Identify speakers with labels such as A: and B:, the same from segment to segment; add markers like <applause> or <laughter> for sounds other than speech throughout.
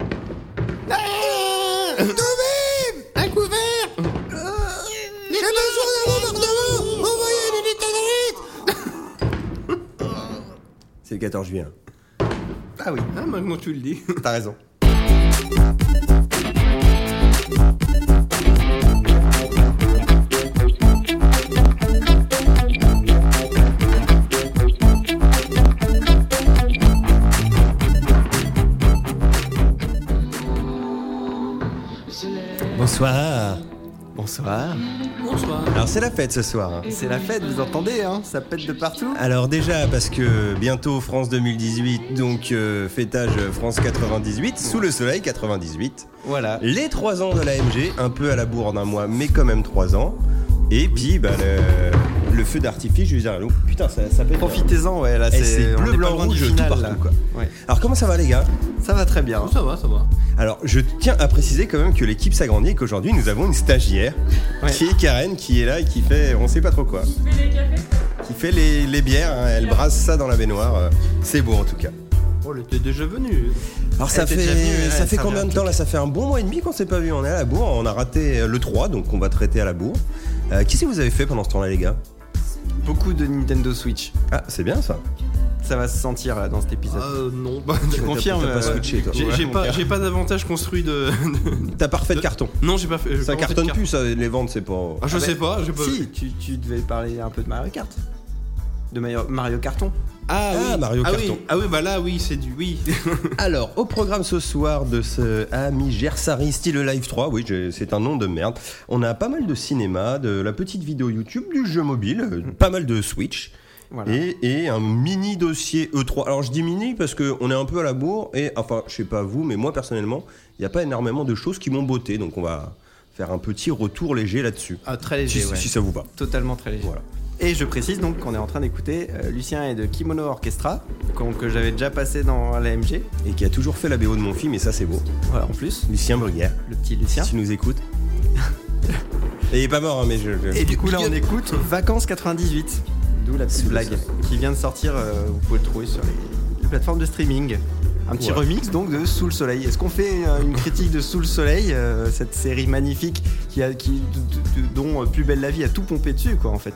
A: Euh,
B: Ah
A: Nous-mêmes
B: Un couvert
A: Euh, J'ai besoin d'un bombardement Envoyez une unité d'élite C'est le 14 juillet.
B: Ah oui, ah, maintenant tu le dis.
A: T'as raison. Bonsoir.
C: Bonsoir.
B: Bonsoir.
A: Alors c'est la fête ce soir. hein.
C: C'est la fête, vous entendez, hein Ça pète de partout.
A: Alors déjà parce que bientôt France 2018, donc euh, fêtage France 98, sous le soleil 98.
C: Voilà.
A: Les 3 ans de l'AMG, un peu à la bourre d'un mois, mais quand même 3 ans. Et puis bah, le, le feu d'artifice, je veux dire, putain ça, ça pète.
C: Profitez-en, ouais, là
A: Eh,
C: c'est.
A: c'est
C: on
A: bleu,
C: est pas
A: blanc,
C: loin du
A: rouge, tout
C: final,
A: partout,
C: là.
A: quoi.
C: Ouais.
A: Alors comment ça va les gars
C: Ça va très bien.
B: Oh, ça va, ça va.
A: Alors, je tiens à préciser quand même que l'équipe s'agrandit et qu'aujourd'hui nous avons une stagiaire
C: Ouais.
A: qui est Karen, qui est là et qui fait on sait pas trop quoi. Qui fait les, les bières, hein, elle brasse ça dans la baignoire. euh, C'est beau en tout cas.
B: Oh, elle était déjà venue.
A: Alors, ça
C: Elle était
A: fait,
C: Eh, déjà venue, ouais,
A: ça fait
C: ça
A: combien
C: vient
A: de temps là Ça fait un bon mois et demi qu'on s'est pas vu. On est à la bourre, on a raté euh, le 3, donc on va traiter à la bourre. Euh, Qu'est-ce que vous avez fait pendant ce temps-là, les gars
C: Beaucoup de Nintendo Switch.
A: Ah, c'est bien ça.
C: Ça va se sentir là dans cet épisode.
B: Euh, non. <laughs>
C: tu confirmes
A: t'as pas
C: euh,
A: switché, toi.
C: j'ai-
B: J'ai j'ai
C: mon
B: pas,
C: père.
B: j'ai pas davantage construit de. <laughs> de-
A: T'as parfait de carton.
B: Non, j'ai pas fait. j'ai
A: Ça
B: pas fait de
A: cartonne
B: carte.
A: plus, ça, les ventes, c'est pas.
B: Ah, je
C: Ah,
B: sais
C: bah,
B: pas, j'ai pas.
C: Si, tu, tu devais parler un peu de Mario Kart. De Mario, Mario Karton.
B: Ah,
A: Ah,
B: oui.
A: Mario
B: ah,
A: Carton.
B: oui. Ah oui, bah là, oui, c'est du. Oui.
A: Alors, au programme ce soir de ce Ami Gersari Style Live 3, oui, j'ai- c'est un nom de merde. On a pas mal de cinéma, de la petite vidéo YouTube, du jeu mobile, euh, pas mal de Switch.
C: Voilà.
A: Et, et un mini dossier E3. Alors je dis mini parce qu'on est un peu à la bourre et enfin je sais pas vous mais moi personnellement il n'y a pas énormément de choses qui m'ont botté donc on va faire un petit retour léger là-dessus.
C: Ah, très
A: Si,
C: léger, ouais.
A: si ça vous va.
C: Totalement très léger.
A: Voilà.
C: Et je précise donc qu'on est en train d'écouter euh, Lucien et de Kimono Orchestra, qu'on- que j'avais déjà passé dans l'AMG.
A: Et qui a toujours fait la BO de mon film et ça c'est beau.
C: Voilà, en plus,
A: Lucien Bruguière,
C: le petit Lucien.
A: si tu nous
C: <laughs>
A: écoutes. et il est pas mort hein, mais je... je-
C: Et du coup, là, on écoute Vacances 98, d'où la petite
A: Sous le
C: blague qui vient de sortir. euh, vous pouvez le trouver sur les, les plateformes de streaming. Un petit
A: Ouais.
C: remix donc de Sous le Soleil. Est-ce qu'on fait euh, une critique de Sous le Soleil, euh, cette série magnifique qui a, qui, de- de- de- dont euh, Plus belle la vie a tout pompé dessus, quoi, en fait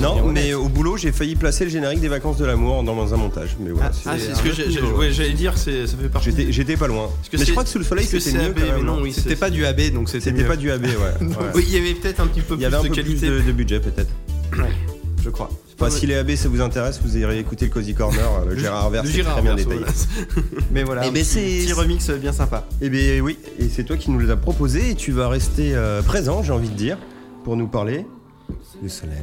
A: Non,
C: Bien
A: mais au boulot, j'ai failli placer le générique des vacances de l'amour dans un montage. Mais voilà,
C: Ah,
A: c'est-
C: ah,
B: <laughs> c'est
C: un
B: ce que
C: autre
B: j'ai- j'ai-
C: niveau, ouais.
B: ouais, j'allais dire, c'est- ça fait partie.
A: j'étais, j'étais pas loin.
B: Parce que
A: mais je
B: c'est-
A: crois que sous le soleil,
B: parce que
A: c'était
B: c'est
A: mieux.
B: AB,
A: quand même,
B: mais non,
A: hein.
B: oui,
C: C'était
B: c'est-
C: pas du AB, donc c'était
A: C'était
C: mieux.
A: pas du <laughs> AB, ouais.
C: euh,
A: ouais.
B: Oui, il y avait peut-être un petit peu
A: Il y avait un
B: plus
A: peu
B: de
A: plus
B: qualité.
A: de, de budget, peut-être.
C: Ouais, je crois.
A: Enfin, si les AB, ça vous intéresse, vous irez écouter le Cozy Corner. euh, Le Gérard Vert,
B: Du
A: c'est
B: Gérard
A: très bien
B: Verso,
A: détaillé.
B: voilà.
C: Mais voilà,
A: Eh
C: un
A: ben,
C: petit,
A: c'est-
C: petit remix euh, bien sympa.
A: Eh bien, oui, et c'est toi qui nous les as proposés. Et tu vas rester euh, présent, j'ai envie de dire, pour nous parler. du soleil.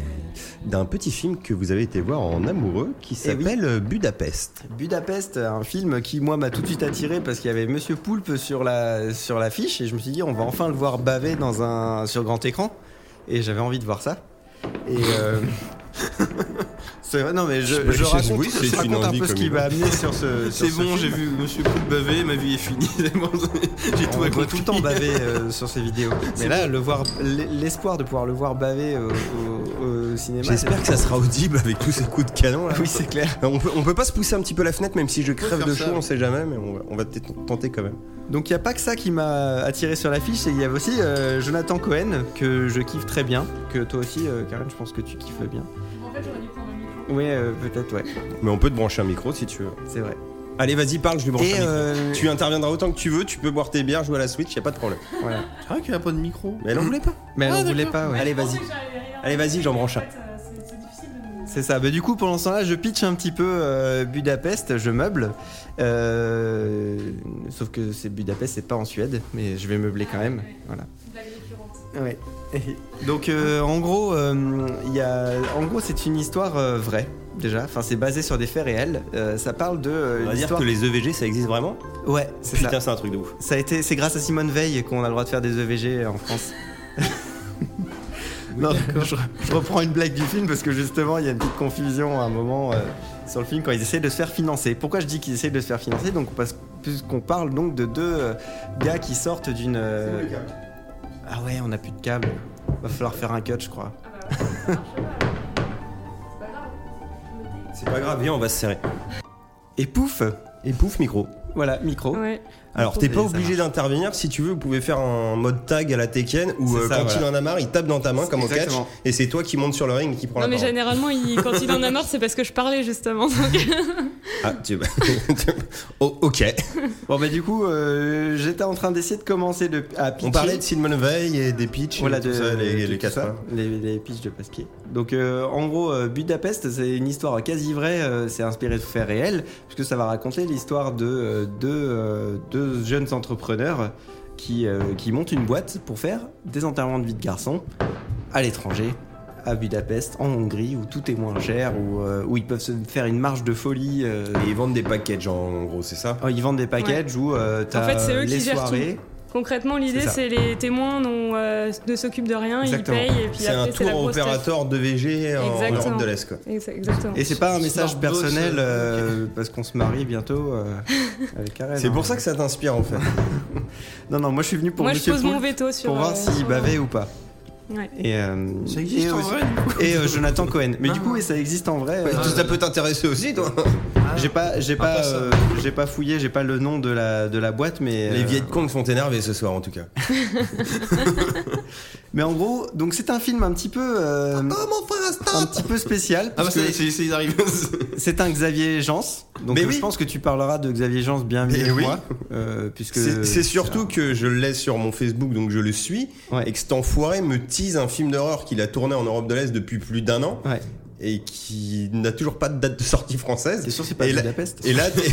A: D'un petit film que vous avez été voir en amoureux qui
C: Eh oui.
A: s'appelle euh, Budapest.
C: Budapest, un film qui moi m'a tout de suite attiré parce qu'il y avait Monsieur Poulpe sur la sur l'affiche et je me suis dit on va enfin le voir baver dans un sur grand écran et j'avais envie de voir ça. Et euh, <laughs> c'est vrai, non mais je, je
A: Oui,
C: raconte,
A: c'est
C: je
A: une
C: raconte un
A: envie
C: peu ce qui
A: commune.
C: m'a amené
A: <laughs>
C: sur ce. sur
B: <laughs> C'est
C: ce
B: bon,
C: film.
B: j'ai vu Monsieur Poulpe baver, ma vie est finie. <laughs> c'est bon, j'ai tout
C: On doit
B: raconté.
C: tout le temps baver euh, sur ces vidéos. Mais là, le voir, l'espoir de pouvoir le voir baver euh, au, au cinéma.
A: J'espère que ça sera audible avec tous ces coups de canon. Là.
C: ben, Oui, c'est clair.
A: On peut, on peut pas se pousser un petit peu la fenêtre, même si je crève
B: faire
A: de
B: ça,
A: chaud,
B: oui.
A: on sait jamais, mais on va, on va peut-être tenter quand même.
C: Donc il n'y a pas que ça qui m'a attiré sur l'affiche, et il y avait aussi euh, Jonathan Cohen, que je kiffe très bien, que toi aussi, euh, Karen, je pense que tu kiffes bien.
D: En fait, j'aurais dû prendre un micro.
C: Oui, peut-être, ouais,
A: Mais on peut te brancher un micro si tu veux.
C: c'est vrai.
A: Allez, vas-y, parle, je vais brancher un
C: Et
A: micro.
C: euh,
A: Tu interviendras autant que tu veux, tu peux boire tes bières, jouer à la Switch, y a pas de problème.
C: voilà.
B: C'est vrai qu'il n'y a pas de micro.
A: Mais elle en voulait pas.
C: Mais elle
B: Ah,
C: en voulait
B: d'accord.
C: pas, ouais. Euh,
A: Allez, vas-y. Allez, vas-y, j'en branche un.
D: euh, C'est difficile de nous.
C: C'est ça. Bah, du coup, pendant ce temps-là, je pitch un petit peu euh, Budapest, je meuble. Euh, sauf que c'est Budapest, c'est pas en Suède, mais je vais meubler quand même. Voilà.
D: Une blague récurrente.
C: Ouais. Donc euh, en gros, euh, il y a, en gros, c'est une histoire euh, vraie déjà. Enfin, c'est basé sur des faits réels. Euh, ça parle de. euh,
A: On va
C: une
A: dire
C: histoire-
A: que les EVG ça existe vraiment
C: Ouais, c'est ça.
A: Putain, c'est un truc de ouf.
C: Ça a été, c'est grâce à Simone Veil qu'on a le droit de faire des EVG en France. non, je, je reprends une blague du film parce que justement il y a une petite confusion à un moment euh, sur le film quand ils essaient de se faire financer. Pourquoi je dis qu'ils essaient de se faire financer Donc parce qu'on parle donc de deux euh, gars qui sortent d'une. euh, Ah ouais, on a plus de câble. Va falloir faire un cut, je crois.
D: Ah bah, ça marche pas. C'est pas grave.
A: C'est pas grave, viens, on va se serrer.
C: Et pouf,
A: Et pouf, micro.
C: voilà micro.
D: Ouais.
A: Alors, t'es
C: Et
A: pas
C: ça
A: obligé d'intervenir. Si tu veux, vous pouvez faire un mode tag à la Tekken où
C: C'est
A: euh,
C: ça,
A: quand
C: voilà.
A: il en a marre, il tape dans ta main comme au catch
C: Exactement.
A: et c'est toi qui monte sur le ring et qui prend
E: Non,
A: la
E: mais
A: parole.
E: généralement, il- quand il en a marre, c'est parce que je parlais justement. donc.
A: Ah, tu... <laughs> Oh, ok.
C: Bon, bah, du coup, euh, j'étais en train d'essayer de commencer de, à pitcher.
A: On parlait de Simon Veil et des pitchs,
C: Voilà,
A: et tout
C: de-
A: ça, les,
C: de
A: les hein.
C: tout
A: casse
C: ça, les- les pitchs de passe-pied. Donc, euh, en gros, euh, Budapest, c'est une histoire quasi vraie, euh, c'est inspiré de faits réels, puisque ça va raconter l'histoire de euh, deux, euh, deux jeunes entrepreneurs qui, euh, qui montent une boîte pour faire des enterrements de vie de garçons à l'étranger, à Budapest, en Hongrie, où tout est moins cher, où, euh, où ils peuvent se faire une marge de folie. euh,
A: Et ils vendent des packages en gros, c'est ça
C: Oh, ils vendent des packages où euh, t'as
E: En fait, c'est eux
C: les
E: qui gèrent
C: soirées.
E: Concrètement, l'idée,
C: C'est ça.
E: c'est les témoins dont, euh, ne s'occupent de rien,
C: Exactement.
E: ils payent et puis
A: C'est un
E: après, c'est la
A: tour
E: grosse taf.
A: opérateur de VG en
E: Exactement.
A: Europe de l'Est. quoi.
E: Exa- Exactement.
C: Et c'est pas un message
B: Smart boss,
C: personnel
B: euh,
C: euh, parce qu'on se marie bientôt euh, avec Karen.
A: C'est
C: hein.
A: pour ça que ça t'inspire en
E: <laughs>
A: fait.
C: Non, non, moi je suis venu pour
E: Moi, je
C: Monsieur
E: pose
C: Poulpe
E: mon veto sur.
C: pour voir
E: euh,
C: s'il
E: sur-
C: bavait ou pas.
E: Ouais.
C: Et, euh,
B: Ça existe
C: et,
B: en
C: aussi-
B: vrai
C: et, euh, Jonathan Cohen. Mais du
B: Ah.
C: coup, oui, ça existe en vrai. euh,
A: Tout ça peut t'intéresser aussi,
C: <laughs>
A: toi.
C: j'ai pas, j'ai
B: Ah, pas
C: pas,
B: ça.
C: euh, j'ai pas fouillé, j'ai pas le nom de la de la boîte, mais
A: Les
C: euh,
A: vieilles cons sont énervés ce soir en tout cas.
C: Mais en gros, donc c'est un film un petit peu, euh,
A: Oh mon frère,
C: un petit peu spécial.
B: <laughs> Ah bah
C: parce
B: ça y
C: que
B: est, c'est c'est- ils arrivent. <laughs>
C: C'est un Xavier Jans. Donc
A: Mais
C: euh,
A: oui.
C: je pense que tu parleras de Xavier Jans bien mieux
A: Mais
C: que
A: oui.
C: moi. euh, puisque
A: C'est c'est surtout que je l'ai sur mon Facebook, donc je le suis,
C: Ouais.
A: et que cet enfoiré me tease un film d'horreur qu'il a tourné en Europe de l'Est depuis plus d'un an
C: Ouais.
A: et qui n'a toujours pas de date de sortie française.
C: T'es sûr que c'est pas
A: Et là-
C: Budapest
A: Et là,
C: <laughs>
A: t'es-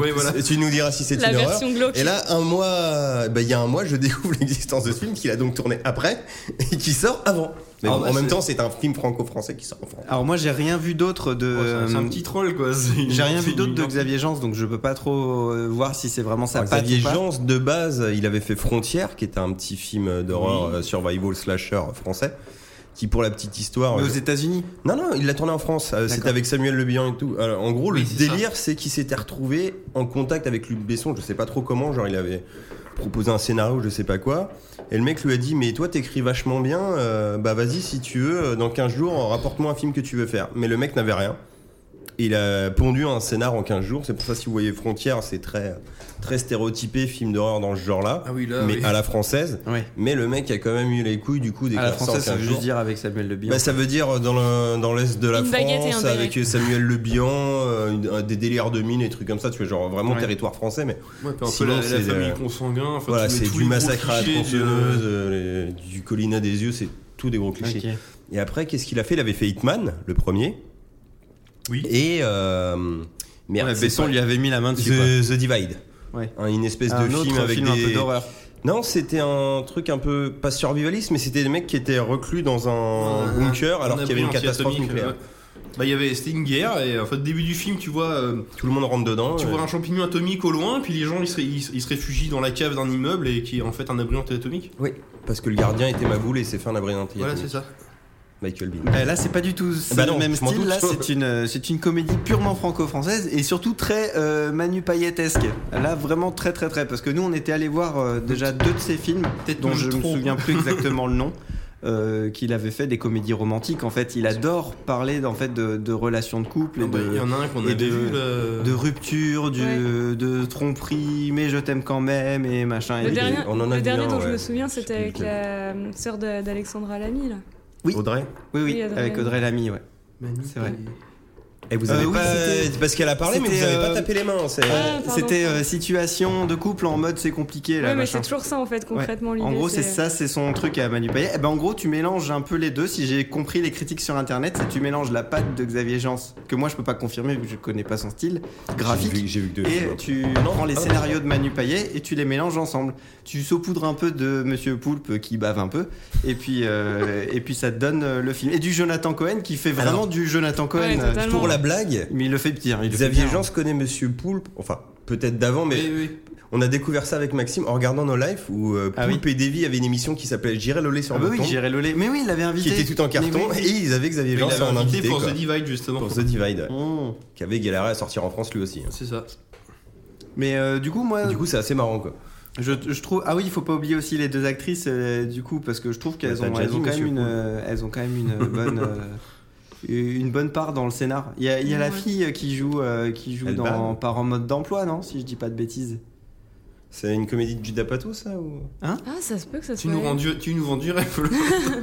B: Oui, voilà.
A: <laughs> tu nous diras si c'est une
E: La
A: horreur.
E: version glauque.
A: Et là, un mois, bah, il y a un mois, je <laughs> découvre l'existence de ce film qu'il a donc tourné après et qui sort avant. Mais
B: Ah
A: en,
B: bah,
A: en même
B: c'est-
A: temps, c'est un film franco-français qui sort en France.
C: Alors moi j'ai rien vu d'autre de.
B: Oh, C'est c'est un petit troll quoi. <laughs> c'est-
C: J'ai rien vu
B: c'est
C: d'autre de
B: une-
C: Xavier Jans, donc je peux pas trop euh, voir si c'est vraiment ça.
A: Alors, Xavier Jans, de base, il avait fait Frontière, qui était un petit film d'horreur euh, survival slasher français, qui, pour la petite histoire,
C: Mais aux
A: euh,
C: États-Unis.
A: Non, non, il l'a tourné en France. Euh, C'était
C: D'accord.
A: avec Samuel Le Bihan et tout. Alors, en gros,
B: Oui,
A: le
B: c'est
A: délire, c'est qu'il s'était retrouvé en contact avec Luc Besson. Je sais pas trop comment. Genre, il avait proposé un scénario, je sais pas quoi. Et le mec lui a dit Mais toi, t'écris vachement bien. euh, bah, vas-y, si tu veux, euh, dans 15 jours, rapporte-moi un film que tu veux faire. Mais le mec n'avait rien. Il a pondu un scénar en 15 jours. C'est pour ça, si vous voyez Frontières, c'est très, très stéréotypé, film d'horreur dans ce genre-là.
B: Ah oui, là.
A: mais
B: oui.
A: à la française.
C: Oui.
A: Mais le mec a quand même eu les couilles du coup des
C: À la française, ça veut juste
A: jours.
C: dire avec Samuel Le Bihan.
A: Bah, ça veut dire dans le- dans l'est de la
E: Une baguette et un
A: France
E: béret.
A: avec Samuel Le Bihan, euh, une- un- des délires de mine et trucs comme ça, tu vois genre vraiment
C: Ouais.
A: territoire français mais
B: Ouais, puis un peu
A: sinon,
B: la, la
A: c'est de-
B: famille consanguin. Enfin,
A: voilà,
B: tous les-
A: c'est
B: tous
A: du
B: les gros
A: massacre à la
B: clichés de-
A: tronçonneuse, euh, les- du Colina des yeux, c'est tout des gros clichés.
C: Ok.
A: Et après qu'est-ce qu'il a fait Il avait fait Hitman, le premier.
B: Oui.
A: Et euh, merde,
C: Ouais,
A: c'est
C: Besson
A: pas-
C: lui avait mis la main dessus.
A: The, The Divide.
C: Ouais.
A: Hein, une espèce
C: quoi.
A: de
C: un
A: film
C: autre
A: avec des
C: film un peu d'horreur.
A: non, c'était un truc un peu pas survivaliste, mais c'était des mecs qui étaient reclus dans un,
B: Un-
A: bunker alors
B: un
A: qu'il y avait une
B: abri
A: catastrophe
B: anti-atomique,
C: euh,
A: nucléaire.
B: ouais. Bah, il y avait, c'était une guerre, et en fait, début du film, tu vois, euh,
A: Tout le monde rentre dedans. euh,
B: tu
A: et-
B: vois un champignon atomique au loin, puis les gens, ils se, ré- ils- ils se réfugient dans la cave d'un immeuble, et qui est en fait un abri anti-atomique.
A: Oui, parce que le gardien était maboule et s'est fait un abri
B: Voilà, c'est ça.
A: Michael Bean.
C: Euh, là, c'est pas du tout c'est
A: Bah
C: le
A: non,
C: même
A: je m'en
C: style.
A: doute.
C: Là, c'est une, euh, c'est une comédie purement franco-française et surtout très euh, Manu Payetesque. Là, vraiment très très très. Parce que nous, on était allé voir euh, déjà deux de ses films,
B: Peut-être
C: dont
B: même
C: je ne me
B: trop.
C: souviens
B: <laughs>
C: plus exactement le nom. euh, qu'il avait fait des comédies romantiques en fait il adore parler en fait de, de relations de couple et
B: Ah bah, Il
C: de,
B: y en a un qu'on
C: et
B: avait
C: de-
B: vu, là.
C: de rupture du,
E: Ouais.
C: de tromperie mais je t'aime quand même et machin
E: Le
C: et
E: dernier,
A: on en a
E: le
A: vu
E: dernier
A: un,
E: dont je
A: ouais.
E: me souviens,
A: Je
E: c'était
A: sais
E: avec
A: plus
E: la euh, sœur de- d'Alexandra Lamy. Là.
C: Oui.
A: Audrey
C: oui oui
E: Oui, Audrey
C: avec
E: Lamy.
C: Audrey Lamy ouais
B: Manu,
C: c'est vrai.
A: Et vous
C: Euh,
A: avez
C: oui,
A: pas.
C: c'était-
A: Parce qu'elle a parlé, mais vous
C: c'était,
A: avez pas
C: euh,
A: tapé les mains. c'est-
E: Ah, pardon.
C: c'était euh, situation de couple en mode c'est compliqué là
E: ouais, mais
C: machin.
E: c'est toujours ça en fait, concrètement. l'idée
C: En gros, c'est ça, c'est son truc à Manu Payet. Eh ben, en gros, tu mélanges un peu les deux. Si j'ai compris les critiques sur internet, c'est tu mélanges la patte de Xavier Jans, que moi je peux pas confirmer vu que je connais pas son style graphique,
A: J'ai vu- J'ai vu que deux.
C: et tu prends les
A: Ah.
C: scénarios de Manu Payet et tu les mélanges ensemble. Tu saupoudres un peu de Monsieur Poulpe qui bave un peu, et puis, euh, et puis ça te donne euh, le film. Et du Jonathan Cohen qui fait vraiment
A: Alors-
C: du Jonathan Cohen. euh,
E: Ouais, totalement.
A: Pour la blague,
C: mais il le fait pire. il le fait
A: Xavier
C: bien. hein.
A: Jean se connaît Monsieur Poulpe. Enfin, peut-être d'avant, mais
B: Oui, oui.
A: on a découvert ça avec Maxime en regardant nos lives où euh,
C: Ah oui.
A: Poulpe et Davy avaient une émission qui s'appelait J'irai le lait sur
C: Ah bah
A: le
C: oui,
A: ton,
C: j'irai le lait. Mais oui, il l'avait
A: qui
C: invité.
A: était tout en carton,
C: Mais oui.
A: et ils avaient Xavier
B: Il
A: Jean
B: avait
A: en
B: invité
A: invité
B: pour
A: quoi.
B: The Divide, justement.
A: pour The Divide,
C: Mmh.
A: qui avait galéré à sortir en France lui aussi. hein.
B: C'est ça.
C: Mais euh, du coup, moi,
A: Du coup, c'est assez marrant quoi.
C: Je, je trouve ah oui il faut pas oublier aussi les deux actrices euh, du coup parce que je trouve
A: Bah,
C: qu'elles
A: t'as
C: ont,
A: déjà
C: elles
A: dit,
C: ont quand même
A: monsieur
C: une
A: Poulpe.
C: euh, elles ont quand même une bonne euh, une bonne part dans le scénar il y a, il y a la
E: Ouais.
C: fille qui joue euh, qui joue
A: Elle
C: dans
A: bave.
C: par en mode d'emploi non si je dis pas de bêtises
A: C'est une comédie de Judas Pato, ça ou...
E: Ah, ça se peut que ça soit.
B: Tu nous,
E: elle.
B: rends du- tu nous vends du rêve. Flo.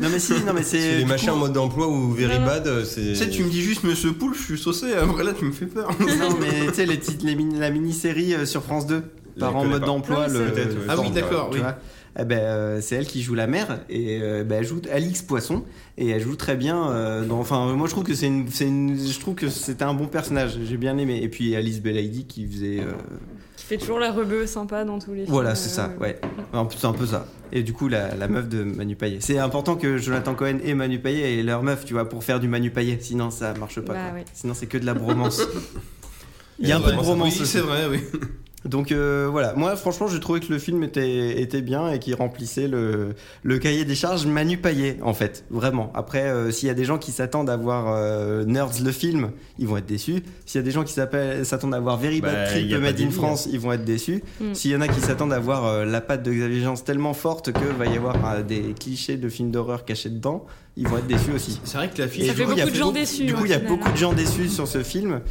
C: Non, mais si, non,
A: <laughs>
C: mais
A: C'est
C: c'est.
A: les
C: du
A: machins en
C: coup-
A: mode d'emploi ou Very
E: Non, non.
A: Bad, euh, c'est.
B: tu sais, tu me dis juste Monsieur Poule, je suis saucé. Après là, tu me
A: <laughs>
B: fais peur.
C: Non, mais tu sais, les titres, les mini- la mini-série euh, sur France 2,
A: Je
C: par
A: les
C: en
A: connais
C: mode
A: pas.
C: d'emploi. euh,
E: Ah oui,
C: le-
A: c'est vrai.
C: le
B: Ah oui,
C: forme,
B: d'accord,
C: tu
B: oui.
C: vois. Eh ben, euh, c'est elle qui joue la mère et euh, ben, elle joue Alix Poisson et elle joue très bien. euh, dans- enfin, moi je trouve que c'est une, c'est une- je trouve que c'était un bon personnage. J'ai bien aimé. Et puis Alice Belaïdi qui faisait, euh,
E: Qui fait toujours la rebeu sympa dans tous les films.
C: voilà, c'est ça.
E: euh,
C: Ouais, Enfin, c'est un peu ça. Et du coup, la, la meuf de Manu Payet. C'est important que Jonathan Cohen et Manu Payet et leur meuf, tu vois, pour faire du Manu Payet. Sinon, ça marche pas.
E: Bah
C: quoi.
E: oui.
C: Sinon, c'est que de la bromance. Il y a un
A: Ouais,
C: peu de
A: ça-
C: bromance.
B: Oui,
C: aussi.
B: c'est vrai, oui.
C: Donc euh, voilà, moi franchement j'ai trouvé que le film était, était bien et qu'il remplissait le, le cahier des charges Manu Payet en fait, vraiment. Après euh, s'il y a des gens qui s'attendent à voir euh, Nerds le film, ils vont être déçus. S'il y a des gens qui s'appellent- s'attendent à voir Very Bad
A: Bah,
C: Trip
A: y a pas
C: Made in
A: d'ennemi,
C: France, ils vont être déçus.
E: Mm.
C: S'il y en a qui s'attendent à voir euh, la patte de Xavier Jean tellement forte que va y avoir euh, des clichés de films d'horreur cachés dedans, ils vont être déçus aussi.
B: C'est vrai que la
C: Et
B: fille.
E: Ça
C: du
E: fait
C: coup, il y a
E: beaucoup de gens déçus,
C: Du
E: hein,
C: coup, il y a
E: finalement.
C: beaucoup de gens déçus sur ce film.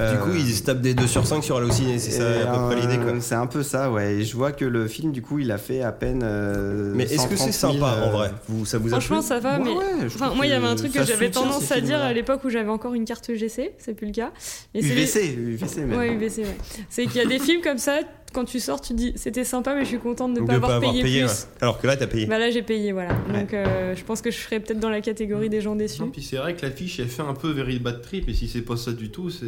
A: Euh,
C: Euh,
A: Du coup, ils se tapent des 2 sur 5 sur Allociné, c'est
C: Et,
A: ça à peu près
C: euh,
A: l'idée quoi.
C: C'est un peu ça, ouais. Et je vois que le film, du coup, il a fait à peine. euh,
A: Mais est-ce que c'est
C: 130 000,
A: sympa en
C: euh,
A: vrai Vous- Ça vous a plu
E: Franchement, ça va,
C: Ouais,
E: mais.
C: ouais, je
E: Enfin,
C: trouve
E: moi, il y
C: que
E: avait un truc que
C: ça
E: j'avais
C: soutient
E: tendance
C: ces
E: à dire
C: films-là.
E: à l'époque où j'avais encore une carte GC, c'est plus le cas. Mais c'est les-
C: UVC, UVC même.
E: Ouais, UVC, ouais. C'est qu'il y a des films comme ça, quand tu sors, tu te dis c'était sympa, mais je suis contente de ne pas, avoir payé, plus.
A: ouais. Alors que là, t'as payé.
E: Bah là, j'ai payé, voilà.
C: Ouais.
E: Donc euh, je pense que je serais peut-être dans la catégorie des gens déçus.
B: Non, puis c'est vrai que l'affiche elle fait un peu Very Bad Trip et si c'est pas ça du tout, c'est.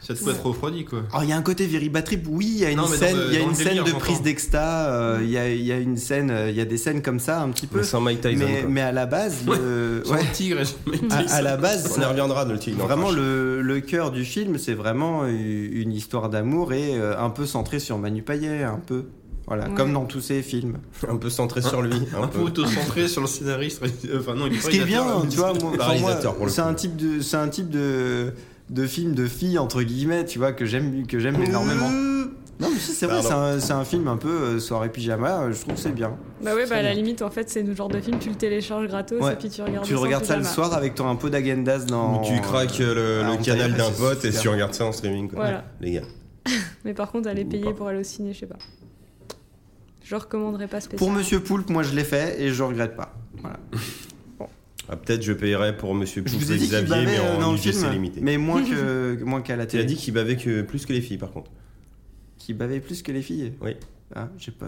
B: Ça te peut être refroidi quoi.
C: Alors, Oh, il y a un côté Very Bad Trip, oui, il y a une
B: Non, mais dans
C: scène,
B: le-
C: il y a
B: dans
C: une
B: le
C: scène
B: délire,
C: de
B: j'entends.
C: prise d'exta, euh, il y, a, il y a une scène, euh, il y a des scènes comme ça un petit peu.
A: Mais sans Mike Tyson.
C: Mais,
A: quoi.
C: mais à la base, le-
B: Sans
C: ouais,
B: le tigre et sans le
C: à,
B: tigre.
C: à la base,
A: On y reviendra de le tigre. dans le
C: Vraiment,
A: crash.
C: le, le cœur du film, c'est vraiment u- une histoire d'amour et euh, un peu centré sur Manu Payet, un peu. Voilà,
E: Ouais.
C: comme dans tous ces films.
A: un peu centré sur lui. un
B: Un peu
A: peu.
B: auto-centré sur le scénariste. <laughs> Enfin, non, il est
C: Ce qui est bien,
B: réalisateur,
C: tu vois, moi,
A: Pas
C: enfin, moi,
A: réalisateur, pour le
C: c'est
A: coup.
C: un type de, c'est un type de, de film de fille entre guillemets, tu vois, que j'aime, que j'aime énormément. Non, mais si, c'est vrai,
A: Mmh. Pardon.
C: c'est un, c'est un film un peu euh, soirée pyjama. euh, je trouve que c'est bien.
E: Bah ouais,
C: Très
E: bah à la
C: bien.
E: limite, en fait, c'est le genre de film, tu le télécharges gratos
C: Ouais.
E: et puis tu regardes
C: tu
E: sans
C: regardes ça le
E: pyjama.
C: soir avec ton un peu d'agendas dans.
A: Ou tu craques euh,
C: Ah,
A: le, le
C: on t'a
A: canal
C: dit, ouais,
A: d'un
C: c'est
A: pote et
C: super.
A: tu regardes ça en streaming. Quoi.
E: Voilà.
A: Les gars.
E: Mais par contre, aller
A: Ou
E: payer
A: pas.
E: pour aller au ciné, je sais pas. Je recommanderais pas
C: Pour
E: spécialement.
C: Monsieur Poulpe, moi je l'ai fait et je regrette pas. Voilà.
A: Ah, peut-être je paierai pour Monsieur
C: Je
A: Pouf
C: vous ai
A: et
C: dit qu'il
A: Xavier, mais
C: bavait euh, dans
A: en
C: le
A: UGC, c'est
C: film,
A: limité.
C: mais moins que moins qu'à la
A: Tu as
C: télé.
A: dit qu'il bavait que plus que les filles, par contre. <laughs>
C: Qui bavait plus que les filles
A: Oui.
C: Ah, j'ai pas,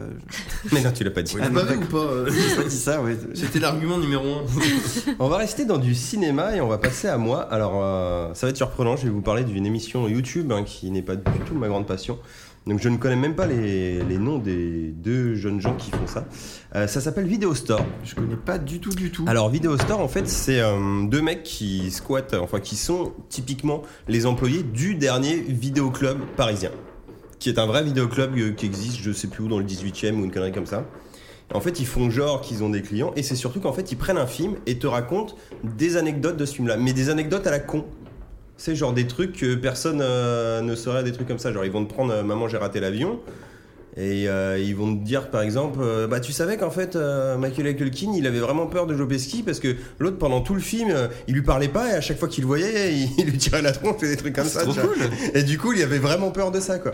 A: Mais non, tu l'as pas dit.
B: Il
C: Ah,
B: l'a
C: non,
B: pas vu ou
C: d'accord.
B: pas euh
C: j'ai pas dit ça, ouais.
B: <laughs> C'était l'argument numéro un.
A: On va rester dans du cinéma et on va passer à moi. Alors, euh, ça va être surprenant, je vais vous parler d'une émission YouTube hein, qui n'est pas du tout ma grande passion. Donc, je ne connais même pas les, les noms des deux jeunes gens qui font ça. Euh, ça s'appelle Video Store.
C: Je connais pas du tout, du tout.
A: Alors, Video Store, en fait, c'est euh, deux mecs qui squattent, enfin, qui sont typiquement les employés du dernier vidéoclub parisien, qui est un vrai vidéoclub euh, qui existe, je sais plus où, dans le 18e ou une connerie comme ça. En fait, ils font genre qu'ils ont des clients, et c'est surtout qu'en fait, ils prennent un film et te racontent des anecdotes de ce film-là, mais des anecdotes à la con. C'est genre des trucs que personne euh, ne saurait, des trucs comme ça. Genre, ils vont te prendre euh, Maman, j'ai raté l'avion. Et euh, ils vont te dire, par exemple, euh, bah, tu savais qu'en fait, euh, Michael Culkin, il avait vraiment peur de Jobeski parce que l'autre, pendant tout le film, euh, il lui parlait pas et à chaque fois qu'il le voyait, il, <laughs> il lui tirait la tronche et des trucs comme ça. tu vois. Et du coup, il avait vraiment peur de ça, quoi.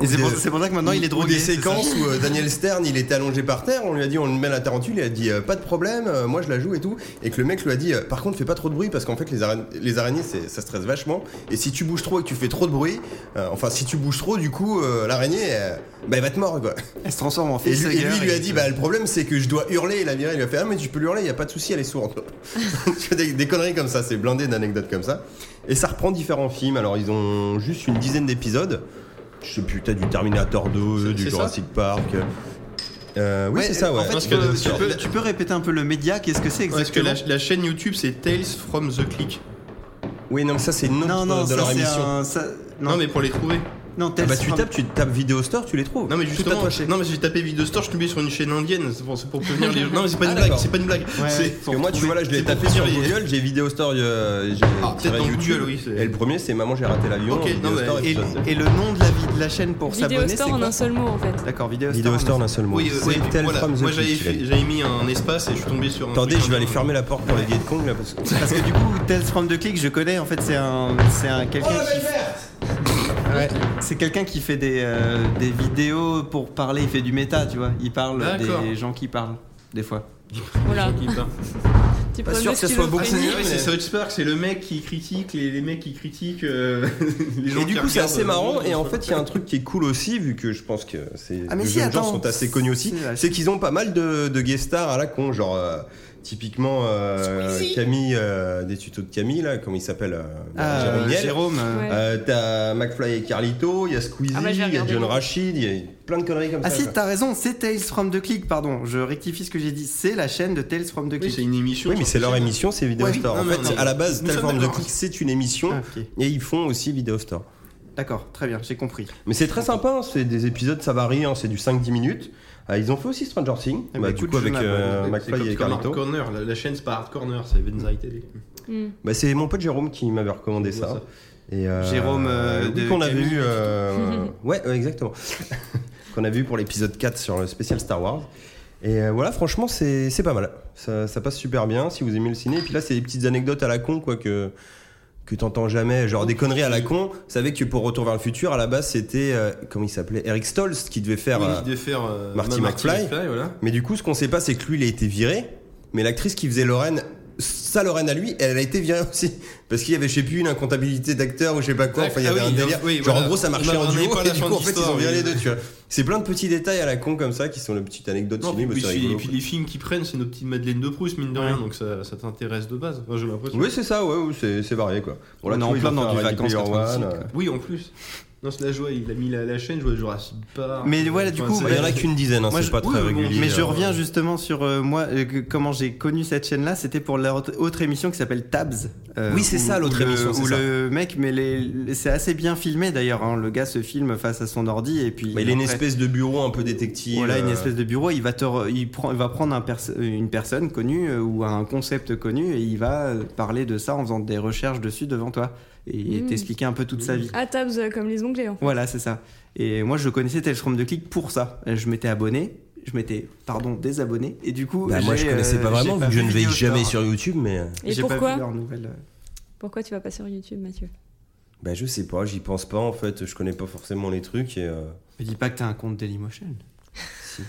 C: Et c'est
A: Ou
C: pour,
A: de-
C: c'est pour ça que maintenant Ah il est
A: ou
C: drogué.
A: Des
C: c'est ça
A: séquences où euh, Daniel Stern il était allongé par terre, on lui a dit on le met à la tarentule, il a dit euh, pas de problème, euh, moi je la joue et tout. Et que le mec lui a dit euh, par contre fais pas trop de bruit parce qu'en fait les, ara- les araignées c'est- ça stresse vachement. Et si tu bouges trop et que tu fais trop de bruit, euh, enfin si tu bouges trop du coup euh, l'araignée euh, bah elle va te mordre quoi.
C: Elle se transforme en
A: Et
C: fils
A: lui, et lui, il lui a dit bah le problème c'est que je dois hurler et la virée lui a fait ah mais tu peux l'hurler il y a pas de souci elle est sourde <laughs> Tu vois, des, des conneries comme ça c'est blindé d'anecdotes comme ça et ça reprend différents films alors ils ont juste une dizaine d'épisodes je sais plus t'as du Terminator 2
B: C'est-
A: du
B: c'est ça
A: Jurassic Park Euh, oui c'est ça ouais
C: En fait,
B: Parce
C: tu
B: que
C: peux-
B: tu
C: tu,
B: peux-
C: peux, tu peux répéter un peu le média, qu'est-ce que c'est
B: Parce que
C: exactement
B: la, la chaîne YouTube c'est Tales from the Click.
A: oui non mais ça c'est une autre
C: Non, non,
A: euh, de
C: ça,
A: leur
C: c'est
A: émission
C: un. ça-
B: Non.
C: Non,
B: mais pour les trouver.
C: non,
A: Ah
C: tel
A: bah tu tapes tu tapes Vidéo Store tu les trouves
B: Non mais
C: Tout
B: justement.
C: attaché.
B: Non mais j'ai tapé Video Store, je suis tombé sur une chaîne indienne. C'est pour, c'est pour prévenir les gens. Non mais c'est pas une
A: Ah,
B: blague,
A: d'accord.
B: c'est pas une blague.
C: Ouais,
B: C'est-
C: ouais.
A: Parce que moi, tu vois, là, je l'ai
B: C'est pour
A: tapé sur
B: dire, il-
A: Google, j'ai Vidéo Store, euh, j'ai
B: Ah,
A: tiré
B: peut-être dans
A: YouTube,
B: Google, oui, c'est-
A: Et le premier, c'est Maman, j'ai raté l'avion.
B: Ok,
A: Vidéo
B: non, mais-
A: Store,
C: Et,
A: épisode
C: et le nom de la, vie- de la chaîne pour
E: Vidéo
C: s'abonner, c'est
E: Store en
C: quoi
E: un seul mot, en fait.
C: D'accord, Vidéo
A: Vidéo Store d'un seul mot.
B: Oui, euh,
A: C'est
B: oui,
A: tel
B: voilà.
A: from the
B: Moi j'avais,
A: click, il a
B: fait-
A: dit.
B: j'avais mis un espace et je suis tombé sur. un
A: Attendez,
B: truc
A: je vais aller
B: indien.
A: fermer la porte pour les Viet Cong là parce que. Oh,
C: Parce que du coup, Tales from the Click, je connais, en fait, c'est un. C'est un quelqu'un qui. <laughs> Ouais. C'est quelqu'un qui fait des, euh, des vidéos pour parler, il fait du méta, tu vois. Il parle
B: D'accord.
C: des gens qui parlent, des fois.
E: Voilà.
B: Qui parle.
E: Petit
C: Pas
E: problème
C: sûr que ça soit beaucoup.
B: Ah, c'est
E: schizophrénie.
B: ouais, c'est South Park, c'est le mec qui critique les, les mecs qui critiquent euh, <laughs> les gens
A: Et du
B: qui
A: coup, c'est
B: regardent euh,
A: assez
B: le
A: marrant.
B: monde,
A: Et en
B: quoi.
A: fait, il y a un truc qui est cool aussi, vu que je pense que ces
C: Ah, mais
A: les
C: si,
A: jeunes
C: attends.
A: gens sont assez connus aussi,
C: C'est vrai.
A: c'est qu'ils ont pas mal de, de guest stars à la con, genre. euh, Typiquement euh,
E: Squeezie.
A: Camille, euh, des tutos de Camille, là, comment il s'appelle euh,
C: Ah,
A: Jérôme Niel.
C: Jérôme. euh,
E: Ouais.
A: Euh, t'as McFly et Carlito, il y a Squeezie,
E: Ah
A: il
E: bah, je vais
A: y a
E: regarder.
A: John Rachid, il y a plein de conneries comme
C: Ah
A: ça.
C: si,
A: quoi.
C: t'as raison, c'est Tales from the Click, pardon. Je rectifie ce que j'ai dit. C'est la chaîne de Tales from the
B: Oui,
C: Click.
B: c'est une émission.
A: Oui, mais c'est leur émission, c'est Video
C: Ouais,
A: Store.
B: non,
A: En
B: mais
A: fait,
B: non,
A: à la base,
B: nous
A: Tell
B: sommes
A: Form the
B: d'accord.
A: Click, c'est une émission
C: Ah, ok.
A: et ils font aussi Video Store.
C: D'accord, très bien, j'ai compris.
A: Mais c'est très sympa, hein, c'est des épisodes, ça varie, hein, c'est du 5-10 minutes. Ah, ils ont fait aussi Stranger Things,
C: Eh
A: bah,
C: ben,
A: du
C: écoute,
A: coup avec
C: je m'abonne.
A: euh,
B: C'est comme-
A: McFly et
B: c'est comme Hard
A: Carlito.
B: Corner, la, la chaîne c'est pas Hard Corner, c'est Benzaï Télé.
E: Hmm.
A: Bah, c'est mon pote Jérôme qui m'avait recommandé
B: Ouais, ça.
A: ça. Et, euh,
C: Jérôme, euh,
A: oui,
C: de
A: qu'on avait
C: Camille.
A: eu, euh, ouais, ouais, exactement, <laughs> qu'on avait eu pour l'épisode 4 sur le spécial Star Wars. Et euh, voilà, franchement, c'est c'est pas mal. Ça, ça passe super bien si vous aimez le ciné. Et puis là, c'est des petites anecdotes à la con, quoi, que, que t'entends jamais. Genre des conneries à la con. Vous savez que pour Retour vers le futur, à la base, c'était, euh, comment il s'appelait Eric Stolz qui devait faire.
B: Oui,
A: euh,
B: de faire euh,
A: Marty McFly.
B: voilà.
A: mais du coup, ce qu'on sait pas, c'est que lui, il a été viré. Mais l'actrice qui faisait Lorraine, sa Lorraine à lui, elle a été virée aussi. <laughs> Parce qu'il y avait, je sais plus, une incomptabilité d'acteur ou je sais pas quoi. Enfin, il y
B: Ah
A: avait
B: oui,
A: un délire.
B: oui,
A: Genre,
B: voilà.
A: en gros, ça
B: On
A: marchait en
B: n'avait
A: duo.
B: pas
A: Et
B: la
A: du
B: fin
A: coup, en
B: de
A: fait, ils
B: l'histoire,
A: ont viré
B: oui.
A: les deux, tu vois. C'est plein de petits détails à la con comme ça qui sont les petites anecdotes
B: Non,
A: ciné, mais
B: puis, puis-
A: c'est
B: et
A: rigolo.
B: puis les films qui prennent, c'est nos petites Madeleines de Proust, mine de rien, donc ça, ça t'intéresse de base. Enfin, j'ai l'impression.
A: Oui, c'est ça, ouais, ouais, c'est c'est varié quoi. Bon, là,
C: On est
A: tu
C: en
A: vois, ils
C: plein
A: ont
C: dans
A: fait
C: du
A: un Ready
C: vacances
A: Player
C: 86,
A: One,
C: quoi.
A: euh,
B: Oui, en plus. Non, c'est la joie, il a mis la, la chaîne, je vois Jurassic Park.
C: Mais voilà, du coup,
B: c'est-
A: bah, Il y en a qu'une dizaine, hein,
C: Moi,
A: c'est
C: je-
A: pas très
B: oui, mais bon,
A: régulier.
C: Mais je
A: euh,
C: reviens justement sur euh, moi, euh, que- comment j'ai connu cette chaîne-là. C'était pour l'autre autre émission qui s'appelle Tabs. euh,
A: Oui, c'est
C: où-
A: ça, l'autre
C: où le-
A: émission, c'est
C: Où
A: ça.
C: le mec, mais les- les- c'est assez bien filmé d'ailleurs. hein. Le gars se filme face à son ordi et puis.
A: bah, Il a une
C: après-
A: espèce de bureau un peu détective.
C: Voilà, une
A: euh,
C: espèce de bureau. Il va, te re- il prend- il va prendre un perso- une personne connue euh, ou un concept connu et il va euh, parler de ça en faisant des recherches dessus devant toi et
E: Mm.
C: t'expliquer un peu toute sa vie.
E: Ah, Tabs euh, comme les onglets. hein.
C: Voilà, c'est ça. Et moi, je connaissais Tales from the Click pour ça. Euh, Je m'étais abonné, je m'étais, pardon, désabonné. Et du coup,
A: Bah, moi,
C: j'ai,
A: je connaissais
C: euh,
A: pas vraiment, vu
C: j'ai
A: que je
C: vu
A: ne veille
C: Video
A: jamais
C: Store.
A: sur YouTube, mais. euh,
E: Et
C: J'ai pas vu
E: pourquoi
C: leur nouvelle, euh,
E: Pourquoi tu vas pas sur YouTube, Mathieu
A: Bah, je sais pas, j'y pense pas en fait, je connais pas forcément les trucs et. euh,
C: Me dis pas que t'as un compte Dailymotion.
A: si.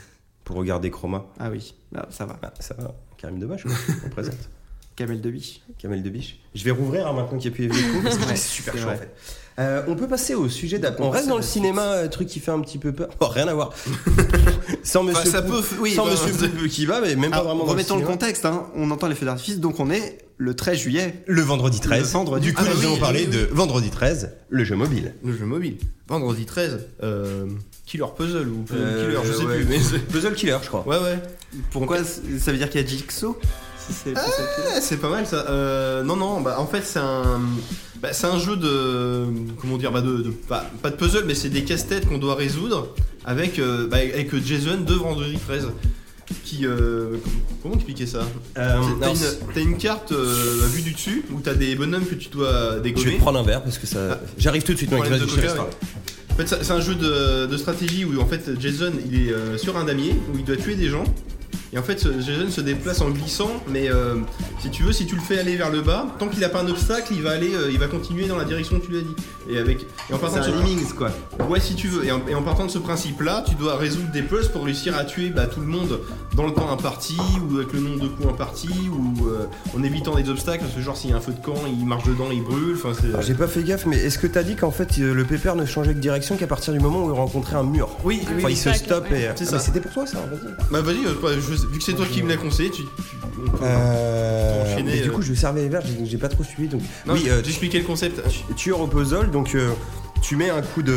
A: Pour regarder Chroma.
C: Ah oui, Ah, ça va.
A: Ah, ça va, Karim Debache, quoi, on présente.
C: Camel de biche.
A: Camel Debiche. Je vais rouvrir hein, maintenant qu'il n'y a plus les vieux coups, parce que c'est super
C: c'est
A: chaud
C: vrai.
A: en fait. Euh, on peut passer au sujet d'après. On reste dans le cinéma, euh, truc qui fait un petit peu peur. Oh, rien à voir. <laughs> sans monsieur,
B: Enfin, ça
A: Pou-
B: peut. Oui,
A: sans
B: bah,
A: monsieur Pou- qui va, mais même pas
C: Ah,
A: vraiment dans le
C: remettons le,
A: cinéma.
C: contexte, hein. on entend les feux d'artifice, donc on est le 13 juillet.
A: Le vendredi 13.
C: Le vendredi
A: du coup,
C: 13.
A: nous
B: Ah,
A: allons
B: oui,
A: parler
B: oui, oui.
A: de vendredi 13, le jeu mobile.
B: Le jeu mobile. Vendredi 13, euh, Killer Puzzle ou Puzzle
A: Euh,
B: Killer, je sais
A: ouais.
B: plus. Mais c'est-
A: Puzzle Killer, je crois.
B: <laughs> ouais, ouais.
C: Pourquoi c- Ça veut dire qu'il y a Jigsaw Si c'est-
B: Ouais, Eh, c'est pas mal ça. Euh, non, non, bah en fait, c'est un. bah, c'est un jeu de. Comment dire bah, de, de- pas, pas de puzzle, mais c'est des casse-têtes qu'on doit résoudre avec, euh, bah, avec Jason de Vendredi 13. Qui. euh, comment expliquer ça
A: Euh,
B: T'as
A: alors,
B: une, t'as une carte euh, à vue du dessus où t'as des bonhommes que tu dois
A: je vais
B: dégommer.
A: te prendre un verre parce que ça.
B: Ah.
A: J'arrive tout de suite, mec.
B: Problème
A: Vas-y,
B: de
A: je te laisse
B: coca,
A: parler.
B: En fait, c'est c'est un jeu de, de stratégie où en fait Jason il est euh, sur un damier où il doit tuer des gens. Et en fait, ce- Jason se déplace en glissant, mais euh, si tu veux, si tu le fais aller vers le bas, tant qu'il n'a pas un obstacle, il va aller, euh, il va continuer dans la direction que tu lui as dit. Et avec, et en
C: C'est
B: partant de
C: un
B: ce
C: Lemmings quoi.
B: ouais, si tu veux, et en, et en partant de ce principe-là, tu dois résoudre des puzzles pour réussir à tuer bah, tout le monde dans le temps imparti ou avec le nombre de coups imparti ou euh, en évitant des obstacles. Parce que genre, s'il y a un feu de camp, il marche dedans, il brûle. Enfin, c'est.
A: J'ai pas fait gaffe, mais est-ce que t'as dit qu'en fait euh, le pépère ne changeait que de direction qu'à partir du moment où il rencontrait un mur
B: Oui,
E: Ah
A: Enfin, il se
E: Obstacle,
A: stoppe
E: ouais.
A: et.
B: C'est
A: Ah,
B: ça.
A: mais C'était pour toi ça, vas-y.
B: Bah vas-y, euh, bah, je- vu que c'est toi qui me l'as conseillé, tu. tu- on peut-
A: Euh,
B: Pour enchaîner,
A: mais du
B: euh.
A: coup, je servais les verres, j'ai- j'ai pas trop suivi. Donc,
B: Non,
A: oui, euh, tu-
B: j'expliquais le concept.
A: tueur au puzzle, donc euh, tu mets un coup de,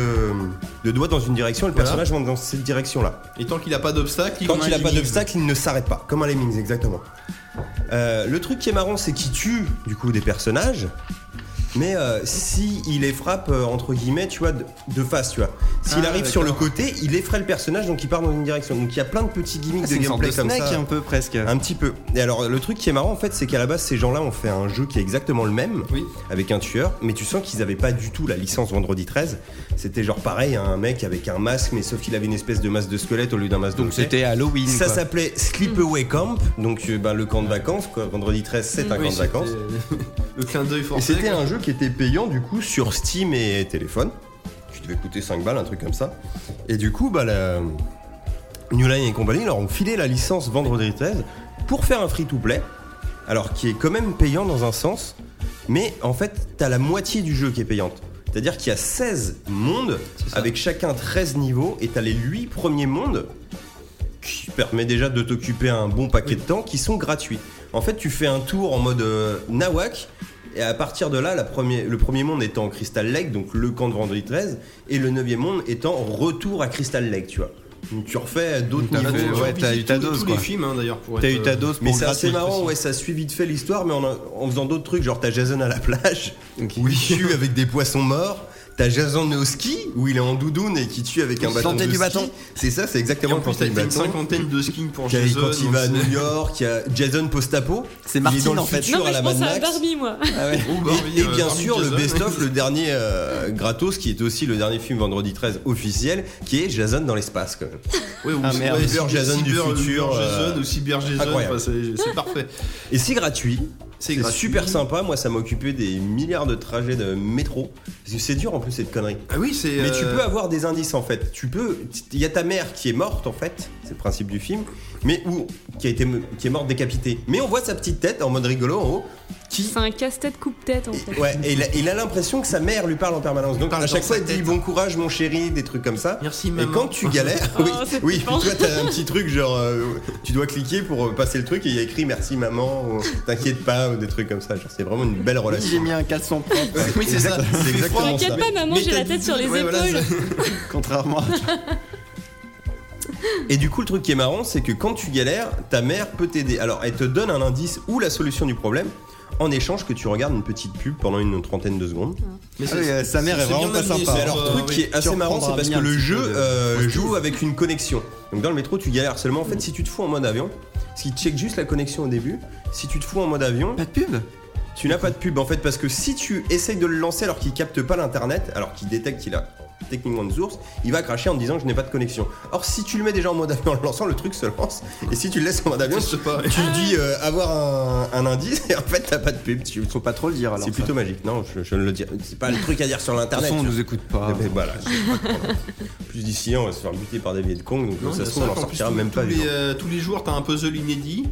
A: de doigt dans une direction et le
B: Voilà.
A: personnage va dans cette direction-là.
B: Et tant qu'il a pas d'obstacle,
A: Quand
B: en
A: il a pas
B: élimine.
A: d'obstacle, il ne s'arrête pas, comme un Lemmings, exactement. Euh, le truc qui est marrant, c'est qu'il tue du coup des personnages, mais euh, si il les frappe euh, entre guillemets, tu vois, de, de face, tu vois. S'il
B: Ah,
A: arrive sur le
B: d'accord.
A: côté, il effraie le personnage, donc il part dans une direction. Donc il y a plein de petits gimmicks
C: Ah, C'est
A: de
C: une sorte
A: gameplay
C: de
A: comme
C: hein. snack
A: ça.
C: un peu presque.
A: Un petit peu. Et alors, le truc qui est marrant en fait, c'est qu'à la base, ces gens-là ont fait un jeu qui est exactement le même,
B: Oui.
A: avec un tueur, mais tu sens qu'ils avaient pas du tout la licence Vendredi 13. C'était genre pareil, hein, un mec avec un masque, mais sauf qu'il avait une espèce de masque de squelette au lieu d'un masque de
C: Donc
A: hockey.
C: c'était Halloween.
A: Ça
C: quoi.
A: s'appelait Sleepaway Camp, donc euh, ben, le camp de vacances, quoi. Vendredi 13, c'est un camp de
B: Oui, c'était- euh,
A: vacances.
B: <laughs> le clin d'œil
A: Et
B: forcé.
A: c'était
B: quoi.
A: un jeu qui était payant du coup sur Steam et téléphone. Tu devait coûter 5 balles, un truc comme ça. Et du coup, bah, la New Line et compagnie leur ont filé la licence Vendredi 13 pour faire un free-to-play, alors qui est quand même payant dans un sens, mais en fait, t'as la moitié du jeu qui est payante. C'est-à-dire qu'il y a 16 mondes,
B: C'est ça.
A: avec chacun 13 niveaux, et t'as les 8 premiers mondes qui permet déjà de t'occuper un bon paquet de temps, qui sont gratuits. En fait, tu fais un tour en mode euh, Nawak, et à partir de là, la premier- le premier monde étant Crystal Lake, donc le camp de Vendredi 13, et le neuvième monde étant Retour à Crystal Lake, tu vois. Donc tu refais d'autres
C: T'as
A: niveaux.
C: fait-
A: tu
C: ouais, t'as
B: Visite
C: eu ta
B: tous-
C: dose,
B: Tous
C: quoi.
B: les films, hein, d'ailleurs, pour
C: T'as
B: être,
C: eu ta
B: euh,
C: dose pour
A: Mais c'est
C: gratter,
A: assez
C: je
A: marrant,
C: précise.
A: ouais, ça suit vite fait l'histoire, mais en, en faisant d'autres trucs, genre t'as Jason à la plage, <laughs>
C: Ok.
A: où il tue avec des poissons morts, t'as Jason au ski, où il est en doudoune et qui tue avec un
C: Il
A: bâton.
C: sentait
A: de
C: du
A: ski.
C: bâton.
A: C'est ça, c'est
B: Et
A: exactement
B: en plus,
A: quand
B: t'as
A: il
B: une
A: bâton.
B: cinquantaine de skins pour
A: Quand il-
B: Jason.
A: Quand il va à
B: donc
A: New
B: c'est-
A: York, il y a Jason post-apo. il
C: C'est
A: est
C: Martine,
A: dans le
C: en fait.
A: futur
E: Non, mais
A: à
E: je
A: la
E: pense
A: Mad
E: à
A: Max. Ah
E: Barbie, moi.
B: Oh, bah, oui,
A: Et, et
B: euh,
A: bien
B: parmi
A: sûr, le
B: Jason,
A: best-of,
B: oui. <laughs>
A: le dernier euh, gratos, qui est aussi le dernier film vendredi 13 officiel, qui est Jason dans l'espace, quand même.
B: Ouais, ou
C: Ah,
B: c'est-
C: merde.
B: ouais,
A: Cyber
B: cyber-
A: Jason du
B: cyber-
A: futur,
B: Cyber
A: euh,
B: Jason ou Cyber Jason,
A: incroyable.
B: enfin, c'est c'est parfait.
A: Et c'est gratuit.
B: C'est
A: C'est
B: gratuit.
A: super sympa. Moi, ça m'occupait des milliards de trajets de métro. Parce que c'est dur en plus, cette connerie.
B: Ah oui, c'est.
A: Mais tu
B: euh,
A: peux avoir des indices en fait. Tu peux. Il y a ta mère qui est morte en fait, c'est le principe du film, mais ou qui a été qui est morte décapitée. Mais on voit sa petite tête en mode rigolo en haut. Qui
E: <laughs> C'est un casse-tête coupe-tête, en fait.
A: et- ouais, et il a- il a l'impression que sa mère lui parle en permanence. Donc
B: Parle
A: à chaque
B: dans
A: fois,
B: sa
A: il dit
B: tête.
A: bon courage, mon chéri, des trucs comme ça.
B: Merci,
A: Et
B: maman.
A: quand tu
E: <laughs>
A: galères,
E: Oh,
A: oui,
E: c'est
A: oui,
E: flippant.
A: puis toi t'as un petit truc genre, euh, tu dois cliquer pour euh, passer le truc et il y a écrit merci maman, ou t'inquiète pas, ou des trucs comme ça. Genre, c'est vraiment une belle relation.
C: J'ai mis un caleçon propre,
B: <laughs> Oui, c'est ça.
A: C'est exactement ça.
E: T'inquiète pas, maman,
B: Mais
E: j'ai
B: t'as
E: la
B: dit-
E: tête sur les
B: ouais, voilà,
E: épaules.
C: contrairement à
A: Et du coup, le truc qui est marrant, c'est que quand tu galères, ta mère peut t'aider. Alors, elle te donne un indice ou la solution du problème en échange que tu regardes une petite pub pendant une trentaine de secondes.
B: Mais
C: Ah
B: ça-
C: oui, euh, sa mère est
B: c'est
C: vraiment
B: bien
C: pas
B: amené,
C: sympa.
B: ça.
A: Et alors,
B: Euh,
A: le truc
B: oui.
A: qui est assez
C: Tu
A: marrant, c'est
C: reprendras
A: parce
C: bien
A: que
C: un
A: le
C: petit
A: jeu
C: peu de-
A: euh,
C: de-
A: joue avec une connexion. Donc, dans le métro, tu galères seulement. En fait, si tu te fous en mode avion, parce qu'il check juste la connexion au début, si tu te fous en mode avion,
C: Pas de pub
A: tu n'as pas de pub en fait parce que si tu essayes de le lancer alors qu'il capte pas l'internet, alors qu'il détecte qu'il a techniquement une source, il va cracher en te disant que je n'ai pas de connexion. Or si tu le mets déjà en mode avion en le lançant, le truc se lance. Et si tu le laisses en mode avion,
B: Je sais pas.
A: tu dis euh, avoir un, un indice et en fait t'as pas de pub. Tu...
C: Faut pas trop le dire alors.
A: Ah, C'est plutôt magique. Non, je, je ne le dis. C'est pas le truc à dire sur l'internet.
C: on
A: tu
C: nous écoute
A: vois.
C: pas.
A: Mais voilà, c'est pas de problème. <laughs> plus d'ici là, on va se faire buter par des billets de Kong, donc
B: Non,
A: ça
B: mais
A: se trouve, on
B: ça,
A: en
B: en plus,
A: sortira
B: tous-
A: même pas
B: tous
A: vivant.
B: les, euh, Tous les jours, t'as un puzzle inédit.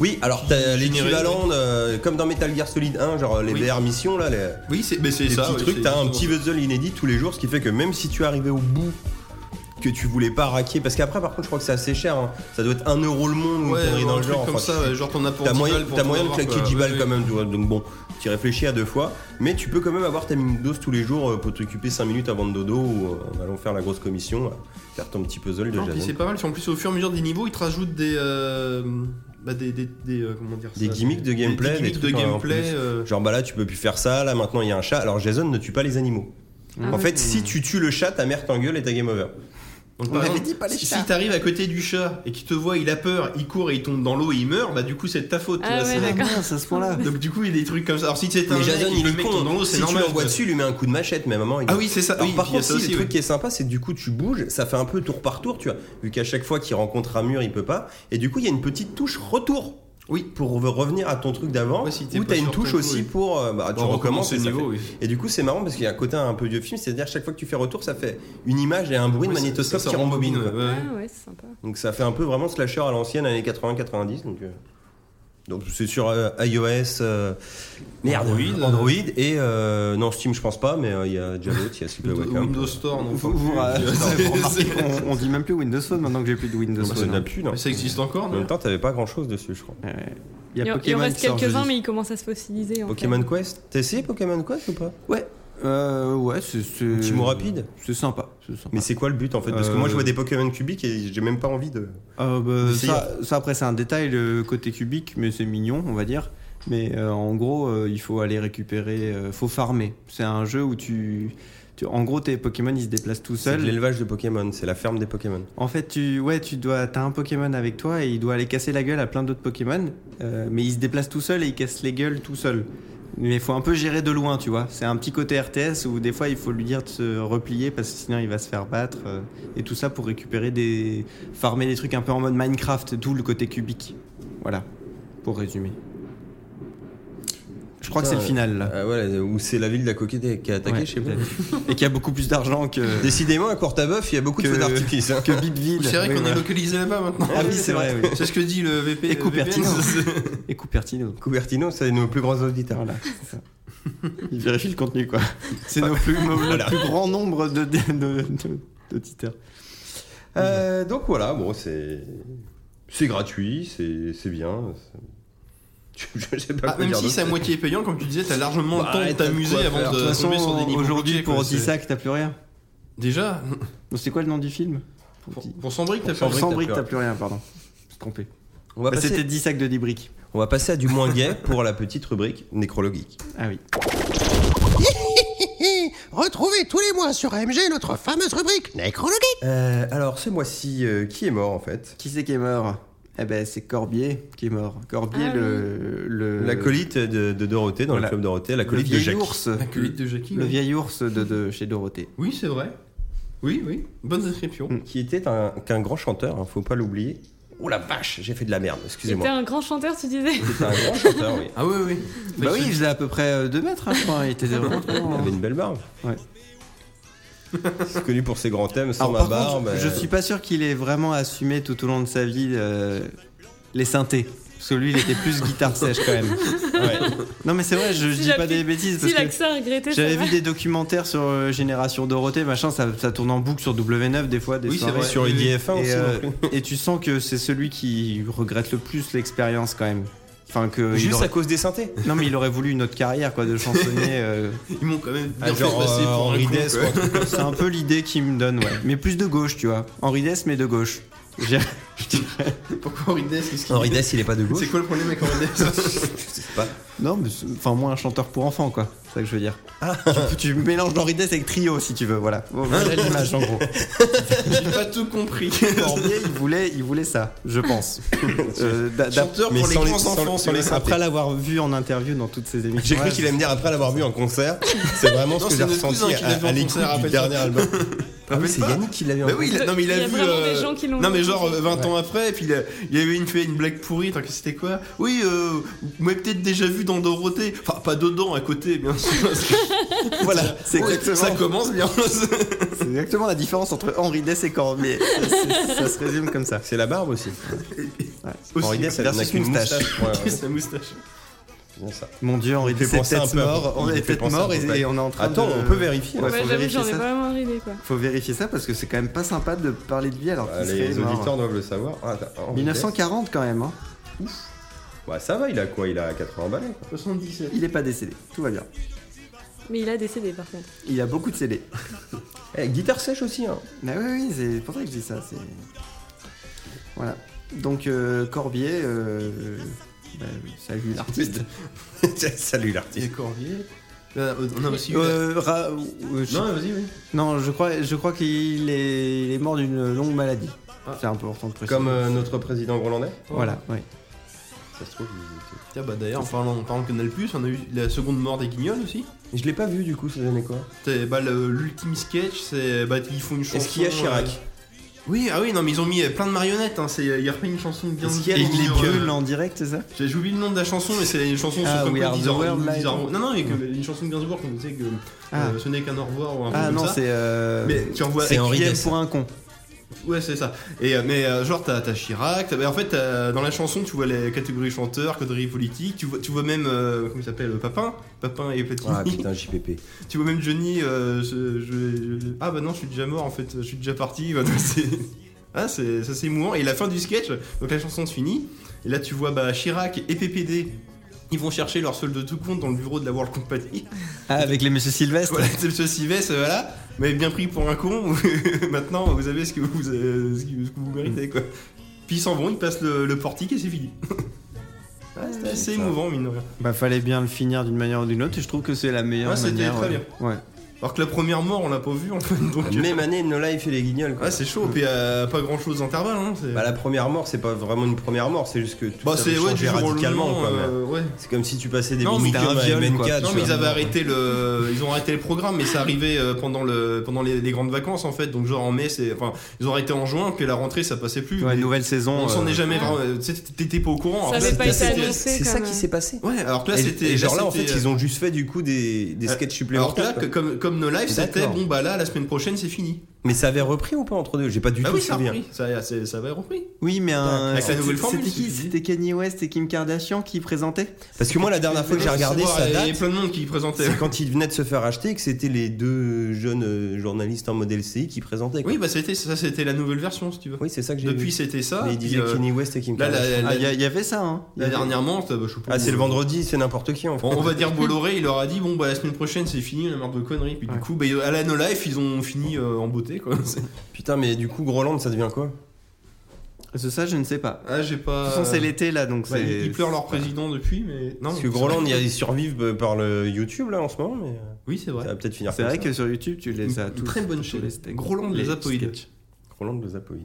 A: Oui, alors t'as
B: Généré,
A: l'équivalent, euh, comme dans Metal Gear Solid 1, genre euh, les
B: Oui.
A: VR missions là, les,
B: Oui, c'est mais c'est
A: des
B: ça.
A: petits
B: ouais,
A: trucs,
B: c'est
A: t'as un
B: exactement.
A: petit puzzle inédit tous les jours, ce qui fait que même si tu es arrivé au bout que tu voulais pas raquer, parce qu'après par contre je crois que c'est assez cher, hein. ça doit être 1€ euro le monde ou une
B: Ouais,
A: connerie dans
B: un
A: le
B: truc
A: genre.
B: comme
A: enfin,
B: ça,
A: tu-
B: ouais, genre t'en as pour
A: T'as
B: 10
A: moyen,
B: balles pour
A: t'as
B: tout
A: moyen de
B: avoir,
A: claquer
B: quoi.
A: 10 balles
B: Ouais,
A: quand même, tu vois. donc bon, tu réfléchis à deux fois, mais tu peux quand même avoir ta mini dose tous les jours euh, pour t'occuper 5 minutes avant de dodo ou euh, en allant faire la grosse commission, euh, faire ton petit puzzle de
B: Non, puis
A: Jason.
B: c'est pas mal, parce qu'en plus au fur et à mesure des niveaux, ils te rajoutent des. euh, bah, des, des, des, euh, comment dire ça,
A: Des gimmicks de gameplay,
B: Des
A: des
B: gimmicks de
A: trucs hein, en
B: gameplay.
A: plus.
B: euh,
A: Genre bah là tu peux plus faire ça, là maintenant il y a un chat, alors Jason ne tue pas les animaux.
B: Ah
A: en fait si tu tues le chat, ta mère t'engueule et t'as game over.
C: On
B: donc, par
C: avait
B: exemple,
C: dit pas les
B: si-
C: chats.
B: Si t'arrives à côté du chat et qu'il te voit, il a peur, il court et il tombe dans l'eau et il meurt, bah du coup c'est de ta faute. tu
E: Ah
B: vois,
E: ouais,
B: c'est-
E: d'accord.
C: mince, à ce <laughs> point-là.
B: <laughs> Donc du coup il y a des trucs comme ça. Alors si c'est un
A: Mais
B: mec
A: Jason,
B: et
A: il
B: que
A: est
B: le mec
A: con.
B: tombe dans l'eau,
A: si
B: c'est
A: tu
B: normal.
A: l'envoies
B: quoi.
A: dessus, il lui met un coup de machette, mais maman. Il...
B: Ah oui c'est ça.
A: Alors,
B: oui,
A: par
B: il y a
A: contre,
B: ça
A: si,
B: aussi,
A: le
B: ouais.
A: truc qui est sympa, c'est que du coup, tu bouges, ça fait un peu tour par tour, tu vois. Vu qu'à chaque fois qu'il rencontre un mur, il peut pas. Et du coup, il y a une petite touche retour.
B: Oui.
A: Pour re- revenir à ton truc d'avant,
B: Ouais, si t'es
A: ou
B: pas
A: t'as une
B: sur ton
A: touche
B: coup,
A: aussi
B: oui.
A: pour. euh, bah, tu
B: On
A: recommences
B: recommence le
A: et ça fait-
B: niveau. oui.
A: Et du coup, c'est marrant parce qu'il y a un côté un peu vieux film, c'est-à-dire chaque fois que tu fais retour, ça fait une image et un bruit de
B: Ouais, ça-
A: magnétoscope
B: ça
A: qui rembobine. quoi.
B: ouais, ouais.
E: Ah ouais, c'est sympa.
A: Donc ça fait un peu vraiment slasher à l'ancienne, années 80-90. Donc euh, donc c'est sur euh, iOS, euh, merde,
B: Android.
A: Android, et euh, non Steam je pense pas, mais euh, il y a déjà l'autre, il y a Super
B: Windows-
A: Wacom.
B: Windows Store, non.
C: Vous-
B: enfin,
C: vous- euh, <laughs>
B: c'est-
C: vous remarquez
B: c'est-
C: qu'on- on dit même plus Windows Phone maintenant que j'ai plus de Windows
A: Non, bah, ça n'a
C: Phone. hein.
A: plus, non.
B: Mais ça existe encore,
A: En
B: non
A: même temps, t'avais pas grand chose dessus, je crois.
C: Il
E: Il en- il en reste quelques-uns, mais ils commencent à se fossiliser. en fait.
A: Pokémon Quest T'as essayé Pokémon Quest ou pas
C: Ouais. Euh, ouais, c'est. c'est-
A: petit mot rapide
C: C'est sympa. C'est sympa.
A: Mais c'est quoi le but en fait Parce que
C: Euh,
A: moi je vois des Pokémon cubiques et j'ai même pas envie de.
C: Euh, bah,
A: D'essayer.
C: ça, ça, après c'est un détail le côté cubique mais c'est mignon on va dire mais euh, en gros euh, il faut aller récupérer euh, faut farmer c'est un jeu où tu, tu- en gros tes Pokémon ils se déplacent tout
A: C'est de
C: seuls
A: l'élevage de Pokémon, c'est la ferme des Pokémon.
C: en fait tu ouais tu dois t'as un Pokémon avec toi et il doit aller casser la gueule à plein d'autres Pokémon euh, mais il se déplace tout seul et il casse les gueules tout seul mais il faut un peu gérer de loin tu vois c'est un petit côté RTS où des fois il faut lui dire de se replier parce que sinon il va se faire battre euh, et tout ça pour récupérer des farmer des trucs un peu en mode Minecraft, d'où le côté cubique. Voilà, pour résumer. Je crois que c'est le final là.
A: Ah, voilà, où c'est la ville de la coquette qui a attaqué,
C: Ouais,
A: je sais pas.
C: peut-être. Et qui a beaucoup plus d'argent que,
A: Décidément, à Courtabœuf, il y a beaucoup de
C: Que-
A: feux d'artifice. hein.
C: que Bigville.
B: C'est vrai
C: Oui,
B: qu'on est
C: voilà.
B: localisé là-bas maintenant.
C: Ah oui, c'est vrai, oui.
B: C'est ce que dit le VP.
C: Et
B: euh,
C: Cupertino.
B: VPN.
C: Et Cupertino.
A: Cupertino, c'est nos plus grands auditeurs.
C: Voilà, c'est ça. Il vérifie le contenu, quoi. <laughs> C'est nos plus, nos- le plus grand nombre de, de, de- de- d'auditeurs.
A: Euh, donc voilà, bon, c'est. C'est gratuit, c'est c'est bien. c'est- <laughs> Je, je sais pas
B: Ah,
A: quoi
B: même
A: dire
B: si
A: d'autre.
B: c'est à moitié payant, comme tu disais, t'as largement
A: Bah,
B: le temps de
A: t'as de
B: t'amuser
A: quoi
B: avant
A: faire.
B: de
A: De
C: De toute
B: tomber sur des
C: façon,
B: niveaux
C: aujourd'hui,
B: budget,
C: pour
B: quoi,
C: 10
B: c'est-
C: sacs, t'as plus rien.
B: Déjà,
C: Donc, C'est quoi le nom du film Pour
B: pour,
C: dix-
B: pour 100 briques, t'as fait
C: Pour
B: un
A: Sans
C: 100
A: briques,
C: briques,
A: t'as
C: t'as plus rien, pardon. Je me suis trompé.
A: On va,
C: Bah,
A: passer,
C: C'était 10 sacs de 10 briques.
A: on va passer à du moins gay pour la petite rubrique nécrologique.
C: Ah oui.
F: Retrouvez tous les mois sur AMG notre fameuse rubrique Nécrologie.
A: Euh, alors, ce mois-ci, euh, qui est mort en fait
C: Qui c'est qui est mort Eh ben, c'est Corbier qui est mort. Corbier,
E: Ah
C: le, le.
A: Euh, L'acolyte de, de Dorothée, dans
C: voilà.
A: le club Dorothée,
C: le
A: l'acolyte de
C: vieil
A: Jacques.
C: ours.
B: La culotte de Jackie.
C: Le
B: oui.
C: vieil ours de, de chez Dorothée.
B: Oui, c'est vrai. Oui, oui. Bonne description.
A: Qui était un, qu'un grand chanteur, hein, faut pas l'oublier. Oh la vache, j'ai fait de la merde,
E: C'était
A: excusez-moi.
E: un grand chanteur, tu disais
A: C'était un grand chanteur, oui.
B: Ah oui, oui.
C: Bah oui, il Ah, faisait à peu près 2 mètres, hein, je crois. Il <laughs> était vraiment très
A: Il
C: grand.
A: avait une belle barbe.
C: Ouais.
A: C'est connu pour ses grands thèmes, sans
C: Alors,
A: ma
C: par contre,
A: barbe.
C: je
A: euh,
C: suis pas sûr qu'il ait vraiment assumé tout au long de sa vie euh, les synthés. Parce que lui, il était plus guitare sèche
A: <laughs>
C: quand même.
A: ouais.
C: Non, mais c'est vrai, je, je
E: Si
C: dis
E: la
C: pas
E: petite-
C: des bêtises <laughs> parce
E: S'il a que
C: que.
E: ça à regretter, ça
C: J'avais
E: va.
C: vu des documentaires sur euh, Génération Dorothée, machin, ça, ça tourne en boucle sur W9 des fois, des
B: Oui, c'est
C: soirées.
B: vrai.
A: Sur
B: Oui, oui.
A: IDF1
C: Et,
A: aussi.
C: euh,
A: non plus.
C: et tu sens que c'est celui qui regrette le plus l'expérience quand même. Enfin que il
A: Juste
C: aurait-
A: à cause des synthés.
C: <laughs> non mais il aurait voulu une autre carrière quoi de
A: <laughs>
C: chansonnier. euh,
B: Ils m'ont quand même bien
A: Ah,
B: fait
A: genre
B: passer
A: euh,
B: pour un
A: Henri
B: con,
A: Dess,
B: quoi.
A: quoi, un truc comme
C: C'est
A: ça.
C: un peu l'idée qui me donne ouais. Mais plus de gauche tu vois. Henri Dess mais de gauche. J'ai- je dirais-
B: Pourquoi Henri Dess Qu'est-ce qu'il-
A: Henri Dess, il est pas de
B: C'est
A: gauche.
B: quoi le problème avec Henri
C: <laughs>
B: Dess
A: Je sais pas.
C: Non mais c'est- enfin moi un chanteur pour enfants quoi. C'est ça que je veux dire.
A: Ah.
C: Tu, tu mélanges Henri Dess avec Trio si tu veux voilà. Voilà l'image en <laughs> gros.
B: J'ai pas tout compris.
C: Cormier il voulait il voulait ça je
A: <laughs>
C: pense. Euh, d'a- d'a-
B: Chanteur pour les
A: sans les-
B: grands
A: sans-
B: enfants.
A: sans les
B: c'est
A: synthés.
C: Après l'avoir vu en interview dans toutes ses émissions.
A: J'ai cru qu'il allait me dire après l'avoir vu en concert. <laughs> C'est vraiment ce
B: Non,
A: que
B: c'est
A: j'ai
B: notre cousin
A: ressenti
B: qui l'a vu
A: à,
B: en
A: à l'écoute
B: concert,
A: du
B: rappelle-toi.
A: dernier album. <laughs> Ah oui, c'est
B: pas
A: Yannick qui l'avait en
B: Bah oui, il a- non mais il a,
E: Il y a
B: vu.
E: vraiment des gens qui l'ont
B: non mais
E: vu.
B: genre euh, 20 ans après, et puis il, a- il avait une fait une blague pourrie, tant que c'était quoi Oui, euh, vous m'avez peut-être déjà vu dans Dorothée. Enfin, pas dedans, à côté, bien sûr.
A: <laughs>
C: Voilà, c'est
B: Oui, Ça
C: exactement,
B: commence bien.
C: c'est exactement la différence entre Henri Dess
A: <laughs>
C: et Cormier. Ça, c'est- ça se résume comme ça.
A: C'est la barbe aussi.
B: Aussi,
A: Henri Dess, elle n'a
C: versus
A: qu'une
C: une moustache.
A: moustache. Ouais, ouais,
B: <laughs> Sa moustache.
A: c'est bien ça.
C: Mon dieu, Henri
A: Il fait
C: Dess est
A: penser un
C: peut-être
A: peu à-
C: mort. On
A: il
C: est
A: fait
C: peut-être
A: penser
C: mort
A: à
C: et,
A: Popeye.
C: et on est en train
A: Attends,
C: de-
A: on peut vérifier. hein.
C: Ouais,
E: Ouais,
C: faut
E: j'avoue,
C: vérifier
E: j'en ai
C: ça.
E: vraiment arrivé quoi.
C: Faut vérifier ça parce que c'est quand même pas sympa de parler de lui alors
A: Ah,
C: qu'il
A: Les
C: serait mort.
A: auditeurs doivent le savoir. Ah, attends, Henri Dess.
C: 1940 quand même. hein.
A: Bah ça va, il a quoi Il a 80 balais. quoi.
B: 77.
C: Il est pas décédé. Tout va bien.
E: Mais il a décédé par contre.
C: Il a beaucoup de CD.
A: Eh, guitare sèche aussi. Hein.
C: Ah oui, oui, c'est pour ça que je dis ça. c'est- Voilà. Donc euh, Corbier, euh, bah, salut l'artiste.
A: <laughs> Salut l'artiste.
B: Et Corvier. Là, On a aussi eu la-
C: Euh, Ra- euh, je-
B: Non, vas-y, oui.
C: Non, je crois, je crois qu'il est, il est mort d'une longue maladie.
B: Ah.
C: C'est important de préciser.
A: Comme euh, notre président Grolandais.
C: Voilà, oui.
A: Ça se trouve. il-
B: Tiens, bah d'ailleurs, en parlant, en parlant de Canal Plus, on a eu la seconde mort des Guignols aussi.
A: Je l'ai pas vu du coup, ça donnait quoi
B: C'est- Bah, le- l'ultime sketch, c'est. Bah, ils font une chanson.
A: Est-ce qu'il y a Chirac
B: euh, Oui, ah oui, non, mais ils ont mis euh, plein de marionnettes. Hein, c'est, il a repris une chanson de
C: Est-ce
B: Gainsbourg.
C: qu'il y a les
B: euh,
C: gueules en direct, c'est ça
B: J'ai j'ai oublié le nom de la chanson, mais c'est une chanson
C: Ah,
B: sur comme
C: We
B: quoi,
C: Are the
B: Deezer-
C: World, là, et
B: Deezer-
C: tout.
B: Non, non, mais que, une chanson de Gainsbourg qu'on disait que euh,
C: Ah.
B: ce n'est qu'un au revoir ou un
C: Ah
B: truc
C: non,
B: comme ça.
C: c'est. euh,
B: Mais tu envoies
A: c'est Henri
C: qui aime
A: Dess.
C: pour un con.
B: Ouais, c'est ça. Et euh, mais euh, genre t'as t'as Chirac, t'as- bah, en fait t'as- dans la chanson tu vois les catégories chanteurs, catégories politiques, tu vois tu vois même euh, comment il s'appelle euh, Papin, Papin et Platini.
A: Ah putain, JPP.
B: tu vois même Johnny. euh, je- je- je- Ah bah non, je suis déjà mort en fait, je suis déjà parti. <laughs> Bah, non, c'est- ah c'est ça c'est émouvant. Et la fin du sketch, donc la chanson se finit. Et là tu vois bah Chirac et PPD. Ils vont chercher leur solde de tout compte dans le bureau de la World Company. <laughs>
C: Ah, avec les messieurs Sylvestre.
B: Voilà, c'est le Sylvestre, voilà. Vous m'avez bien pris pour un con. <laughs> Maintenant, vous avez ce que vous, euh, ce que ce que vous méritez, quoi. Puis ils s'en vont, ils passent le, le portique et c'est fini. <laughs> Ah, c'est assez émouvant, mine de rien.
C: Bah, fallait bien le finir d'une manière ou d'une autre, et je trouve que c'est la meilleure
B: Ouais, c'était
C: manière.
B: très
C: ouais. Ouais.
B: Alors que la première mort, on l'a pas vue en fait. Donc,
A: <laughs>
B: euh,
A: Même année, Nola, il fait les guignols. Quoi.
B: ouais, c'est chaud. Puis euh, pas grand chose d'intervalle. Hein, c'est
A: Bah, la première mort, c'est pas vraiment une première mort, c'est juste que tout
B: Bah,
A: ça
B: c'est
A: avait
B: ouais,
A: changé
B: du jour au
A: radicalement.
B: lendemain.
A: quoi, mais-
B: euh, ouais.
A: C'est comme si tu passais des
B: Non, mais
A: mini à
B: c'était un viol,
A: MNK.
B: quoi.
A: tu
B: Non, mais
A: vois.
B: ils avaient arrêté le, ils ont arrêté le programme, mais ça arrivait euh, pendant le, pendant les, les grandes vacances en fait. Donc genre en mai, c'est, enfin, ils ont arrêté en juin, puis à la rentrée, ça passait plus.
C: Ouais,
B: Mais
C: nouvelle saison.
B: Mmh. on s'en
C: euh,
B: est jamais vraiment. tu sais, T'étais pas au courant.
E: Ça
B: Alors que
E: avait
B: là,
E: pas été
B: c'était-
E: annoncé.
A: C'est ça
E: comme, euh,
A: qui s'est passé.
B: Ouais, alors que là,
A: Et-
B: c'était.
A: et genre là, en fait,
B: c'était-
A: ils ont juste fait du coup des, des
B: Euh,
A: sketchs
B: Alors que
A: supplémentaires.
B: là, que-
A: quoi.
B: comme, comme nos lives, c'était
A: D'accord.
B: bon, bah là, la semaine prochaine, c'est fini.
A: Mais ça avait repris ou pas entre deux J'ai pas du
B: Bah
A: tout
B: oui, ça a
A: souvenir.
B: repris. Ça, c'est- ça avait repris.
C: Oui, mais un.
B: Avec la
C: c'était-
B: nouvelle formule,
C: C'était qui
B: c'est-
C: C'était Kanye West et Kim Kardashian qui présentaient
A: Parce que moi, la dernière fois que j'ai regardé, ça
B: Il y avait
A: date.
B: plein de monde qui présentait.
A: C'est quand il venait de se faire acheter et que c'était les deux jeunes euh, journalistes en modèle CI qui présentaient. quoi.
B: Oui, bah c'était ça, c'était la nouvelle version, si tu veux.
A: Oui, c'est ça que j'ai
B: Depuis,
A: vu.
B: c'était ça.
A: Mais il
B: puis,
A: disait
B: euh,
A: Kanye West et Kim
B: là,
A: Kardashian.
B: la, la,
C: Ah, il y, a- il y avait ça, hein
B: la dernièrement, ça, bah, je sais pas
A: Ah,
B: où-
A: c'est le vendredi, c'est n'importe qui en fait.
B: On, on va dire Bolloré, il leur a dit bon bah la semaine prochaine c'est fini la merde de conneries. Puis
C: Ouais.
B: du coup, bah, à la No Life ils ont fini euh, en beauté quoi. <laughs> C'est-
A: <laughs> Putain, mais du coup, Groland, ça devient quoi
C: C'est ça, je ne sais pas.
B: Ah j'ai
C: De
B: pas.
C: toute façon, c'est l'été là, donc
B: Ouais,
C: c'est.
B: ils pleurent leur président depuis, mais non.
A: Parce que Groland, ils survivent euh, par le YouTube là en ce moment, mais euh,
B: Oui c'est vrai.
A: ça va peut-être finir
C: C'est
A: comme
C: vrai
A: ça.
C: que sur YouTube, tu les
B: Une-
C: as
B: une
C: tous.
B: Mmh. très bonne
C: tous
B: chaîne.
C: les steaks.
B: Groland de
C: Les
B: les Apoïdes.
C: sketchs.
A: Groland de Zapoïde.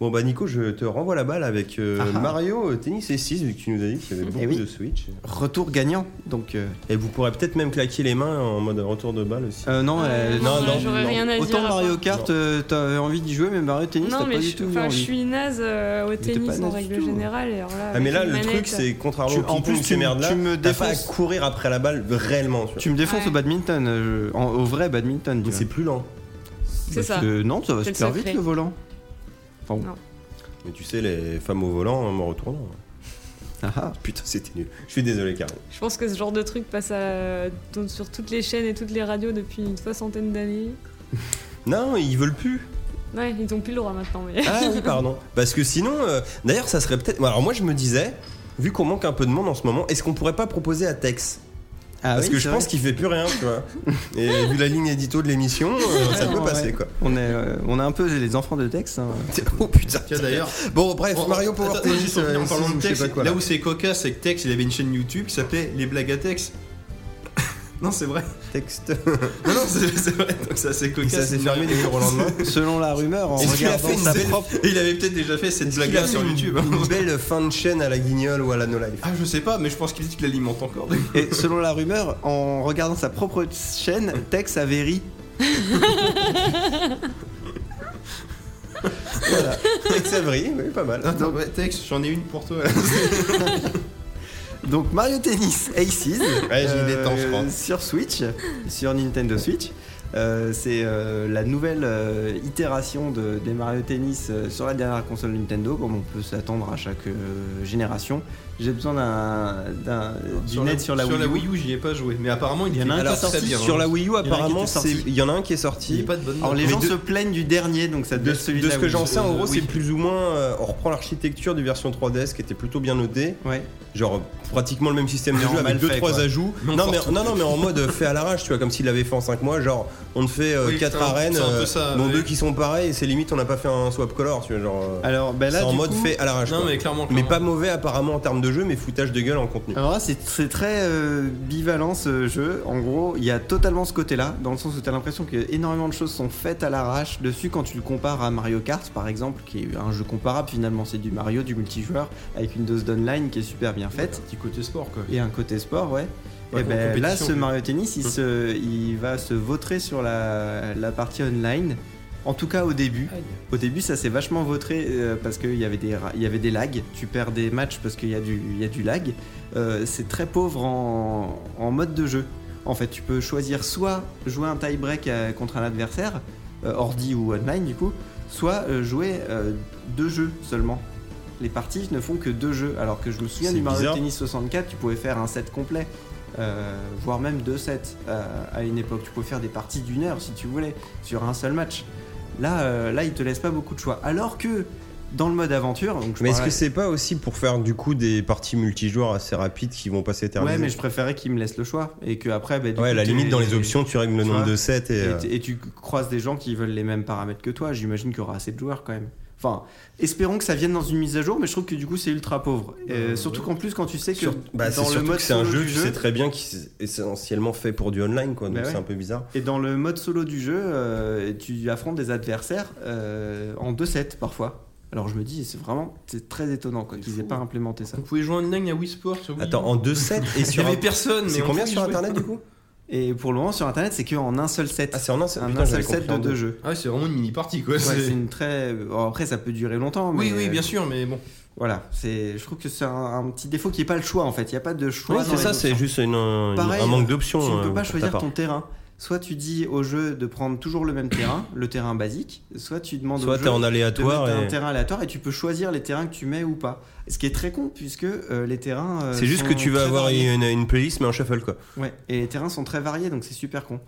A: Bon bah Nico, je te renvoie la balle avec euh,
C: Ah ah.
A: Mario euh, Tennis et 6 vu que tu nous as dit qu'il y avait beaucoup
C: oui.
A: de Switch.
C: Retour gagnant. Donc. euh,
A: Et vous pourrez peut-être même claquer les mains en mode retour de balle aussi.
C: euh, non, euh,
A: non, non,
E: j'aurais
A: non.
E: rien à dire.
C: Autant
E: à part-
C: Mario Kart, euh, t'avais envie d'y jouer, mais Mario Tennis, t'as
E: Non,
C: pas
E: mais
C: du
E: je,
C: tout eu
E: enfin, je
C: envie.
E: suis naze euh, au
C: t'es pas
E: tennis en
C: naze du
E: règle
C: tout. hein.
E: générale. et alors là,
A: Ah mais là
E: avec une
A: le truc
E: manette,
A: c'est contrairement
C: Tu-
A: au
C: en
A: ping-pong,
C: plus, tu
A: ces
C: me-
A: merdes là,
C: tu me
A: t'as pas à
C: défonces.
A: courir après la balle réellement. tu vois.
C: Tu me défonces
E: Ouais.
C: au badminton, euh, je- en- au vrai badminton. tu
A: Mais
C: vois.
A: c'est plus lent.
E: C'est
C: Parce
E: ça.
C: que non, ça va
E: C'est le
C: super vite
E: secret.
C: le volant. Enfin, bon.
E: Non.
A: Mais tu sais les femmes au volant en me retournant.
C: Ah, ah.
A: Putain c'était nul. Je suis désolé Caro.
E: Je pense que ce genre de truc passe à- donc, sur toutes les chaînes et toutes les radios depuis une soixantaine d'années.
A: Non ils veulent plus.
E: Ouais, ils ont plus le droit maintenant.
A: <laughs>
E: Mais...
A: Ah oui, pardon. Parce que sinon, euh, d'ailleurs, ça serait peut-être. Alors moi, je me disais, vu qu'on manque un peu de monde en ce moment, est-ce qu'on pourrait pas proposer à Tex
C: Ah
A: Parce
C: oui,
A: que
C: c'est
A: je
C: vrai.
A: pense qu'il fait plus rien, tu vois.
C: <laughs>
A: Et vu la ligne édito de l'émission, euh, ça
C: Ouais,
A: peut
C: ouais.
A: passer
C: <laughs>
A: quoi.
C: On est, euh, on est un peu les enfants de Tex. hein.
A: Oh putain.
B: Tiens
A: <laughs>
B: d'ailleurs.
A: Bon, bref, Mario Power
B: Attends,
A: Tennis,
B: juste en finir
A: euh,
B: en parlant
A: six,
B: de
A: ou je sais
B: Tex,
A: pas quoi,
B: là
A: là.
B: où c'est cocasse, c'est que Tex il avait une chaîne YouTube qui s'appelait Les Blagues à Tex. <laughs> non c'est vrai.
A: texte.
B: Non non c'est c'est vrai. Donc ça c'est
A: Et ça
B: cocasse.
A: s'est fermé du jour au lendemain.
C: Selon la rumeur, en
A: Est-ce qu'il a
C: regardant
A: fait une
C: sa
A: belle-
C: propre.
B: Et il avait peut-être déjà fait cette
A: Est-ce qu'il
B: blague
A: a
B: là
A: fait
B: sur
A: une-
B: YouTube. hein.
A: Une belle fin de chaîne à la guignole ou à la No Life.
B: Ah je sais pas, mais je pense qu'il qu'il l'alimente encore.
C: Et selon la rumeur, en regardant sa propre chaîne, Tex avait ri.
A: <laughs> Voilà. Tex Avery, oui, pas mal.
B: Attends, ouais, Tex, j'en ai une pour toi.
C: Donc Mario Tennis Aces. euh,
A: Ouais, j'ai des temps, je crois.
C: Sur Switch, sur Nintendo Switch. Euh, c'est euh, la nouvelle euh, itération de, des Mario Tennis euh, sur la dernière console Nintendo, comme on peut s'attendre à chaque euh, génération. J'ai besoin d'un d'un- d'une aide sur la, Wii, U.
B: U, j'y ai pas joué. Mais apparemment, il
C: Il y en
B: était
C: a un
B: pas
C: qui est
B: très
C: sorti
B: bien,
A: Sur
B: hein.
A: la Wii U,
C: était
A: apparemment, c'est-
C: sorti.
A: il y en a un qui est
B: Il est
A: sorti.
B: pas de bonne.
C: Alors les
A: Mais
C: gens
A: de-
C: se plaignent du dernier, donc ça
A: De,
C: doit être celui
A: de
C: de
A: ce
C: la
A: que
C: Wii.
A: j'en sais, hein. en
C: Euh,
A: gros,
C: oui.
A: c'est plus ou moins. euh, on reprend l'architecture du version 3DS qui était plutôt bien notée.
C: Ouais.
A: Genre pratiquement le même système de
C: Mais en
A: jeu
C: mal
A: avec 2
C: fait,
A: trois
C: quoi.
A: ajouts.
B: Mais on
A: Non
B: force
A: mais,
B: tout.
A: non, non, mais en mode fait à l'arrache, tu vois, comme s'il l'avait fait en 5 mois. Genre, on te fait
B: Oui,
A: 4
B: c'est un-
A: arènes,
B: c'est un peu
A: euh,
B: ça,
A: dont
B: oui.
A: 2 qui sont pareils, et c'est limite, on n'a pas fait un swap color, tu vois. Genre, euh,
C: Alors ben
A: c'est
C: là,
A: en
C: du
A: mode
C: coup,
A: fait à l'arrache.
B: Non,
A: quoi.
B: mais clairement.
A: Mais
B: clairement.
A: pas mauvais apparemment en termes de jeu, mais foutage de gueule en contenu.
C: Alors là, c'est c'est très euh, bivalent ce jeu. En gros, il y a totalement ce côté-là, dans le sens où t'as l'impression que énormément de choses sont faites à l'arrache dessus quand tu le compares à Mario Kart, par exemple, qui est un jeu comparable finalement. C'est du Mario, du multijoueur, avec une dose d'online qui est super bien faite.
B: Petit côté sport, quoi.
C: Et un côté sport, ouais.
B: Ouais,
C: et
B: comme
C: ben, là,
B: compétition,
C: ce
B: quoi. Hein.
C: Mario Tennis, il, se, il va se vautrer sur la, la partie online. En tout cas, au début. Au début, ça s'est vachement vautré euh, parce qu'il y, avait des ra- il y avait des lags. Tu perds des matchs parce qu'il y, a du- il y a du lag. Euh, c'est très pauvre en, en mode de jeu. En fait, tu peux choisir soit jouer un tie-break euh, contre un adversaire, euh, ordi ou online du coup, soit euh, jouer euh, deux jeux seulement. Les parties ne font que deux jeux, alors que je me souviens
A: C'est
C: du Mario
A: bizarre.
C: Tennis 64, tu pouvais faire un set complet, euh, voire même deux sets euh, à une époque. Tu pouvais faire des parties d'une heure si tu voulais, sur un seul match. Là, euh, là, il te laisse pas beaucoup de choix. Alors que dans le mode aventure, donc je
A: Mais est-ce
C: parlais-
A: que c'est pas aussi pour faire du coup des parties multijoueurs assez rapides qui vont passer terminer
C: Ouais, mais je préférais qu'il me laisse le choix et que après, bah, du
A: Ouais,
C: coup,
A: la
C: t'es-
A: limite dans les options, tu règles le
C: tu
A: nombre
C: vois,
A: de sets et.
C: Et,
A: euh,
C: t- et tu croises des gens qui veulent les mêmes paramètres que toi. J'imagine qu'il y aura assez de joueurs quand même. Enfin, espérons que ça vienne dans une mise à jour, mais je trouve que du coup c'est ultra pauvre. Euh, surtout qu'en plus quand tu sais que
A: Sur- bah, c'est
C: dans le
A: surtout
C: mode
A: que c'est un
C: solo
A: jeu,
C: du
A: tu sais très bien qui est essentiellement fait pour du online, quoi. Donc
C: Bah ouais.
A: c'est un peu bizarre.
C: et dans le mode solo du jeu, euh, tu affrontes des adversaires euh, en 2-7 parfois. Alors je me dis, c'est vraiment c'est très étonnant quoi, qu'ils aient
A: hein.
C: pas implémenté ça.
B: Vous pouvez jouer en ligne à Wii Sports. oui.
A: Attends, en 2-7 et
B: il y
A: sur. un-
B: avait personne. mais
A: C'est
B: on
A: combien
B: pouvait
A: sur
B: y jouer.
A: internet du coup
C: Et pour le moment sur internet, c'est qu'en un seul set.
A: Ah, c'est en un,
C: un,
A: putain,
C: un
A: j'avais
C: seul set
A: compris en
C: de deux
A: deux. <laughs>
C: jeux.
B: Ah ouais, c'est vraiment une mini partie quoi.
C: Ouais,
B: c'est-
C: c'est une très. bon, après, ça peut durer longtemps. Mais euh,
B: Oui, oui, bien sûr, mais bon.
C: Voilà, c'est. Je trouve que c'est un, un petit défaut qui est pas le choix en fait. Il y a pas de choix.
A: Oui,
C: dans
A: c'est
C: les
A: ça,
C: options.
A: c'est juste une- une-
C: Pareil,
A: un manque
C: Tu
A: d'options.
C: ne
A: euh,
C: peux pas
A: pour ta
C: choisir
A: part.
C: ton terrain. Soit tu dis au jeu de prendre toujours le même terrain, <coughs> le terrain basique. Soit tu demandes au
A: Soit
C: jeu
A: t'es en
C: de mettre
A: aléatoire
C: un
A: et.
C: terrain aléatoire et tu peux choisir les terrains que tu mets ou pas. Ce qui est très con puisque euh, les terrains. euh,
A: C'est juste que
C: sont
A: tu vas
C: très
A: avoir
C: variés.
A: une, une playlist mais en shuffle quoi.
C: Ouais, et les terrains sont très variés, donc c'est super con.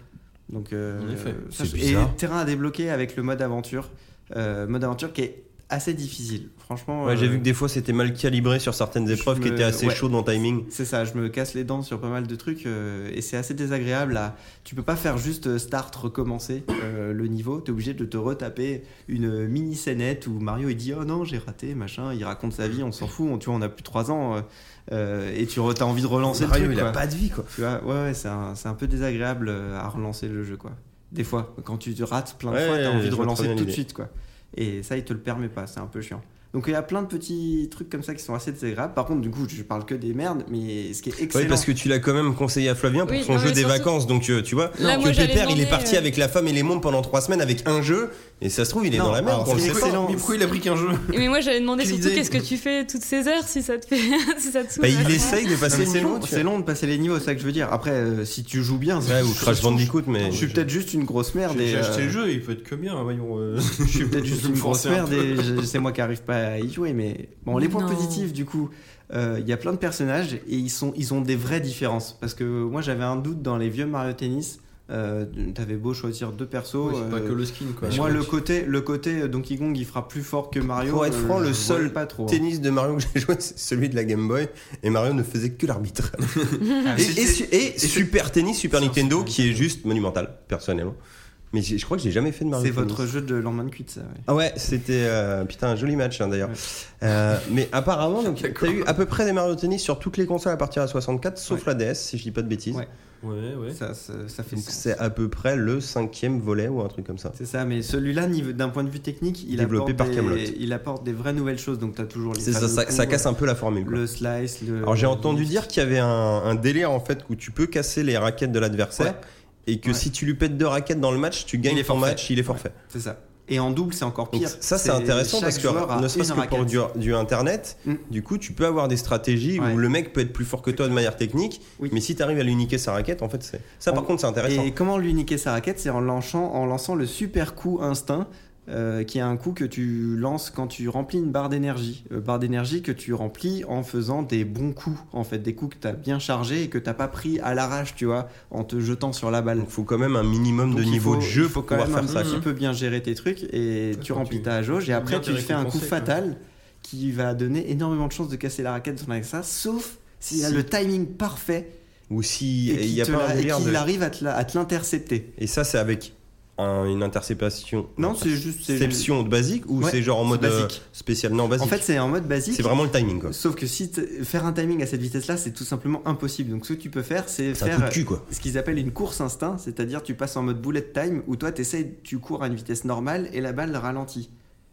C: Donc, euh,
B: En effet,
C: ça,
A: c'est
C: je- et
A: bizarre.
C: terrain à débloquer avec le mode aventure, euh, mode aventure qui est assez difficile. Franchement,
A: Ouais,
C: euh,
A: j'ai vu que des fois c'était mal calibré sur certaines
C: je
A: épreuves qui
C: me-
A: étaient assez
C: ouais.
A: chaudes dans le timing.
C: c'est ça, je me casse les dents sur pas mal de trucs euh, et c'est assez désagréable. À... Tu peux pas faire juste euh, start, recommencer euh, le niveau. T'es obligé de te retaper une mini scénette où Mario il dit oh non j'ai raté machin. Il raconte sa vie, on s'en fout. On, tu vois, on a plus de 3 ans euh, euh, et tu re- t'as envie de relancer le truc. quoi.
A: de vie quoi.
C: Tu vois, ouais, ouais, c'est un, c'est un peu désagréable euh, à relancer le jeu, quoi. Des fois, quand tu te rates plein de
A: Ouais,
C: fois, t'as
A: je
C: envie de
A: vois très
C: relancer
A: bien
C: tout de
A: l'idée.
C: suite, quoi. Et ça, il te le permet pas, c'est un peu chiant. Donc il y a plein de petits trucs comme ça qui sont assez désagréables. Par contre, du coup, je parle que des merdes, mais ce qui est excellent.
A: Oui, parce que tu l'as quand même conseillé à Flavien pour
E: Oui,
A: son
E: non,
A: jeu
E: mais
A: des
E: surtout-
A: vacances, donc euh, tu, tu vois.
E: Là,
A: que
E: moi, j'allais
A: Pépère, il est
E: demander,
A: parti
E: euh,
A: avec la femme et les mômes pendant trois semaines avec un jeu, et ça se trouve, il est
C: Non,
A: dans la merde,
C: alors,
A: on le
C: c'est
A: sait pas.
C: excellent.
B: Mais pourquoi il a pris qu'un jeu
E: Mais moi j'avais demandé
B: Quelle
E: surtout
B: idée.
E: qu'est-ce que tu fais toutes ces heures si ça te fait <laughs> si ça te saoule.
A: Bah, il
E: Ouais.
A: essaye de
C: Non,
A: passer
C: mais
A: le
C: c'est
A: niveau,
C: long,
A: tu
C: c'est long de passer les niveaux, c'est ça que je veux dire. Après, euh, si tu joues bien,
A: vois. Ouais, ou Crash
C: je- je-
A: Bandicoot, mais.
C: Je suis peut-être juste une grosse merde.
B: J'ai
C: et,
B: j'ai acheté
C: euh,
B: le jeu, il peut être que bien, voyons. euh,
C: <laughs> Je suis peut-être juste
B: Je me
C: une grosse
B: forçais un
C: merde
B: peu.
C: et je- c'est moi qui arrive pas à y jouer. Mais bon, les points
E: Non.
C: positifs, du coup, euh, il y a plein de personnages et ils, sont, ils ont des vraies différences. Parce que moi, j'avais un doute dans les vieux Mario Tennis. euh, T'avais beau choisir deux persos.
B: Ouais, c'est pas
C: euh,
B: que le skin quoi.
C: moi, le côté, le côté euh, Donkey Kong, il fera plus fort que Mario. euh,
A: Pour être franc, le
C: je
A: seul
C: voyais pas trop. hein.
A: tennis de Mario que j'ai joué, c'est celui de la Game Boy, et Mario ne faisait que l'arbitre.
C: Ah,
A: et, et su- et Super Tennis, Super Nintendo, qui est juste monumental, personnellement. Mais j'ai- je crois que j'ai jamais fait de Mario.
C: C'est
A: Tennis.
C: votre jeu de l'endemain de cuite, ça. ouais.
A: Ah ouais, c'était euh, putain un joli match hein, d'ailleurs.
C: Ouais.
A: Euh, mais apparemment,
C: <laughs>
A: donc, t'as eu à peu près des Mario Tennis sur toutes les consoles à partir de 64, sauf la DS, si je dis pas de bêtises.
C: Ouais.
B: Ouais, ouais.
C: Ça, ça, ça fait
A: Donc
C: sens.
A: c'est à peu près le cinquième volet ou un truc comme ça.
C: C'est ça, mais celui-là, niveau- d'un point de vue technique, il
A: Développé
C: apporte,
A: par
C: des-
A: Kaamelott.
C: il apporte des vraies nouvelles choses. Donc, t'as toujours les
A: C'est ça,
C: fameux
A: ça, ça
C: coups,
A: casse un peu la formule. quoi.
C: le slice. Le,
A: Alors j'ai entendu
C: le-
A: dire qu'il y avait un, un délire en fait où tu peux casser les raquettes de l'adversaire et que
C: Ouais.
A: si tu lui pètes deux raquettes dans le match, tu
C: Il
A: gagnes
C: est
A: ton
C: forfait.
A: match, il est forfait.
C: C'est ça. Et en double, c'est encore
A: Donc
C: pire.
A: ça c'est intéressant
C: chaque
A: parce que
C: joueur a
A: ne serait-ce
C: une
A: que pour
C: raquette.
A: du, du internet,
C: Mm.
A: du coup tu peux avoir des stratégies
C: Ouais.
A: où le mec peut être plus fort que toi de manière technique,
C: Oui.
A: mais si tu arrives à lui niquer sa raquette, en fait c'est ça par
C: En-
A: contre c'est intéressant.
C: Et comment lui niquer sa raquette C'est en lançant, en lançant le super coup instinct. euh, qui est un coup que tu lances quand tu remplis une barre d'énergie. Euh, barre d'énergie que tu remplis en faisant des bons coups, en fait, des coups que tu as bien chargés et que t'as pas pris à l'arrache, tu vois, en te jetant sur la balle.
A: Donc faut quand même un minimum
C: Donc,
A: de
C: il
A: niveau
C: faut-
A: de jeu
C: il faut
A: pour
C: quand
A: pouvoir
C: même
A: faire ça.
C: un petit peu bien gérer tes trucs et
B: Ça,
C: tu
B: quand
C: remplis
B: tu-
C: ta jauge
B: tu
C: et
B: veux
C: après
B: bien
C: tu
B: te
C: fais un coup
B: récompenser, quoi.
C: fatal qui va donner énormément de chances de casser la raquette de son ça, sauf s'il a
A: Si.
C: le timing parfait
A: Ou si
C: et
A: et il
C: qu'il
A: y a
C: te
A: pas
C: la-
A: un
C: et
A: délire
C: qu'il
A: de-
C: arrive à te la- à te l'intercepter.
A: Et ça c'est avec un- une interception.
C: Non, c'est juste. c'est-
A: Perception basique ou
C: Ouais,
A: c'est genre en
C: c'est
A: mode euh,
C: basique.
A: spécial Non, basique.
C: En fait, c'est en mode basique.
A: c'est vraiment le timing quoi.
C: Sauf que si t- faire un timing à cette vitesse-là, c'est tout simplement impossible. Donc, ce que tu peux faire, c'est
A: C'est un coup de
C: faire
A: cul quoi.
C: ce qu'ils appellent une course instinct, c'est-à-dire tu passes en mode bullet time où toi t'essayes, tu cours à une vitesse normale et la balle ralentit.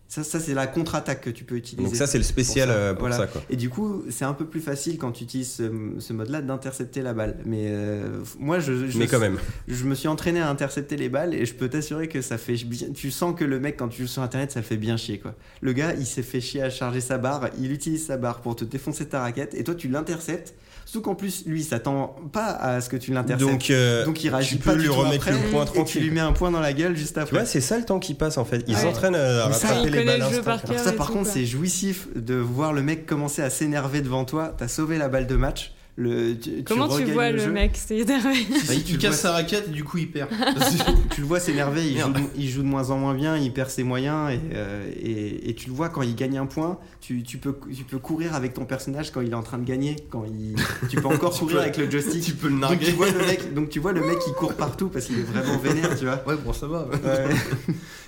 C: Ça, ça c'est la contre-attaque que tu peux utiliser.
A: Donc ça c'est le spécial
C: Pour ça,
A: euh, pour
C: voilà.
A: ça quoi.
C: Et du coup, c'est un peu plus facile quand tu utilises ce, ce mode-là d'intercepter la balle. Mais euh, moi, je, je,
A: Mais quand même.
C: je me suis entraîné à intercepter les balles et je peux t'assurer que ça fait bien. Tu sens que le mec, quand tu joues sur internet, ça le fait bien chier quoi. Le gars, il s'est fait chier à charger sa barre, il utilise sa barre pour te défoncer ta raquette et toi, tu l'interceptes. Surtout qu'en plus, lui, il s'attend pas à ce que tu l'interceptes.
A: Donc, euh,
C: Donc il réagit
A: tu
C: pas
A: peux
C: du
A: lui
C: tout
A: remettre
C: après,
A: le point
C: et tu lui
A: tranquille.
C: mets un point dans la gueule juste
A: Tu vois,
C: après.
A: c'est ça le temps qui passe en fait. Ils
E: Ouais.
A: s'entraînent à
C: Mais ça,
A: rattraper
E: il
A: les
E: connaît
A: balles
E: le jeu
A: instant,
E: par
A: quoi.
E: cœur.
C: Alors ça
E: et
C: par
E: tout,
C: contre
E: quoi.
C: c'est jouissif de voir le mec commencer à s'énerver devant toi, t'as sauvé la balle de match, le tu,
E: Comment tu
C: regagnes
E: vois le
C: jeu. Bah,
E: mec
A: <laughs>
E: C'est énervé.
B: Si, si
C: tu
B: tu
C: le
B: casses
C: vois-
B: sa raquette, du coup il perd.
C: Tu le vois s'énerver, il, joue
B: Merde.
C: de- il joue de moins en moins bien, il perd ses moyens et, euh, et- et tu le vois quand il gagne un point, tu, tu peux, tu peux courir avec ton personnage quand il est en train de gagner, quand il, tu peux
B: <laughs>
C: encore courir
B: peux-
C: avec le joystick.
B: tu peux le
C: Donc tu,
B: narguer.
C: vois le mec, donc tu vois le mec qui court partout parce qu'il est vraiment vénère, tu vois.
B: <laughs> Ouais, bon, ça va.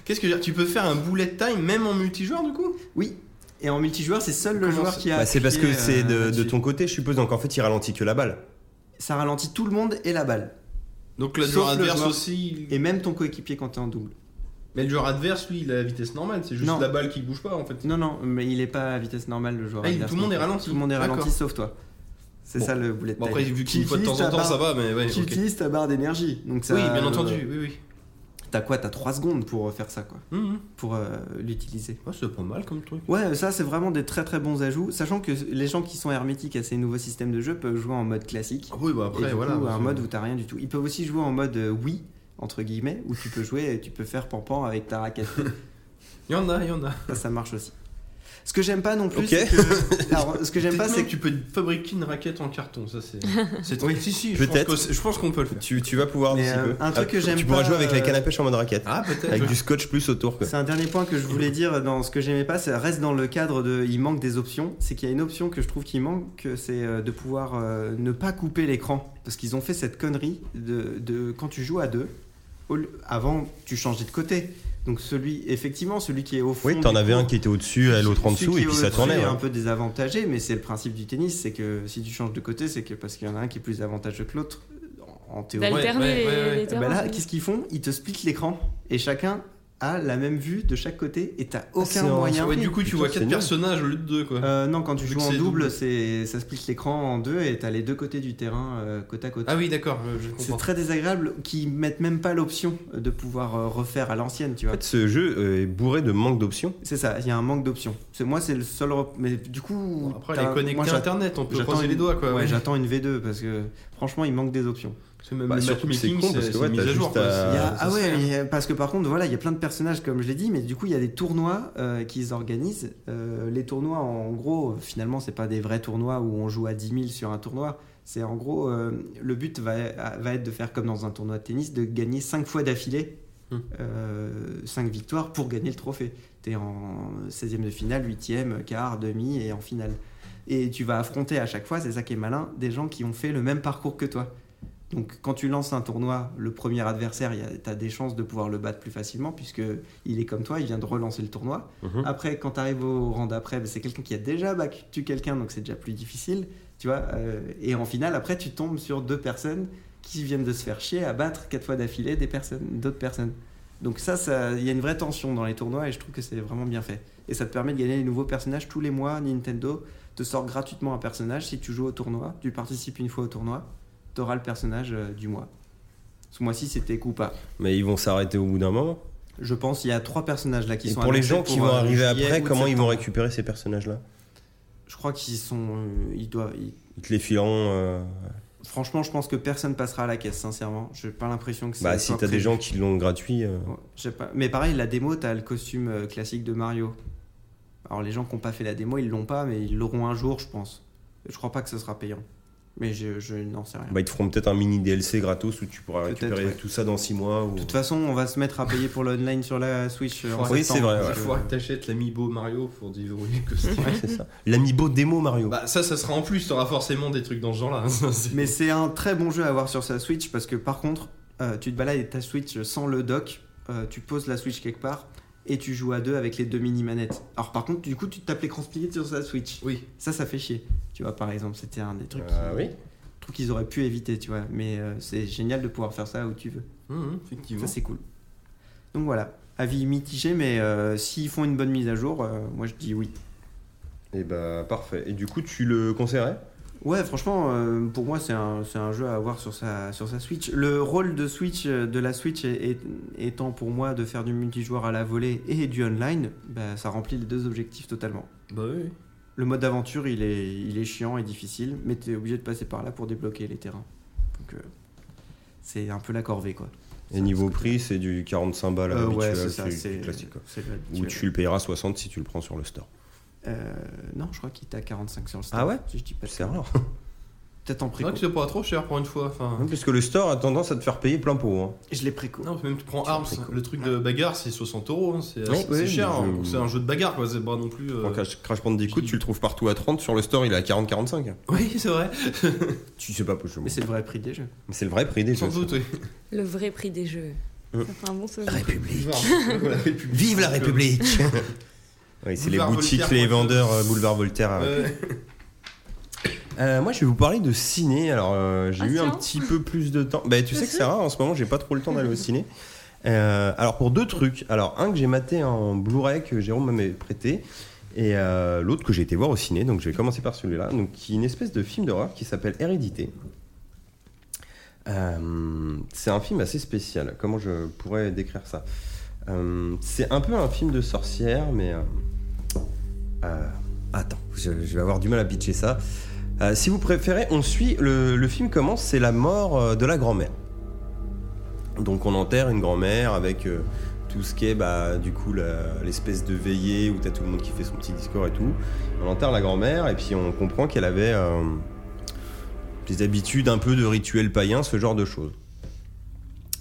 B: Qu'est-ce que je veux dire Tu peux faire un bullet time même en multijoueur du coup
C: <laughs> Oui. Et en multijoueur, c'est seul le
B: Comment
C: joueur
B: ça-
C: qui a.
A: Bah, c'est parce que
C: appuyé,
A: c'est
C: euh,
A: de, de
C: là-dessus.
A: ton côté, je suppose. Donc en fait, il ralentit que la balle.
C: Ça ralentit tout le monde et la balle.
B: Donc le
C: Sauf
B: joueur
C: le
B: adverse
C: joueur.
B: aussi. il-
C: Et même ton coéquipier quand t'es en double.
B: Mais le joueur adverse, lui, il a la vitesse normale. C'est juste
C: Non.
B: la balle qui bouge pas en fait.
C: Non, non, mais il est pas à vitesse normale le joueur.
B: Ah, il-
C: adverse.
B: tout le monde est ralenti.
C: Tout le monde est ralenti
B: D'accord.
C: sauf toi. C'est
B: Bon.
C: ça le boulet de
B: Bon, après,
C: taille.
B: vu
C: Qui
B: qu'une fois de temps
C: utilise
B: en
C: ta
B: temps ça
C: barre-
B: va, mais ouais.
C: Qui
B: ok.
C: utilise ta barre d'énergie. Donc ça,
B: Oui, bien
C: euh,
B: entendu. Oui, oui.
C: T'as quoi T'as 3 secondes pour euh, faire ça, quoi.
B: Hum, hum.
C: Pour euh, l'utiliser.
B: Ouais, c'est pas mal comme truc.
C: Ouais, ça c'est vraiment des très très bons ajouts, sachant que les gens qui sont hermétiques à ces nouveaux systèmes de jeu peuvent jouer en mode classique.
B: Ah Oui, bah
C: et
B: après,
C: du
B: voilà.
C: coup,
B: parce
C: un
B: que-
C: mode où t'as rien du tout. Ils peuvent aussi jouer en mode euh, oui entre guillemets où tu peux jouer, tu peux faire pampan avec ta raquette.
B: Il y en a, il y en a.
C: ça, ça marche aussi. Ce que j'aime pas non plus,
A: Ok.
C: c'est que alors, ce que j'aime pas,
B: Techniquement, <laughs>
C: c'est que
B: tu peux fabriquer une raquette en carton, ça c'est. <laughs> c'est-
C: Oui.
B: si, si, je
A: Peut-être.
B: pense que- je pense qu'on peut le faire.
A: Tu, tu vas pouvoir
C: Mais,
A: d'ici
C: euh,
A: peu.
C: un truc que
A: tu-
C: j'aime
A: Tu pourras
C: pas,
A: jouer avec la
C: euh,
A: canne à pêche en mode raquette.
B: Ah, peut-être.
A: avec du scotch plus autour. Quoi.
C: C'est un dernier point que je voulais dire dans ce que j'aimais pas, ça reste dans le cadre de il manque des options, c'est qu'il y a une option que je trouve qui manque, que c'est euh, de pouvoir euh, ne pas couper l'écran parce qu'ils ont fait cette connerie de, de- quand tu joues à deux, au lieu- avant tu changeais de côté. Donc celui effectivement celui qui est au fond
A: Oui, t'en
C: du
A: avais
C: court,
A: un qui était au-dessus, à l'autre en
C: celui
A: dessous,
C: qui
A: et
C: est
A: puis
C: au-
A: ça tournait.
C: celui est
A: ouais.
C: un peu désavantagé mais c'est le principe du tennis, c'est que si tu changes de côté, c'est que parce qu'il y en a un qui est plus avantageux que l'autre en en théorie.
E: D'alterner
B: ouais,
E: les-
B: ouais,
E: les
B: ouais.
E: terrains.
C: Bah là, qu'est-ce qu'ils font Ils te splitent l'écran et chacun a la même vue de chaque côté et t'as
A: c'est
C: aucun
A: en-
C: moyen.
B: Ouais, du coup, tu
A: Putain,
B: vois
A: c'est
B: 4
A: nul.
B: personnages au lieu de 2, quoi.
C: Euh, non, quand tu
B: Vu
C: joues
B: que
C: en
B: c'est
C: double,
B: double.
C: c'est ça split l'écran en deux et t'as les deux côtés du terrain euh, côte à côte.
B: Ah oui, d'accord, euh, je comprends.
C: c'est très désagréable qu'ils mettent même pas l'option de pouvoir euh, refaire à l'ancienne, tu
A: En
C: vois.
A: fait, ce jeu euh, est bourré de manque d'options.
C: C'est ça, il y a un manque d'options. C'est moi, c'est le seul. rep- Mais du coup,
B: Bon, Après,
C: t'as-
B: elle est connectée
C: moi,
B: à
C: j'a-
B: internet, on peut
C: j'attends
B: croiser
C: une-
B: les doigts, quoi.
C: Ouais,
B: euh, ouais.
C: j'attends une V2 parce que franchement, il manque des options.
B: C'est même
A: Bah,
B: le
A: surtout que c'est
B: matchmaking,
A: con, parce
B: c'est
A: que,
B: c'est
A: ouais,
B: mis
A: t'as
B: à jour.
A: juste
B: quoi.
A: à-
C: Il y a-
B: Ça,
C: ah
B: ça
C: ouais,
B: sert.
C: mais, euh, parce que par contre, voilà, il y a plein de personnages comme je l'ai dit, mais du coup, il y a des tournois euh, qu'ils organisent. Euh, les tournois, en gros, finalement, c'est pas des vrais tournois où on joue à 10 000 sur un tournoi. C'est en gros, euh, le but va, va être de faire comme dans un tournoi de tennis, de gagner 5 fois d'affilée,
B: Hmm.
C: 5 victoires pour gagner le trophée. T'es en 16e de finale, 8e, quart, demi et en finale. Et tu vas affronter à chaque fois, c'est ça qui est malin, des gens qui ont fait le même parcours que toi. Donc quand tu lances un tournoi, le premier adversaire, tu as des chances de pouvoir le battre plus facilement puisque il est comme toi, il vient de relancer le tournoi.
A: Mhm.
C: Après, quand tu arrives au rang d'après, ben, c'est quelqu'un qui a déjà battu quelqu'un, donc c'est déjà plus difficile. Tu vois, euh, et en finale, après, tu tombes sur deux personnes qui viennent de se faire chier à battre quatre fois d'affilée des personnes, d'autres personnes. Donc ça, ça- il y a une vraie tension dans les tournois et je trouve que c'est vraiment bien fait. Et ça te permet de gagner des nouveaux personnages tous les mois. Nintendo te sort gratuitement un personnage si tu joues au tournoi, tu participes une fois au tournoi, t'auras le personnage euh, du mois. Ce mois-ci, c'était Koopa.
A: Mais ils vont s'arrêter au bout d'un moment.
C: Je pense qu'il y a trois personnages là qui
A: Et
C: sont
A: pour les
C: annoncés
A: gens qui
C: pour,
A: vont
C: euh,
A: arriver
C: juillet,
A: après,
C: août,
A: comment ils vont
C: septembre.
A: récupérer ces personnages-là
C: Je crois qu'ils sont, euh, ils doivent. ils-
A: Ils te les fileront. euh,
C: Franchement, je pense que personne passera à la caisse. Sincèrement, j'ai pas l'impression que. ça
A: Bah,
C: soit
A: si t'as des
C: prévu.
A: gens qui l'ont gratuit. euh,
C: Ouais, je sais pas. Mais pareil, la démo, t'as le costume euh, classique de Mario. Alors les gens qui n'ont pas fait la démo, ils l'ont pas, mais ils l'auront un jour, je pense. Je crois pas que ce sera payant. Mais je, je n'en sais rien.
A: Bah, ils te feront peut-être un mini DLC gratos où tu pourras
C: Peut-être,
A: récupérer
C: ouais.
A: tout ça dans 6 mois. Ou...
C: De toute façon, on va se mettre à payer pour l'online sur la Switch. euh, en
A: Oui, c'est
C: septembre,
A: vrai,
C: parce
B: Il
A: ouais.
C: que-
B: faudra que t'achètes l'amiibo Mario pour déverrouiller le costume.
A: Ouais, c'est ça. L'amiibo démo Mario.
B: <laughs> Bah, ça, ça sera en plus, t'auras forcément des trucs dans ce genre-là. <laughs> ça, c'est-
C: Mais c'est un très bon jeu à avoir sur sa Switch parce que par contre, euh, tu te balades avec ta Switch sans le dock, euh, tu poses la Switch quelque part et tu joues à deux avec les deux mini manettes. Alors par contre, du coup, tu te tapes l'écran split sur sa Switch.
B: Oui.
C: Ça, ça fait chier. Tu vois, par exemple, c'était un des trucs
A: Ah
C: qui-
A: oui.
C: trucs qu'ils auraient pu éviter, tu vois. Mais euh, c'est génial de pouvoir faire ça où tu veux.
A: Mmh,
B: Hum, hum, effectivement.
C: Ça, c'est cool. Donc voilà, avis mitigé, mais euh, s'ils font une bonne mise à jour, euh, moi je dis oui.
A: Et bah parfait. Et du coup, tu le conseillerais
C: Ouais, franchement, euh, pour moi, c'est un, c'est un jeu à avoir sur sa, sur sa Switch. Le rôle de Switch, euh, de la Switch est- est- étant pour moi de faire du multijoueur à la volée et du online, bah, ça remplit les deux objectifs totalement.
B: Bah oui.
C: Le mode aventure, il est, il est chiant et difficile, mais t'es obligé de passer par là pour débloquer les terrains. Donc, euh, c'est un peu la corvée, quoi.
A: Et niveau prix, c'est du 45 balles
C: Euh,
A: habituel,
C: ouais, c'est ça,
A: du- du
C: c'est
A: classique. quoi.
C: c'est le
A: Ou
C: habituel.
A: tu le payeras 60 si tu le prends sur le store.
C: Euh, non, je crois qu'il était à 45 sur le store.
A: Ah ouais
C: Si je dis pas de
A: C'est
C: conneries.
A: rare.
C: peut-être en
B: C'est
C: préco.
B: vrai que c'est pas trop cher pour une fois. Enfin,
A: Hein, Puisque le store a tendance à te faire payer plein pot. hein.
C: Je l'ai préco.
B: non, même tu prends Arms, le truc de bagarre, c'est 60 euros. hein, C'est
A: Oui,
B: c'est
A: oui,
B: cher.
A: mais
B: hein.
A: je-
B: C'est un jeu de bagarre, quoi. C'est pas non plus. euh,
A: Quand Crash, Crash Bandicoot, tu le trouves partout à 30, sur le store il est à 40-45.
B: <laughs> Oui, c'est vrai.
A: Tu sais pas possible.
C: Mais c'est le vrai prix des jeux.
A: Mais c'est le vrai prix des
B: Sans
A: jeux.
B: doute,
A: <laughs>
B: oui.
E: Le vrai prix des jeux.
A: Euh.
E: Ça fait un bon souvenir.
A: République.
B: Voilà, et puis-
A: Vive la
B: Euh,
A: République <laughs> Oui, c'est les
B: Boulevard
A: boutiques,
B: Voltaire,
A: les
B: quoi.
A: vendeurs euh, boulevard Voltaire. euh.
B: euh,
A: Euh, moi, je vais vous parler de ciné. Alors, euh, j'ai
E: Ah,
A: eu un
E: tiens.
A: petit peu plus de temps. Bah, tu sais que c'est rare en ce moment, j'ai pas trop le temps d'aller au ciné. Euh, alors, pour deux trucs. Alors, un que j'ai maté en Blu-ray que Jérôme m'avait prêté. Et euh, l'autre que j'ai été voir au ciné, donc je vais commencer par celui-là, donc qui est une espèce de film d'horreur qui s'appelle Hérédité. Euh, c'est un film assez spécial. Comment je pourrais décrire ça Euh, C'est un peu un film de sorcière, mais euh, euh, attends, je, je vais avoir du mal à pitcher ça. Euh, si vous préférez, on suit. Le, le film commence, c'est la mort euh, de la grand-mère. Donc on enterre une grand-mère avec euh, tout ce qui est bah, du coup la- l'espèce de veillée où t'as tout le monde qui fait son petit discours et tout. On enterre la grand-mère et puis on comprend qu'elle avait euh, des habitudes un peu de rituel païen, ce genre de choses.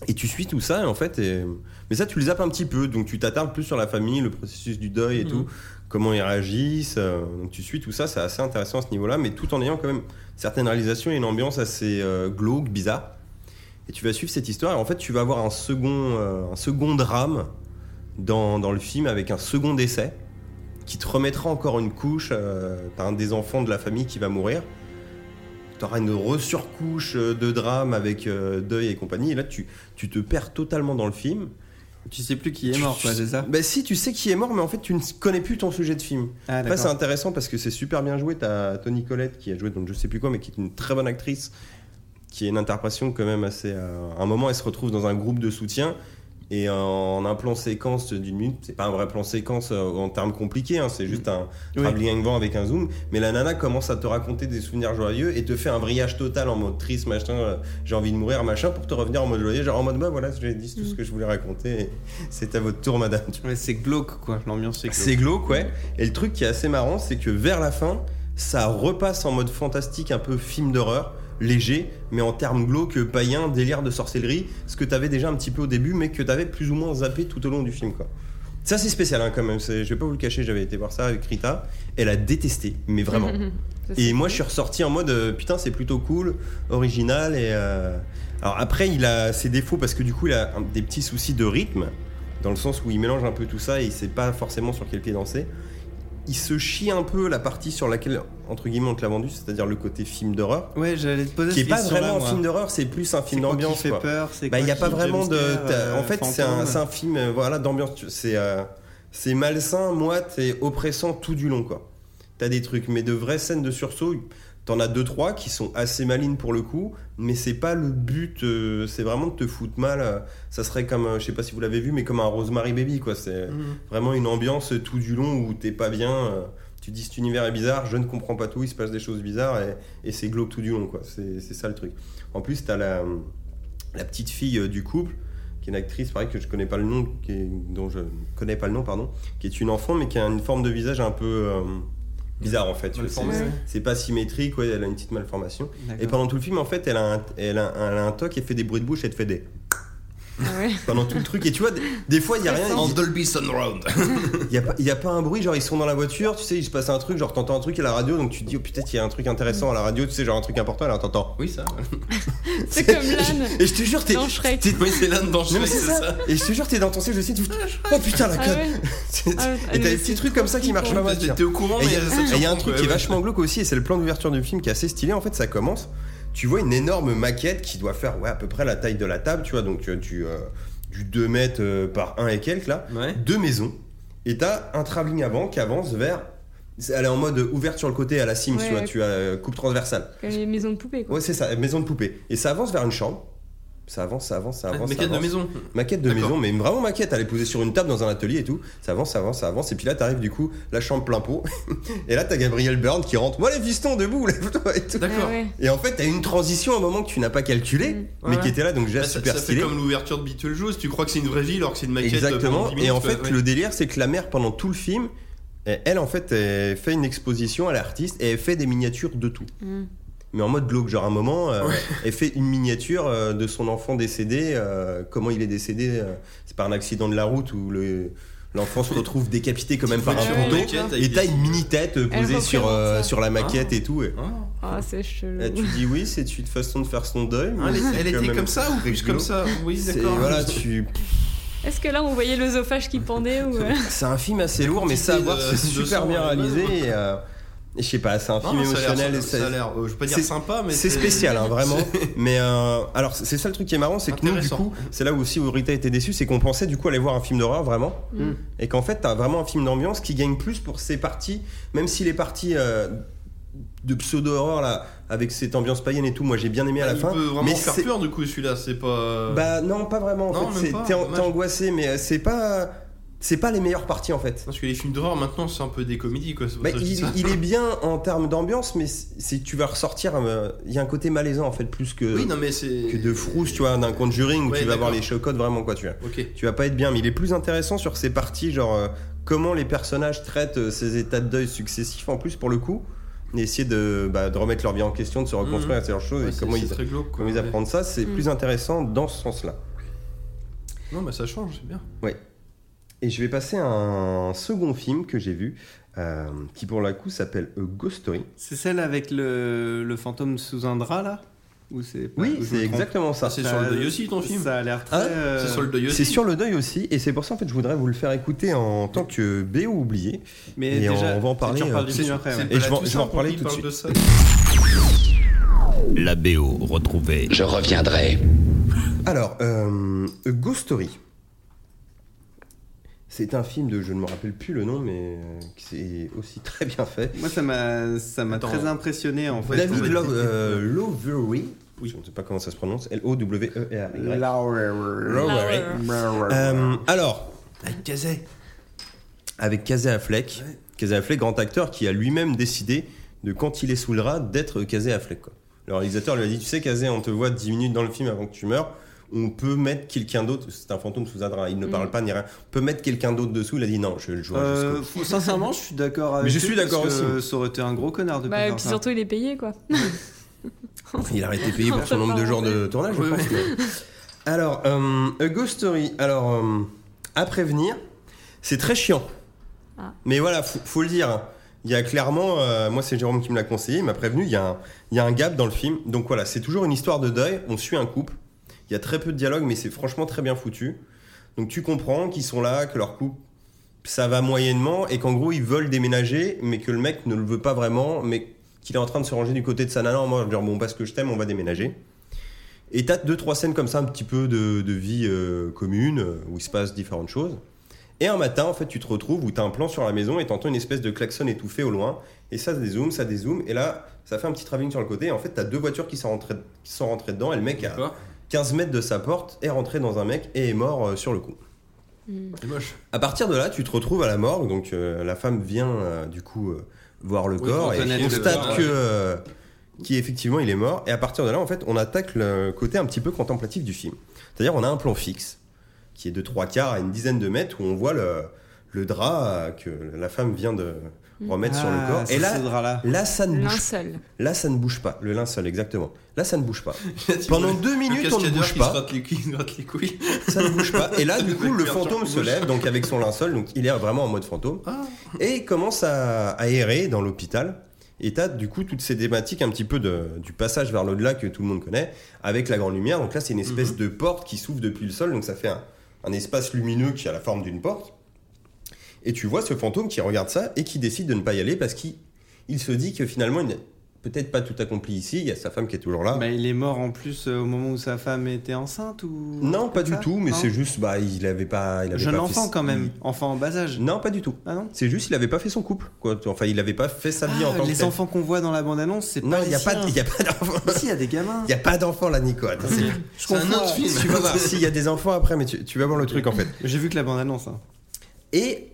A: Et tu suis tout ça et en fait, et- mais ça tu les zappes un petit peu, donc tu t'attardes plus sur la famille, le processus du deuil et
B: Mhm.
A: tout, comment ils réagissent. euh, donc tu suis tout ça, c'est assez intéressant à ce niveau-là, mais tout en ayant quand même certaines réalisations et une ambiance assez euh, glauque, bizarre. Et tu vas suivre cette histoire et en fait tu vas avoir un second, euh, un second drame dans, dans le film avec un second décès qui te remettra encore une couche. euh, T'as un des enfants de la famille qui va mourir. T'auras une resurcouche euh, de drame avec euh, deuil et compagnie. Et là tu, tu te perds totalement dans le film.
C: Tu sais plus qui est mort, quoi, c'est ça
A: Bah si tu sais qui est mort mais en fait tu ne connais plus ton sujet de film.
C: Ah,
A: Après, c'est intéressant parce que c'est super bien joué. T'as Tony Collette qui a joué, donc je sais plus quoi, mais qui est une très bonne actrice, qui a une interprétation quand même assez. euh, à un moment, elle se retrouve dans un groupe de soutien. Et en un plan séquence d'une minute, c'est pas un vrai plan séquence euh, en termes compliqués, hein, c'est juste un
C: Mm. Oui.
A: travelling avant avec un zoom. Mais la nana commence à te raconter des souvenirs joyeux et te fait un vrillage total en mode triste, machin, euh, j'ai envie de mourir, machin, pour te revenir en mode joyeux, genre en mode bah voilà, j'ai dit tout
C: Mm.
A: ce que je voulais raconter, et <laughs> c'est à votre tour, madame.
C: Ouais, c'est glauque, quoi. L'ambiance, c'est glauque.
A: C'est glauque, ouais. Et le truc qui est assez marrant, c'est que vers la fin, ça repasse en mode fantastique, un peu film d'horreur, léger, mais en termes glauques, païens, délire de sorcellerie, ce que t'avais déjà un petit peu au début, mais que t'avais plus ou moins zappé tout au long du film, quoi. Ça, c'est spécial, hein, quand même. c'est- Je vais pas vous le cacher, j'avais été voir ça avec Rita. Elle a détesté, mais vraiment.
E: Ça, c'est
A: Et moi, je suis ressorti en mode euh, putain, c'est plutôt cool, original. Et euh, alors après, il a ses défauts parce que du coup, il a un- des petits soucis de rythme dans le sens où il mélange un peu tout ça et il sait pas forcément sur quel pied danser. Il se chie un peu la partie sur laquelle entre guillemets on te l'a vendu, c'est-à-dire le côté film d'horreur,
C: Ouais, j'allais te poser
A: qui est
C: cette
A: pas
C: question-là,
A: vraiment un
C: moi.
A: film d'horreur, c'est plus un film
C: C'est quoi qui
A: d'ambiance.
C: fait
A: quoi.
C: peur, c'est
A: Bah, il
C: quoi
A: n'y a
C: qui-
A: pas vraiment de.
C: jumpscare,
A: t'as- en
C: euh,
A: fait, c'est un,
C: fantôme.
A: c'est un film euh, voilà, d'ambiance. tu- C'est euh, c'est malsain, moite et oppressant tout du long, quoi. T'as des trucs, mais de vraies scènes de sursaut, t'en as deux, trois qui sont assez malines pour le coup, mais c'est pas le but, euh, c'est vraiment de te foutre mal. euh, ça serait comme, euh, je sais pas si vous l'avez vu, mais comme un Rosemary Baby, quoi. C'est
B: Mmh.
A: vraiment une ambiance tout du long où t'es pas bien. euh, tu dis cet univers est bizarre, je ne comprends pas tout, il se passe des choses bizarres et, et c'est glauque tout du long, quoi. C'est c'est ça le truc. En plus, t'as la, la petite fille euh, du couple, qui est une actrice, pareil, que je connais pas le nom, qui est- dont je ne connais pas le nom, pardon, qui est une enfant, mais qui a une forme de visage un peu euh, bizarre, en fait. tu vois, c'est-
B: Malformée.
A: C'est pas symétrique, ouais, elle a une petite malformation.
C: D'accord.
A: Et pendant tout le film, en fait, elle a un, elle a, un- elle a un toc, elle fait des bruits de bouche, elle te fait des.
E: Ah ouais.
A: <laughs> Pendant tout le truc, et tu vois, des, des fois, il y a rien.
E: Stressant.
A: il-
B: En Dolby Surround.
A: il n'y a, pas- y a pas un bruit, genre ils sont dans la voiture, tu sais, il se passe un truc, genre t'entends un truc à la radio, donc tu te dis, oh, peut-être il y a un truc intéressant à la radio, tu sais, genre un truc important, alors t'entends.
B: Oui, ça.
E: <laughs>
A: <laughs>
E: C'est comme l'âne
A: Et je te jure, t'es.
E: dans Shrek.
A: t'es-
B: Oui, c'est l'âne dans
A: Non, mais
B: Shrek,
A: c'est ça. Et je te jure, t'es dans ton siège de site, oh putain, la <laughs>
E: Ah
A: conne
E: ouais.
A: Et
E: Ah,
A: t'as
E: mais
A: des
E: c'est
A: petits trucs comme ça qui marchent pas
B: Oui,
A: mal.
B: t'es- T'es au courant,
A: Et
B: mais
A: il y, a-
E: Ah,
B: ça te
A: et il y a un
B: surprend,
A: truc
B: quoi,
A: qui est
B: ouais.
A: vachement glauque aussi, et c'est le plan d'ouverture du film qui est assez stylé. En fait, ça commence, tu vois une énorme maquette qui doit faire ouais, à peu près la taille de la table, tu vois, donc tu, tu, euh, du 2 mètres euh, par 1 et quelques là,
C: Ouais.
A: deux maisons, et t'as un travelling avant qui avance vers. Elle est en mode ouverte sur le côté à la cime,
E: Ouais,
A: tu vois,
E: ouais.
A: tu as euh, coupe transversale.
E: Comme les maisons de poupées, quoi.
A: Ouais, c'est ça, maison de poupée. Et ça avance vers une chambre. Ça avance, ça avance, ça
B: Ah,
A: avance.
B: mais
A: ça
B: quête de
A: avance.
B: maison.
A: Maquette de maison,
B: D'accord.
A: mais vraiment maquette. Elle est posée sur une table dans un atelier et tout. Ça avance, ça avance, ça avance. Et puis là, t'arrives du coup, la chambre plein pot. <laughs> et là, t'as Gabriel Byrne qui rentre. Moi, les pistons, debout, <laughs> lève-toi et tout.
E: Ah
B: D'accord.
E: ouais.
A: Et en fait, t'as une transition à un moment que tu n'as pas calculé,
E: Mm.
A: mais
B: Ouais.
A: qui était là, donc déjà
B: Bah, ça,
A: super
B: ça fait
A: stylé.
B: comme l'ouverture de Beetlejuice, tu crois que c'est une vraie vie alors que c'est une maquette.
A: Exactement.
B: euh, pendant dix
A: et
B: minutes,
A: en
B: quoi,
A: fait,
B: ouais.
A: le délire, c'est que la mère, pendant tout le film, elle, en fait, elle fait une exposition à l'artiste et elle fait des miniatures de tout.
E: Mm.
A: mais en mode glauque. Genre, à un moment, euh, elle fait une miniature euh, de son enfant décédé, euh, comment il est décédé, euh, c'est par un accident de la route où le. L'enfant se retrouve décapité quand même par un
E: voiture
A: rondeau
B: maquette avec
A: et
B: des-
A: t'as une mini tête euh,
E: Elle
A: posée sur,
E: représente
A: euh,
E: ça.
A: sur la maquette et tout. Et,
B: Ah.
E: Ah, c'est chelou.
A: Là, Eh, tu dis oui, c'est une façon de faire son deuil. mais
B: Hein, elle-
A: c'est
B: elle
A: quand
B: était
A: même
B: comme ça ou
A: très
B: plus comme
A: glauque.
B: ça Oui,
A: C'est-
B: d'accord.
A: Voilà, tu.
E: Est-ce que là, on voyait l'œsophage
A: <laughs>
E: qui pendait ou... euh,
A: C'est un film assez lourd, mais ça à voir, c'est
B: Quantité de- de
A: super
B: sang,
A: bien
B: ouais.
A: réalisé. Et, euh, et je sais pas, c'est un
B: Non,
A: film
B: ça a l'air-
A: émotionnel. et
B: ça,
A: ça-
B: a l'air, euh, je veux pas dire
A: c'est-
B: sympa, mais
A: c'est spécial, hein, vraiment. Mais euh, alors, c'est c'est ça le truc qui est marrant, c'est que nous, du
B: Intéressant.
A: coup, c'est là où aussi où Rita était déçue, c'est qu'on pensait du coup aller voir un film d'horreur vraiment,
E: Mm.
A: et qu'en fait, t'as vraiment un film d'ambiance qui gagne plus pour ses parties, même si les parties euh, de pseudo horreur là, avec cette ambiance païenne et tout, moi j'ai bien aimé à la
B: Bah, il
A: fin.
B: peut vraiment
A: mais
B: faire
A: c'est-
B: peur du coup celui-là, c'est pas.
A: Bah non, pas vraiment. En
B: Non,
A: fait,
B: même
A: c'est-
B: pas,
A: t'es an-
B: dommage.
A: t'es angoissé, mais euh, c'est pas, c'est pas les meilleures parties en fait.
B: Parce que les films d'horreur maintenant c'est un peu des comédies quoi. c'est pour
A: Bah,
B: ça que je dis
A: il,
B: ça.
A: il est bien en termes d'ambiance, mais si tu vas ressortir, euh, il y a un côté malaisant en fait, plus que,
B: Oui, non mais c'est.
A: que de frousse, tu vois, d'un conjuring où
B: Ouais,
A: tu vas voir
B: d'accord.
A: les chocottes vraiment, quoi, tu vois.
B: Ok.
A: Tu vas pas être bien, mais il est plus intéressant sur ces parties, genre euh, comment les personnages traitent euh, ces états de deuil successifs en plus pour le coup, et essayer de, bah, de remettre leur vie en question, de se reconstruire, ce genre de choses,
B: Mhm. Ouais,
A: et
B: c'est-
A: comment
B: c'est
A: ils,
B: très glauque, quoi.
A: comment ils
B: Ouais.
A: apprennent ça, c'est
E: Mm.
A: plus intéressant dans ce sens-là.
B: Non, bah ça change, c'est bien.
A: Et je vais passer à un second film que j'ai vu, euh, qui pour le coup s'appelle A Ghost Story.
C: C'est celle avec le, le fantôme sous un drap là Ou c'est pas-
A: Oui,
C: ou je me
A: c'est
C: trompe
A: exactement ça.
B: Ah, c'est sur le deuil aussi ton film.
C: Ça a l'air très.
A: Ah,
C: euh,
B: C'est sur le deuil aussi.
A: C'est sur le deuil aussi, et c'est pour ça en fait je voudrais vous le faire écouter en tant que BO oublié.
C: Mais
A: Et
C: déjà,
A: on va en
C: tu
A: parler,
C: reparles
A: euh,
C: du
A: tout
B: C'est-
A: de
C: film
B: c'est
C: après.
B: pas
C: ouais.
A: Et je vais-
B: la
A: je vais en
B: Toussaint
A: reparler
B: qu'on
A: tout de
B: parle
A: suite.
B: ça.
G: La BO retrouvée.
F: Je reviendrai.
A: Alors, euh, A Ghost Story. C'est un film de, je ne me rappelle plus le nom, mais euh, qui c'est aussi <laughs> très bien fait.
C: Moi, ça m'a ça m'a
B: Attends.
C: très impressionné en fait.
A: David
B: ouais.
A: Lo- euh, Lowery,
B: Oui.
A: je ne sais pas comment ça se prononce, E L-O-W-E-R-Y.
C: Lauer.
A: Lowery.
E: Lauer.
A: Euh, alors,
B: Avec Kazay.
A: avec Casey Affleck. Casey Affleck, grand acteur, qui a lui-même décidé de, quand il est sous le rat, d'être Casey Affleck. quoi. Le réalisateur lui a dit Tu sais, Casey, on te voit 10 minutes dans le film avant que tu meurs. On peut mettre quelqu'un d'autre. C'est un fantôme sous un drap, il ne
E: Mm.
A: parle pas ni rien. On peut mettre quelqu'un d'autre dessous. Il a dit Non, je le jouerai jusqu'au
C: Euh,
A: bout.
C: faut- sincèrement, je suis d'accord avec
A: Mais je
C: lui
A: suis d'accord
C: parce que
A: aussi.
C: Ça aurait été un gros connard de
E: Bah, et
C: pas
E: puis
C: faire ça.
E: surtout, il est payé, quoi.
A: <laughs> Il aurait été payé pour son nombre de jours de tournage, je
B: Oui,
A: pense. mais- Alors, euh, A Ghost Story. Alors, euh, à prévenir, c'est très chiant.
E: Ah.
A: Mais voilà, faut, faut le dire. hein. Il y a clairement, euh, moi c'est Jérôme qui me l'a conseillé, il m'a prévenu, il y, a un, il y a un gap dans le film. Donc voilà, c'est toujours une histoire de deuil, on suit un couple. Il y a très peu de dialogue, mais c'est franchement très bien foutu. Donc tu comprends qu'ils sont là, que leur couple, ça va moyennement, et qu'en gros ils veulent déménager, mais que le mec ne le veut pas vraiment, mais qu'il est en train de se ranger du côté de sa nana en mode genre bon parce que je t'aime on va déménager et t'as deux trois scènes comme ça un petit peu de, de vie euh, commune euh, où il se passe différentes choses et un matin en fait tu te retrouves où t'as un plan sur la maison et t'entends une espèce de klaxon étouffé au loin et ça dézoome ça dézoome et là ça fait un petit travelling sur le côté et en fait t'as deux voitures qui sont rentrées, qui sont rentrées dedans et le mec à
B: D'accord.
A: 15 mètres de sa porte est rentré dans un mec et est mort euh, sur le coup
B: C'est <laughs> moche.
A: à partir de là, tu te retrouves à la morgue. Donc euh, la femme vient euh, du coup euh, voir le
B: Oui,
A: corps
B: pour
A: et
B: connaître le corps,
A: constate que
B: ouais.
A: euh, qu'effectivement il est mort. Et à partir de là, en fait, on attaque le côté un petit peu contemplatif du film. C'est-à-dire, on a un plan fixe qui est de trois quarts à une dizaine de mètres où on voit le, le drap euh, que la femme vient de remettre sur le
C: Ah,
A: corps. Et
C: c'est
A: là,
C: ce drap-là.
A: là, ça ne bouge.
E: Linceul.
A: Là, ça ne bouge pas. Le linceul, exactement. Là, ça ne bouge
B: <laughs>
A: pas. Pendant deux minutes, on ne bouge
B: Qui se
A: pas
B: gratte les couilles, il se gratte les couilles.
A: ça ne bouge pas. Et là, du coup, le
B: Arthur
A: fantôme se
B: bouge.
A: lève, donc avec son linceul, donc il est vraiment en mode fantôme,
B: Ah.
A: et il commence à, à errer dans l'hôpital. Et t'as du coup toutes ces thématiques un petit peu de- du passage vers l'au-delà que tout le monde connaît, avec la grande lumière. Donc là, c'est une espèce de porte qui s'ouvre depuis le sol, donc ça fait un, un espace lumineux qui a la forme d'une porte. Et tu vois ce fantôme qui regarde ça et qui décide de ne pas y aller parce qu'il il se dit que finalement, il n'est peut-être pas tout accompli ici. Il y a sa femme qui est toujours là.
C: Bah, il est mort en plus euh, au moment où sa femme était enceinte ou.
A: non, pas du
C: Ça,
A: tout, mais
C: non
A: c'est juste, bah, il avait pas. Il avait
C: Jeune
A: pas fait-
C: enfant quand même, enfant en bas âge.
A: Non, pas du tout.
C: Ah non
A: C'est juste il avait pas fait son couple. Quoi. Enfin, il avait pas fait sa vie en
C: Ah,
A: tant que
C: Les
A: tel.
C: enfants qu'on voit dans la bande-annonce, c'est
A: Non,
C: pas.
A: il n'y a,
C: les
A: pas-
C: siens.
A: il y a pas d'enfants.
C: <laughs> Si, il y a des gamins.
A: Il y a pas d'enfants là, Nico. Attends, c'est-
B: C'est un
C: confonds,
B: autre film.
A: tu vas voir <laughs> s'il y a des enfants après, mais tu, tu vas voir le truc en fait.
C: J'ai vu que la bande-annonce. hein.
A: Et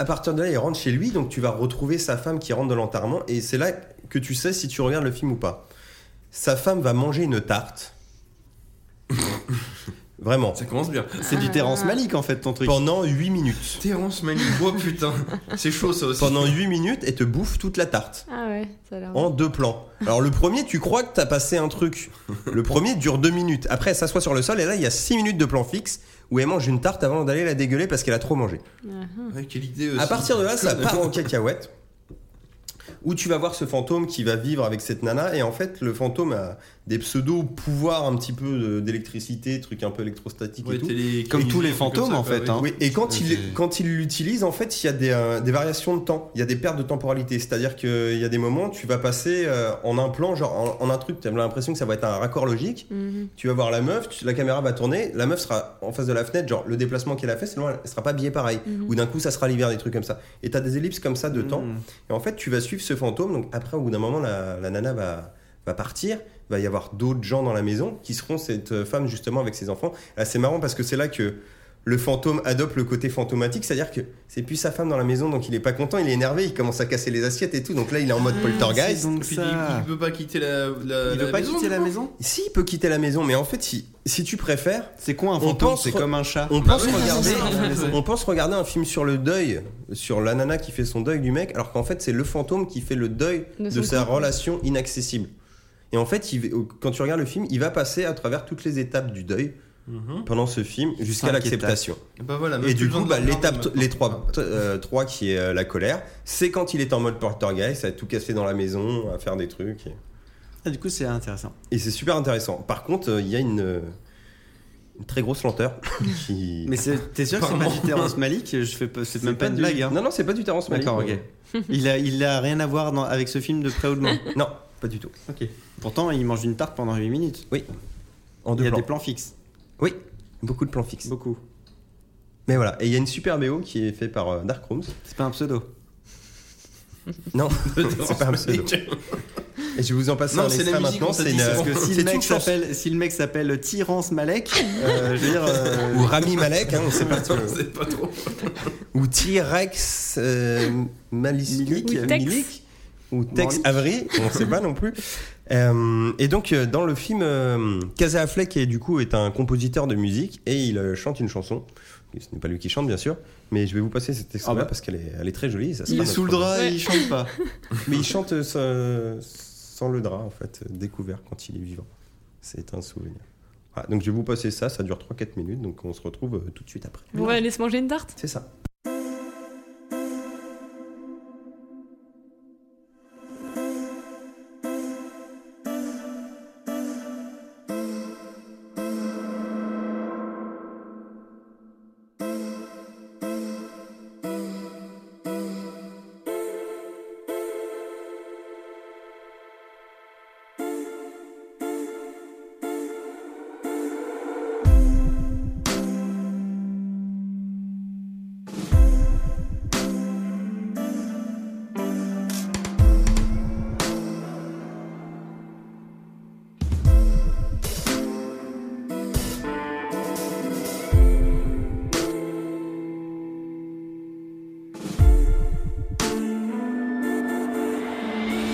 A: à partir de là, il rentre chez lui, donc tu vas retrouver sa femme qui rentre de l'enterrement, et c'est là que tu sais si tu regardes
C: <laughs>
A: le film ou pas. Sa femme va manger une tarte. Vraiment.
G: Ça commence bien.
C: C'est du Terrence Malick en fait ton truc.
A: Pendant 8 minutes.
B: Terrence Malick, oh putain, c'est chaud ça aussi.
A: Pendant 8 minutes, et te bouffe toute la tarte.
E: Ah ouais, ça a l'air.
A: En deux plans. Alors le premier, tu crois que t'as passé un truc. Le premier dure deux minutes. Après, elle s'assoit sur le sol et là, il y a six minutes de plan fixe où elle mange une tarte avant d'aller la dégueuler parce qu'elle a trop mangé.
B: Ouais, quelle idée aussi.
A: À partir de là,
B: <laughs>
A: ça part en cacahuète. Où tu vas voir ce fantôme qui va vivre avec cette nana et en fait, le fantôme a des pseudo pouvoirs un petit peu de- d'électricité, truc un peu électrostatique
B: Ouais,
A: et tout.
B: télé-
C: Comme tous les
B: comme ça,
C: fantômes en
B: bah
C: fait.
B: oui.
C: hein.
A: Oui, et quand
G: Ok.
A: il quand il l'utilise, en fait, il y a des, euh, des variations de temps, il y a des pertes de temporalité. C'est-à-dire qu'il y a des moments, tu vas passer euh, en un plan, genre en, en un truc, tu as l'impression que ça va être un raccord logique.
E: Mhm.
A: Tu vas voir la meuf, tu- la caméra va tourner, la meuf sera en face de la fenêtre, genre le déplacement qu'elle a fait, sinon elle sera pas habillée pareil.
E: Mhm.
A: Ou d'un coup, ça sera l'hiver, des trucs comme ça. Et tu as des ellipses comme ça de
C: Mhm.
A: temps.
C: Hmm.
B: Mm.
A: Et en fait, tu vas suivre ce fantôme. Donc après, au bout d'un moment, la, la nana va, va partir. Il va y avoir d'autres gens dans la maison qui seront cette euh, femme justement avec ses enfants. Là, c'est marrant parce que c'est là que le fantôme adopte le côté fantomatique, c'est-à-dire que c'est plus sa femme dans la maison, donc il est pas content, il est énervé, il commence à casser les assiettes et tout. Donc là, il est en mode
C: C'est
A: poltergeist.
C: donc
B: Puis,
C: ça.
B: Il peut pas quitter la, la,
C: Il
B: la
C: veut pas
B: maison,
C: quitter la
B: non
C: maison
A: Si, il peut quitter la maison, mais en fait, si, si tu préfères,
C: C'est quoi un
A: On
C: fantôme
A: pense
C: C'est
A: re-
C: comme un chat.
A: on pense
B: Bah oui,
A: regarder.
B: c'est ça.
A: On pense regarder un film sur le deuil, sur la nana qui fait son deuil du mec, alors qu'en fait c'est le fantôme qui fait le deuil
E: De
A: de,
E: son
A: sa
E: corps.
A: relation inaccessible. Et en fait, il- quand tu regardes le film, il va passer à travers toutes les étapes du deuil
B: Mhm.
A: pendant ce film jusqu'à
C: Cinq
A: l'acceptation.
B: Bah voilà, même
A: Et
B: plus
A: du
B: besoin
A: coup,
B: de
A: bah,
B: la regarder
A: l'étape,
B: maintenant.
A: les trois, euh, trois qui est euh, la colère, c'est quand il est en mode poltergeist, à tout casser dans la maison, à faire des trucs. Et,
C: Ah, du coup, c'est intéressant.
A: et c'est super intéressant. Par contre, euh, il y a une, euh, une très grosse lenteur. <laughs> qui...
C: Mais c'est- t'es sûr que c'est pas du Terrence Malick Je fais pas- c'est même pas une
A: du-
C: blague. hein.
A: Non, non, c'est pas du Terrence Malick.
C: D'accord, ok. Il a, il a rien à voir dans- avec ce film de près ou de loin.
A: Non, pas du tout.
C: Pourtant, il mange une tarte pendant 8 minutes.
A: En
C: Il
A: deux
C: y a
A: plans.
C: des plans fixes.
A: Oui, beaucoup de plans fixes.
C: Beaucoup.
A: Mais voilà, et il y a une super BO qui est faite par euh, Dark Rooms.
C: C'est pas un pseudo. <laughs>
A: Non, <laughs> c'est pas un pseudo.
B: <laughs>
A: Et je vais vous en passer
B: Non,
A: un
B: c'est la
A: extrait
B: musique,
A: maintenant.
B: on t'a
A: C'est
B: dit,
A: une, euh,
B: c'est
C: Parce
A: <laughs>
C: que si
A: c'est
C: le
A: une
C: mec
A: chanson.
C: s'appelle si le mec s'appelle Tyrance Malek, euh, je veux dire, euh,
A: Ou Rami Malek, hein, on sait
C: <laughs>
A: pas trop.
B: On sait pas trop.
A: Ou T-Rex euh, Malisnik,
C: Milik.
E: Ou Tex.
A: Milik, ou Tex
C: Morlick.
A: Avery, on sait pas non plus. Euh, et donc, euh, dans le film, euh, Casey Affleck est du coup est un compositeur de musique et il euh, chante une chanson. Ce n'est pas lui qui chante, bien sûr, mais je vais vous passer cet extrait-là
C: Ah bah.
A: parce qu'elle est, elle est très jolie. et Ça sera
C: il est
A: notre
C: sous le
A: premier.
C: drap, et
E: Ouais.
C: il chante pas.
A: Mais il chante euh, sans, sans le drap, en fait, euh, découvert quand il est vivant. C'est un souvenir. Voilà, donc je vais vous passer ça, ça dure 3-4 minutes, donc on se retrouve euh, tout de suite après.
E: Bon, on va aller se manger une tarte.
A: C'est ça.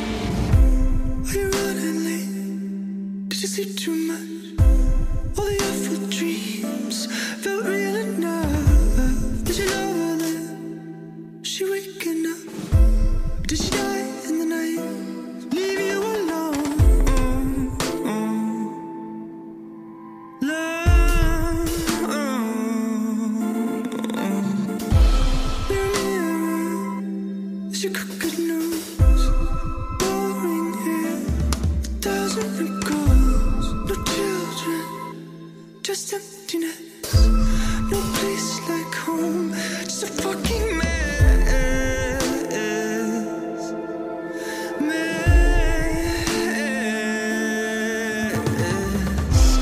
H: Are you running late? Did you sleep too much? All the awful dreams felt real enough. Did you love her then? Is She waking up? Did she die in the night? Leave you alone. Love. Mirror, mirror, is your crooked nose boring hair, thousand regrets, no children, just emptiness, no place like home, just a fucking mess, mess.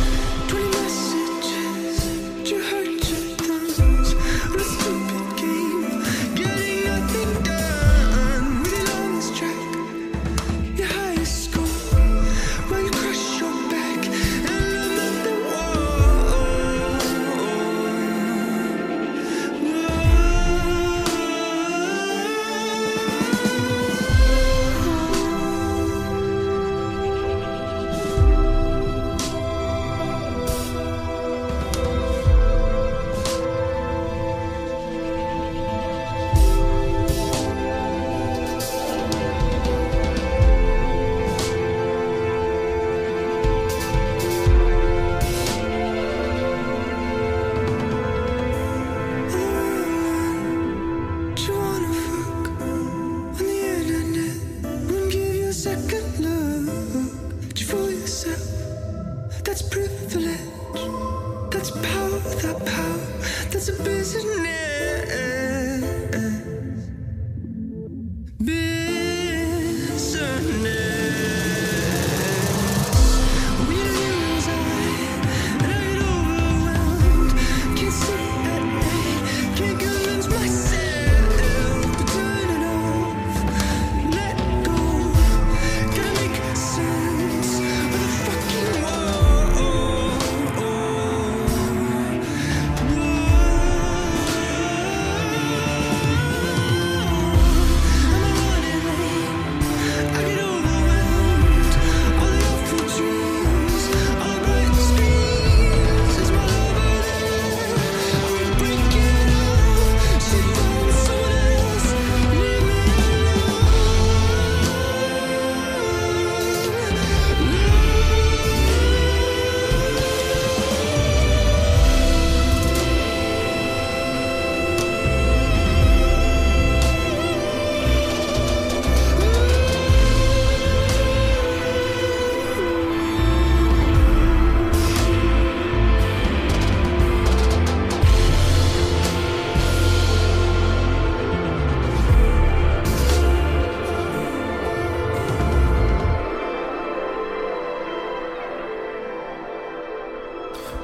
H: Twenty messages, you hurt your thumbs, what a stupid game, getting nothing done with your longest track. Your highest score, where you crush your back and another wall.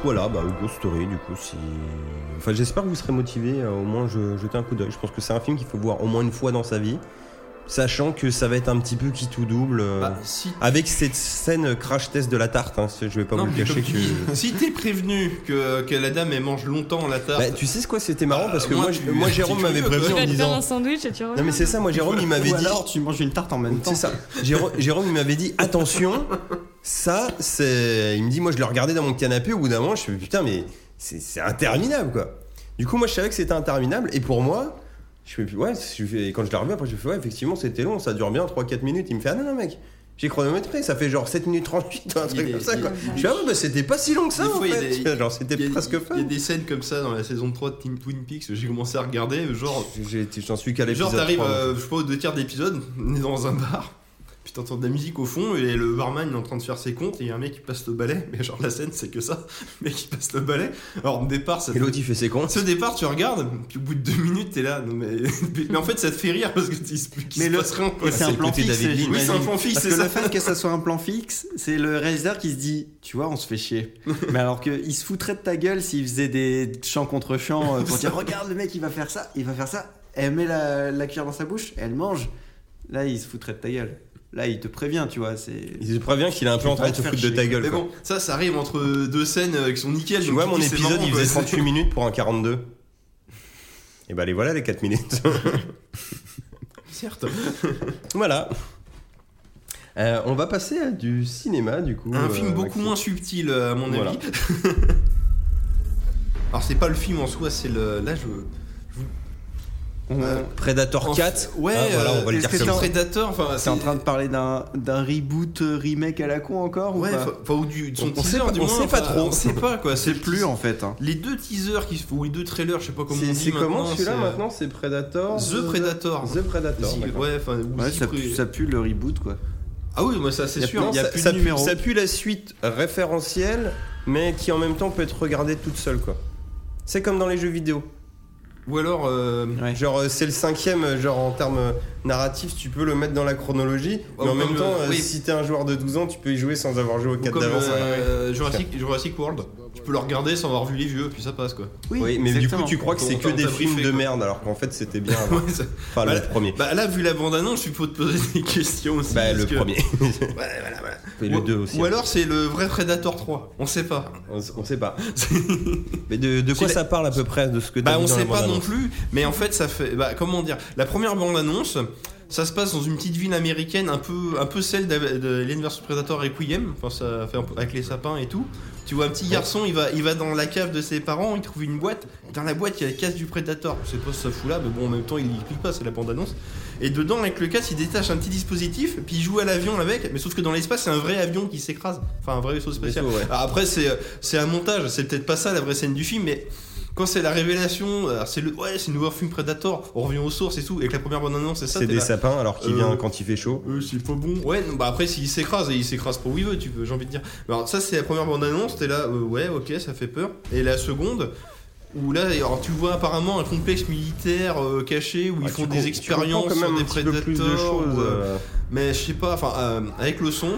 A: Voilà, bah, Hugo Story, du coup, si. Enfin, j'espère que vous serez motivé au moins je, jeter un coup d'œil. Je pense que c'est un film qu'il faut voir au moins une fois dans sa vie, sachant que ça va être un petit peu qui tout double. euh,
B: Bah, si
A: Avec cette scène crash test de la tarte, hein, c'est- je vais pas
B: Non,
A: vous le
B: mais
A: cacher
B: comme
A: que.
B: tu dis, si t'es prévenu que, que la dame elle mange longtemps la tarte,
A: Bah, tu sais ce quoi, c'était marrant parce que
B: Euh, moi,
A: moi, je-
B: tu-
A: moi, Jérôme
B: tu-
A: m'avait
E: Tu
A: prévenu en
E: vas te faire un
A: disant.
E: sandwich et tu reviens.
A: Non mais c'est ça, moi Jérôme il m'avait
C: Ou
A: dit.
C: alors tu manges une tarte en même temps.
A: C'est ça. Jérôme, Jérôme, il m'avait dit attention, ça, c'est. Il me dit, moi, je le regardais dans mon canapé. Au bout d'un moment, je me suis dit, putain, mais c'est c'est interminable, quoi. Du coup, moi, je savais que c'était interminable. Et pour moi, je me suis dit, ouais, je fais- et quand je l'ai revu, après, je me suis dit, ouais, effectivement, c'était long. Ça dure bien 3-4 minutes. Il me fait, ah non, non, mec. J'ai chronométré, ça fait genre 7 minutes 38 ou un
B: Il
A: truc
B: est-
A: comme ça
B: il-
A: quoi.
B: il-
A: Je fais, ah ouais, bah c'était pas si long que ça
B: Des
A: en
B: fois, il y a
A: fait. <laughs>
B: des-
A: Genre c'était
B: il y a-
A: presque
B: Il y
A: fun.
B: a des scènes comme ça dans la saison 3 de Team Twin Peaks, j'ai commencé à regarder, genre,
A: J'ai été- J'en suis qu'à l'épisode
B: genre t'arrives,
A: 3.
B: euh, je sais pas, aux deux tiers d'épisode, on est dans un bar, puis t'entends de la musique au fond, et le barman il est en train de faire ses comptes, et il y a un mec qui passe le balai, mais genre la scène c'est que ça, le mec qui passe le balai. Alors au départ, ça
A: Et
B: te
A: l'autre il fait
B: <laughs>
A: ses cons.
B: Ce départ, tu regardes, puis au bout de deux minutes, t'es là. Non, mais... <laughs> mais en fait, ça te fait rire parce que tu dis plus qu'il
C: Mais
B: se
C: le-
B: passe rien. quoi.
C: Et c'est un
A: Ah, le
C: plan
A: côté
C: fixe.
A: David Lean.
B: Oui, c'est un plan fixe,
C: Parce
B: c'est
C: que
B: ça.
C: le fait que ça soit un plan fixe, c'est le réalisateur qui se dit, tu vois, on se fait chier. Mais alors qu'il se foutrait de ta gueule s'il faisait des chants contre chants euh, pour dire, regarde le mec, il va faire ça, il va faire ça. Elle met la, la cuillère dans sa bouche, elle mange. Là, il se foutrait de ta gueule. Là, il te prévient, tu vois. C'est.
A: Il te prévient qu'il est un peu en train de se foutre de ta gueule.
B: Mais
A: quoi.
B: bon, ça, ça arrive entre deux scènes euh, qui sont nickel.
A: Tu
B: donc
A: vois, mon
B: dis, c'est
A: épisode,
B: marrant,
A: il
B: quoi.
A: faisait
B: <laughs>
A: 38 minutes pour un 42. Et bah, les voilà, les 4 minutes. <laughs>
B: Certes.
A: voilà. Euh, on va passer à du cinéma, du coup.
B: Un
A: euh,
B: film beaucoup
A: Maxime.
B: moins subtil, euh, à mon
A: Voilà.
B: avis. <laughs> Alors, c'est pas le film en soi, c'est le. Là, je.
C: On-
B: Euh,
A: Predator
B: en-
A: 4.
B: Ouais,
A: Ah, voilà, on va le
B: euh,
A: dire
B: c'est
A: comme
B: un
A: ça.
B: Predator. Enfin,
C: C'est en train de parler d'un d'un reboot, euh, remake à la con encore ou
B: Ouais,
C: pas
B: enfin, enfin, ou du, de son
A: On- on sait
B: teaser,
A: pas-
B: du
A: on
B: moins,
A: sait pas
B: enfin,
A: trop.
B: On sait pas, quoi.
C: C'est plus en fait. hein.
B: Les deux teasers qui se font, ou les deux trailers, je sais pas comment on
A: C'est
B: dit
A: c'est comment
B: maintenant,
A: celui-là
B: c'est- euh,
A: maintenant C'est Predator euh,
B: The Predator.
A: The Predator.
B: Si-
A: d'accord.
B: ouais, enfin, ou
C: Ouais,
B: si
C: ça,
B: pré-
C: pue, ça pue le reboot quoi.
B: Ah oui, moi ça c'est
C: Y a
B: sûr.
C: plein-
B: Il y a
A: ça,
B: plus
A: ça
B: de
A: pue-
B: numéros.
A: ça pue la suite référentielle, mais qui en même temps peut être regardée toute seule, quoi. C'est comme dans les jeux vidéo.
B: Ou alors, euh,
C: Ouais.
A: Genre euh, c'est le cinquième, euh, genre en termes euh, narratifs, tu peux le mettre dans la chronologie, mais
B: Oh,
A: en
B: comme
A: même
B: le-
A: temps, euh,
B: oui.
A: si t'es un joueur de 12 ans, tu peux y jouer sans avoir joué au
B: ou
A: 4
B: comme
A: d'avance.
B: euh, Jurassic, Jurassic World. Tu peux le regarder sans avoir vu les vieux, puis ça passe quoi.
A: Oui,
B: <laughs>
A: mais du coup,
C: exactement.
A: tu crois que c'est
B: On
A: que
B: t'a- on
A: des
B: t'a
A: films
B: briefé,
A: de
B: quoi.
A: merde, alors qu'en fait c'était bien.
B: <laughs>
A: avant.
B: Ouais, ça-
A: Enfin,
B: Bah,
A: le premier.
B: bah là, vu la bande-annonce, je suis faut te poser des questions aussi.
A: Bah,
B: parce
A: le
B: que-
A: premier.
B: <laughs> Ouais, voilà, voilà.
A: Et le
B: Ou-
A: 2 aussi. hein.
B: Ou alors c'est le vrai Predator 3. On sait pas.
A: On, s- on sait pas. <laughs> mais de, de quoi
B: C'est la-
A: ça parle à peu près de ce que t'as
B: Bah
A: vu
B: on
A: dans la
B: sait pas non
A: bande-annonce
B: plus, mais en fait ça fait bah comment dire, la première bande annonce, ça se passe dans une petite ville américaine un peu un peu celle d'A- de Alien vs Predator Requiem, enfin ça fait un peu- avec les sapins et tout. Tu vois un petit garçon, il va il va dans la cave de ses parents, il trouve une boîte, dans la boîte il y a la casse du Predator. Je sais pas ce que ça fout là, mais bon en même temps il y clique pas, c'est la bande annonce. Et dedans avec le casse, il détache un petit dispositif, puis il joue à l'avion avec, mais sauf que dans l'espace c'est un vrai avion qui s'écrase, enfin un vrai vaisseau spatial.
A: Vaisseau, ouais.
B: Alors après c'est euh, c'est un montage, c'est peut-être pas ça la vraie scène du film, mais quand c'est la révélation, alors c'est le ouais, c'est le nouveau film Predator, on revient aux sources et tout, et que la première bande annonce c'est ça.
A: C'est
B: t'es
A: des
B: là,
A: sapins, alors qu'il
B: Euh,
A: vient quand il fait chaud.
B: euh, c'est pas bon. Ouais, non, bah après s'il s'écrase et il s'écrase pour où il veut, tu peux, j'ai envie de dire. Alors ça c'est la première bande annonce, t'es là, euh, ouais, ok, ça fait peur. Et la seconde. Où là, alors tu vois apparemment un complexe militaire euh, caché où ils
A: Bah,
B: font
A: tu com-
B: des
A: tu
B: expériences
A: comprends quand même un
B: sur des
A: petit peu
B: prédateurs.
A: plus de choses.
B: ou, euh,
A: euh,
B: mais je sais pas, enfin, euh, avec le son.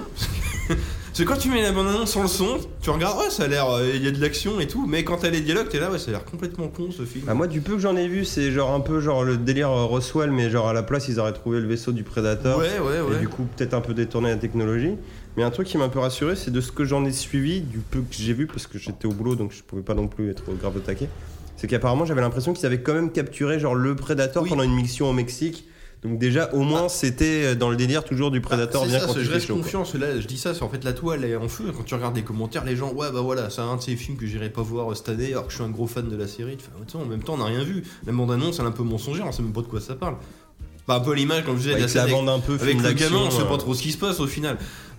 B: Parce que <laughs> quand tu mets la bande-annonce sans le son, tu regardes, ouais, ça a l'air, euh, il y a de l'action et tout, mais quand t'as les dialogues, t'es là, ouais, ça a l'air complètement con ce film.
A: Bah, moi du peu que j'en ai vu c'est genre un peu genre le délire euh, Roswell mais genre à la place ils auraient trouvé le vaisseau du Predator
B: ouais, ouais,
A: bah, et
B: ouais.
A: du coup peut-être un peu détourné la technologie mais un truc qui m'a un peu rassuré c'est de ce que j'en ai suivi du peu que j'ai vu parce que j'étais au boulot donc je pouvais pas non plus être grave au taquet c'est qu'apparemment j'avais l'impression qu'ils avaient quand même capturé genre le Predator
B: Oui.
A: pendant une mission au Mexique donc déjà au moins c'était euh, dans le délire toujours du Predator
B: Ah, c'est
A: bien
B: ça,
A: quand
B: c'est-
A: il
B: je
A: fait
B: reste
A: chaud quoi.
B: confiant, parce que là je dis ça, c'est en fait la toile est en feu. Quand tu regardes les commentaires, les gens, ouais bah voilà, c'est un de ces films que j'irai pas voir euh, cette année, alors que je suis un gros fan de la série. Tu fais, attends, en même temps, on n'a rien vu. La bande-annonce, elle est un peu mensongère, on sait même pas de quoi ça parle. Bah, un peu à l'image, comme je disais, de la
A: avec la
B: scène avec-
A: bande un peu
B: Avec
A: film
B: le
A: d'action,
B: gamin, on sait
A: euh,
B: pas trop ce qui se passe au final.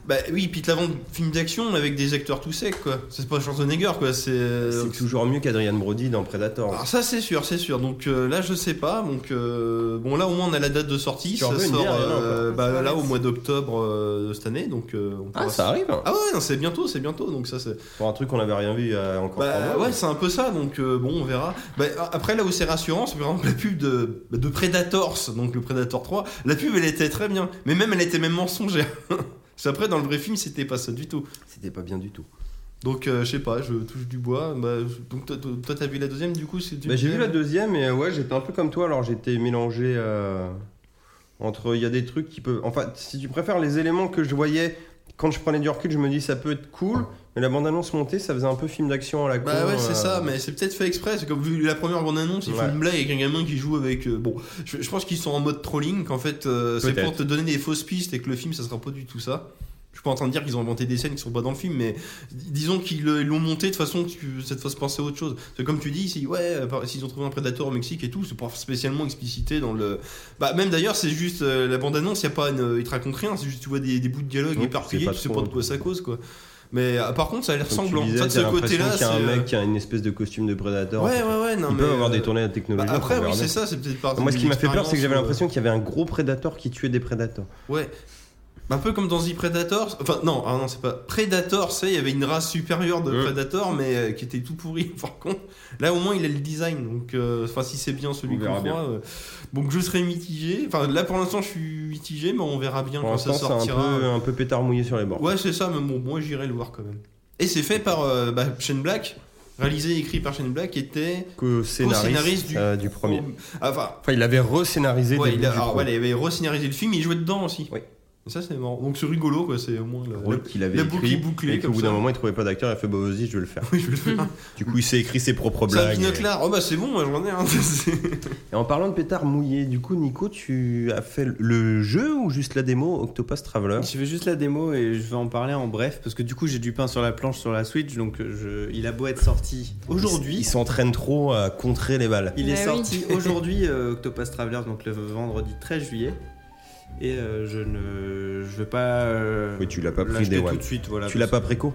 B: Bah oui, puis te la vente film d'action mais avec des acteurs tout secs, quoi. C'est pas Schwarzenegger, quoi. C'est. euh,
A: c'est toujours mieux qu'Adrian Brody dans Predator
B: Alors ça, c'est sûr, c'est sûr. Donc euh, là, je sais pas. Donc euh, bon, là au moins on a la date de sortie.
A: Tu
B: Ça
A: en veux une
B: sort
A: bière, il y en a
B: euh,
E: encore.
B: bah,
E: Ouais,
B: là au
E: c'est-
B: mois d'octobre euh, de cette année. Donc euh, on
A: ah
B: pourra-
A: ça arrive hein.
B: Ah ouais, non, c'est bientôt, c'est bientôt. Donc ça, c'est.
A: pour un truc qu'on n'avait rien vu il y a encore trois
B: Bah
A: mois.
B: ouais, c'est un peu ça, donc euh, bon, on verra. Bah, a- après, là où c'est rassurant, c'est par exemple la pub de, bah, de Predators, donc le Predator 3. La pub, elle était très bien, <laughs> mais même elle était même mensongère. Parce qu'après, dans le vrai film, c'était pas ça du tout.
A: C'était pas bien du tout.
B: Donc, euh, je sais pas, je touche du bois. Bah, je- donc, toi, toi- toi, t'as vu la deuxième, du coup c'est du-
A: Bah, j'ai vu la deuxième et euh, ouais, j'étais un peu comme toi, alors j'étais mélangé euh, entre. Il y a des trucs qui peuvent. Enfin, si tu préfères, les éléments que je voyais quand je prenais du recul, je me dis ça peut être cool, mais la bande-annonce montée, ça faisait un peu film d'action à la
B: Bah
A: con,
B: ouais,
A: euh,
B: c'est ça, mais c'est peut-être fait exprès. C'est comme vu la première bande-annonce, ils
A: Ouais.
B: font une blague avec un gamin qui joue avec. euh, bon, je, je pense qu'ils sont en mode trolling, qu'en fait, euh, c'est
A: Peut-être.
B: pour te donner des fausses pistes et que le film, ça sera pas du tout ça. Je suis pas en train de dire qu'ils ont inventé des scènes qui sont pas dans le film, mais dis- disons qu'ils le- ils l'ont monté de façon que tu- ça te fasse penser à autre chose. C'est comme tu dis, si, ouais, euh, par- s'ils ont trouvé un prédateur au Mexique et tout, c'est pas spécialement explicité dans le. Bah, même d'ailleurs, c'est juste euh, la bande-annonce, y a pas une, euh, ils te racontent rien, c'est juste tu vois des, des bouts de dialogue
A: Oui,
B: éparpillés,
A: c'est pas
B: tu sais
A: trop-
B: pas de quoi ça cause, quoi. Mais euh, par contre, ça a l'air
A: comme tu
B: sanglant.
A: disais,
B: Ça, de
A: t'as
B: ce côté-là,
A: l'impression qu'il y a
B: c'est,
A: un
B: euh,
A: mec qui a une espèce de costume de prédateur.
B: Ouais, ouais, ouais, non,
A: Ils
B: mais.
A: peuvent avoir
B: euh,
A: détourné la
B: bah,
A: technologie.
B: après,
A: pour
B: oui,
A: faire
B: c'est
A: des-
B: ça, c'est peut-être par euh,
A: Moi, ce qui m'a fait peur, c'est que j'avais l'impression qu'il y avait un gros prédateur qui tuait des prédateurs.
B: Ouais. Un peu comme dans The Predator. Enfin, non, ah non, c'est pas. Predator, c'est, il y avait une race supérieure de
A: Ouais.
B: Predator, mais euh, qui était tout pourri, <laughs> par contre. Là, au moins, il a le design. Donc, euh, enfin, si c'est bien celui
A: On
B: qu'on
A: verra
B: croit. euh, donc, je serai mitigé. Enfin, là, pour l'instant, je suis mitigé, mais on verra bien
A: Pour
B: quand ça
A: l'instant, c'est un
B: sortira.
A: peu, euh, un peu pétard mouillé sur les bords.
B: Ouais, c'est ça, mais bon, moi j'irai le voir quand même. Et c'est fait par euh, bah, Shane Black, réalisé et écrit par Shane Black, qui était.
A: Co-scénariste
B: Co-scénariste du-
A: euh, du premier.
B: Enfin,
A: Enfin, il avait re-scénarisé
B: Ouais,
A: dès
B: il
A: le
B: a,
A: début du
B: alors,
A: premier.
B: voilà, il avait re-scénarisé le film, il jouait dedans aussi.
A: Oui.
B: Et ça, c'est marrant. Donc c'est rigolo, quoi. C'est au moins. Le... <laughs>
A: rôle qu'il avait
B: la boucle
A: écrit.
B: est bouclée,
A: et qu'au
B: comme
A: bout d'un
B: ça.
A: moment, il trouvait pas d'acteur, il a fait bah vas-y, je vais le faire.
B: Oui, je vais le faire.
A: Du coup, il s'est écrit ses propres blagues.
B: Savine Clark, oh bah c'est bon, moi j'en ai un. <laughs> C'est-
A: Et en parlant de pétard mouillé, du coup, Nico, tu as fait le jeu ou juste la démo Octopus Traveler
C: Je vais juste la démo et je vais en parler en bref parce que du coup j'ai du pain sur la planche sur la Switch donc euh, je- il a beau être sorti
A: Il
C: aujourd'hui.
A: s'entraîne trop à contrer les balles.
C: Il est
E: Ah oui.
C: sorti aujourd'hui euh, Octopus Traveler donc le vendredi 13 juillet et euh, je ne je veux pas euh,
A: Oui, tu l'as pas pris
C: l'acheter
A: Day One.
C: tout de suite voilà.
A: Tu l'as
C: parce-
A: pas préco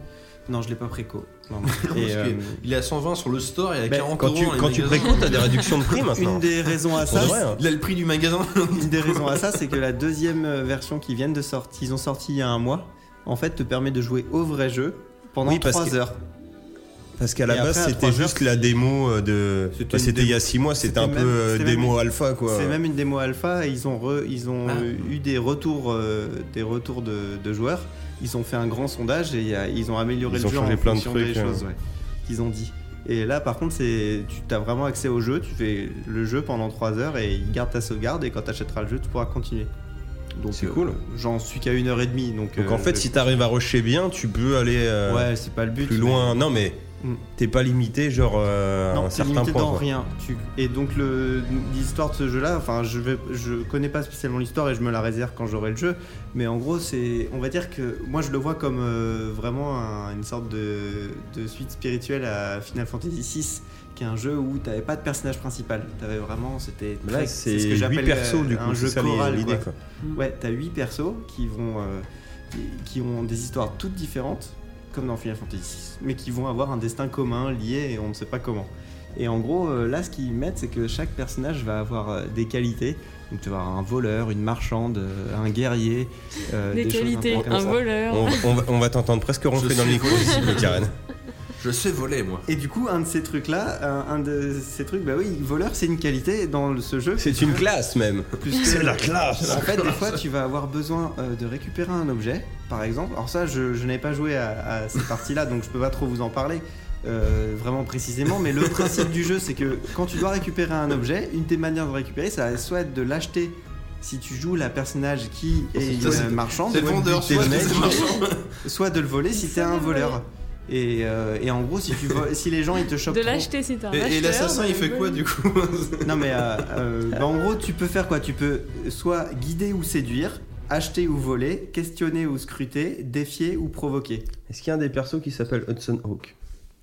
C: Non, je l'ai pas préco.
A: <laughs>
C: Non, non.
B: Parce
C: Et,
B: que
C: euh,
B: Il est à 120 sur le store, il est à
A: Bah,
B: 40
A: Quand tu,
B: euros. dans les
A: quand tu
B: magasins.
A: préco, t'as des réductions de
B: <laughs>
A: prix maintenant.
C: une des raisons à
A: Pour
C: ça
A: de vrai, hein.
B: Il a le prix du magasin.
C: <laughs>
B: <laughs>
C: Une des raisons à ça, c'est que la deuxième euh, version qu'ils viennent de sortir, ils ont sorti il y a un mois, en fait, te permet de jouer au vrai jeu pendant
A: Oui, parce
C: 3
A: que-
C: heures.
A: Parce qu'à
C: Et
A: la
C: après,
A: base,
C: à
A: c'était
C: trois heures,
A: juste la démo euh, de.
C: C'était
A: bah,
C: une
A: C'était il y a 6 mois, c'était un
C: C'était
A: peu
C: même-
A: euh,
C: c'était même
A: démo alpha quoi.
C: C'est même une démo alpha et ils ont, re- ils ont
B: Ah.
C: euh, eu des retours, euh, des retours de, de joueurs. Ils ont fait un grand sondage et il y a- ils ont amélioré
A: Ils
C: le
A: ont
C: jeu
A: changé
C: en
A: plein de
C: fonction
A: trucs,
C: des
A: euh.
C: choses ouais, qu'ils ont dit. Et là, par contre, c'est, tu as vraiment accès au jeu. Tu fais le jeu pendant 3 heures et il garde ta sauvegarde. Et quand tu achèteras le jeu, tu pourras continuer. Donc,
A: C'est
C: euh,
A: cool.
C: J'en suis qu'à une heure et demie. Donc,
A: Donc
C: euh,
A: en fait,
C: je-
A: si t'arrives à rusher bien, tu peux aller euh,
C: ouais, c'est pas le but.
A: plus loin. Non, mais
C: Mm.
A: t'es pas limité, genre, euh, à
C: Non,
A: un
C: c'est
A: certain
C: limité
A: point.
C: dans
A: quoi.
C: rien. Tu- Et donc le- l'histoire de ce jeu-là, enfin, je vais, je connais pas spécialement l'histoire et je me la réserve quand j'aurai le jeu. Mais en gros, c'est, on va dire que moi je le vois comme euh, vraiment un- une sorte de, de suite spirituelle à Final Fantasy VI, qui est un jeu où t'avais pas de personnage principal. T'avais vraiment, c'était
A: Mais
C: très-
A: Là, c'est
C: ce que
A: huit
C: j'appelle euh,
A: persos, du
C: un
A: coup,
C: jeu
A: c'est ça les-
C: choral.
A: l'idée.
C: quoi.
A: quoi.
C: Ouais, t'as 8 persos qui vont euh, qui- qui ont des histoires toutes différentes, comme dans Final Fantasy VI, mais qui vont avoir un destin commun lié et on ne sait pas comment. Et en gros, euh, là, ce qu'ils mettent, c'est que chaque personnage va avoir euh, des qualités. Donc, tu vas avoir un voleur, une marchande, euh, un guerrier. euh,
E: Des
C: choses
E: qualités,
C: un peu comme
E: un
C: ça.
E: voleur.
A: On, on va- on va t'entendre presque ronfler dans le micro ici,
C: <laughs>
A: Karen.
B: Je sais voler, moi.
C: Et du coup, un de ces trucs-là, un, un de ces trucs, bah oui, voleur, c'est une qualité dans le- ce jeu.
A: C'est une classe même.
C: Plus que-
A: classe.
C: En fait, des fois, tu vas avoir besoin euh, de récupérer un objet, par exemple. Alors ça, je, je n'ai pas joué à, à cette partie-là, donc je peux pas trop vous en parler euh, vraiment précisément. Mais le principe du jeu, c'est que quand tu dois récupérer un objet, une des manières de récupérer, ça va soit être de l'acheter. Si tu joues la personnage qui est
B: Ça, c'est-
C: une marchande,
B: C'est le vendeur,
C: buter
B: soit
C: le mec,
B: c'est marchand. <laughs>
C: soit de le voler si
D: Il
C: t'es
D: sait
C: un
D: le voler.
C: voleur. Et, euh, et en gros, si, tu voles- si les gens ils te chopent
E: De
C: trop-
E: l'acheter, c'est un euh,
B: Et, et l'assassin, il fait quoi du coup <laughs>
C: Non mais euh, euh, bah, en gros tu peux faire quoi Tu peux soit guider ou séduire, acheter ou voler, questionner ou scruter, défier ou provoquer.
A: Est-ce qu'il y a un des persos qui s'appelle Hudson Hawk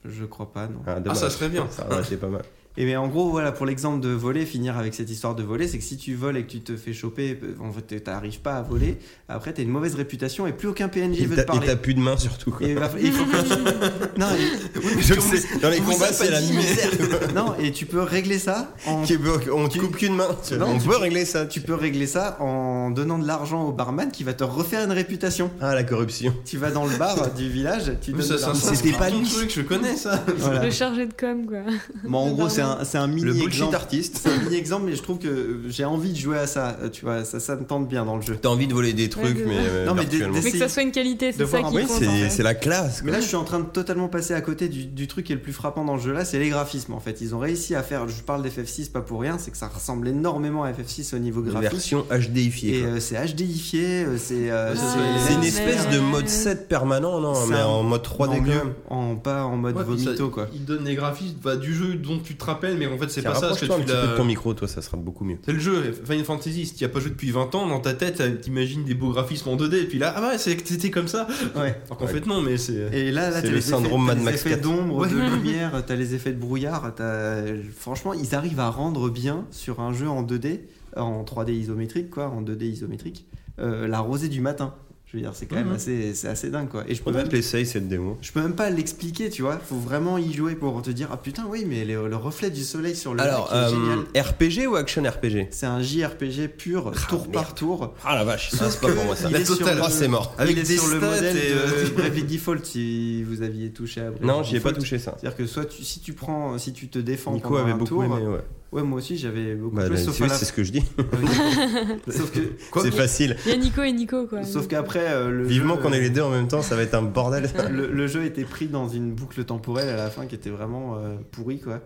C: Je crois pas non.
B: Ah,
A: dommage.
B: ça serait bien.
A: Ça aurait été pas mal.
C: Et mais en gros voilà pour l'exemple de voler, finir avec cette histoire de voler, c'est que si tu voles et que tu te fais choper, en fait t'arrives pas à voler, après t'as une mauvaise réputation et plus aucun PNJ
A: Et
C: veut te
A: t'as et
C: parler.
A: t'as plus de main surtout. Quoi.
C: Et il va- il faut que- non,
A: <laughs> Je sais, dans les
B: vous
A: combats,
B: a
A: c'est
B: pas
A: la
B: dit,
A: misère.
C: et- non, et tu peux régler ça en
A: Tu peux- On te coupe qu'une main.
C: Non,
A: on
C: tu
A: peut régler ça.
C: tu peux régler ça en donnant de l'argent au barman qui va te refaire une réputation.
A: Ah, la corruption.
C: Tu vas dans le bar du village, tu
B: Mais
C: donnes
B: ça,
C: de
B: ça,
C: l'argent.
B: ça, c'est ton truc, je connais ça.
A: <laughs>
C: Voilà.
E: Le chargé de com, quoi.
C: Mais en
E: Le
C: gros, c'est un, c'est un mini
A: Le bullshit
C: exemple.
A: artiste.
C: C'est un mini exemple, mais je trouve que euh, j'ai envie de jouer à ça. euh, Tu vois, ça, ça me tente bien dans le jeu.
A: T'as envie de voler des trucs,
E: Ouais,
A: mais. euh,
C: Non, mais des-
A: virtuellement.
E: Mais que
C: d'essayer-
E: ça soit une
C: de
E: qualité, c'est ça
C: voir un-
E: qui
C: oui,
A: Oui,
E: compte. hein. en
A: c'est
E: fait.
A: c'est la classe.
C: Mais
A: quoi.
C: là, je suis en train de totalement passer à côté du, du truc qui est le plus frappant dans ce jeu-là, c'est les graphismes en fait. Ils ont réussi à faire, je parle d'FF6 pas pour rien, c'est que ça ressemble énormément à FF6 au niveau
A: Une
C: graphique.
A: version HDifiée.
C: Et
A: quoi.
C: euh, c'est HDifié, euh, c'est euh,
E: Ah,
C: c'est-
A: C'est une
E: mais
A: espèce
E: ouais.
A: de mode 7 permanent, non
C: C'est
A: Mais
C: un-
A: en mode 3D
C: en
A: quand
C: mieux,
A: même.
C: en pas en mode
B: Ouais, puis ça-
C: vomito quoi.
B: Il donne les graphismes bah, du jeu dont tu te rappelles, mais en fait, c'est
A: Tiens,
B: pas ça. parce que
A: rapproche-toi un
B: tu
A: petit
B: l'as-
A: peu de ton micro, toi, ça sera beaucoup mieux.
B: C'est le jeu, Final Fantasy. Si tu as pas joué depuis 20 ans, dans ta tête, t'imagines des beaux graphismes en 2D, et puis là, ah ouais, c'est- c'était comme ça.
C: Ouais.
B: Alors qu'en
A: Ouais.
B: fait, non, mais c'est.
C: Et là, là
A: C'est
C: t'as
A: le
C: les effets-
A: syndrome
C: t'as
A: Mad
C: les
A: Max
C: effets
A: 4.
C: d'ombre, de
E: Ouais.
C: lumière, t'as les effets de brouillard. t'as- Franchement, ils arrivent à rendre bien sur un jeu en 2D, euh, en 3D isométrique, quoi, en 2D isométrique, euh, la rosée du matin. Je veux dire, c'est quand même
B: Mhm.
C: assez, c'est assez dingue, quoi. Et je peux,
A: Faudrait
C: même,
A: que l'essaye cette démo.
C: je peux même pas l'expliquer, tu vois. Faut vraiment y jouer pour te dire, ah putain, oui, mais le, le reflet du soleil sur le
A: Alors,
C: lac est génial.
A: euh, RPG ou action RPG
C: C'est un JRPG pur, tour par tour.
A: Ah la vache, ça c'est pas
C: que
A: pour moi ça.
C: il est sur
A: totale.
C: le-
A: Ah, c'est mort.
B: Avec
C: Il est
B: des
C: sur le
B: stats
C: modèle
B: et,
C: de
B: euh,
C: Bravely Default, si vous aviez touché à Bravely
A: Non, j'y ai pas
C: Default.
A: touché ça.
C: C'est-à-dire que soit tu- si tu prends, si tu te défends
A: Nico
C: pendant
A: avait
C: un
A: beaucoup
C: tour,
A: aimé, ouais.
C: ouais moi aussi j'avais beaucoup
A: Bah,
C: plus,
A: là,
C: sauf,
A: c'est
C: à
A: oui,
C: la-
A: c'est ce que je dis.
C: <laughs> sauf que
A: C'est facile.
E: Il y a Nico et Nico quoi.
C: sauf qu'après euh, le
A: Vivement
C: jeu, euh,
A: qu'on ait les deux en même temps, ça va être un bordel.
C: le, le jeu était pris dans une boucle temporelle à la fin qui était vraiment euh, pourrie quoi.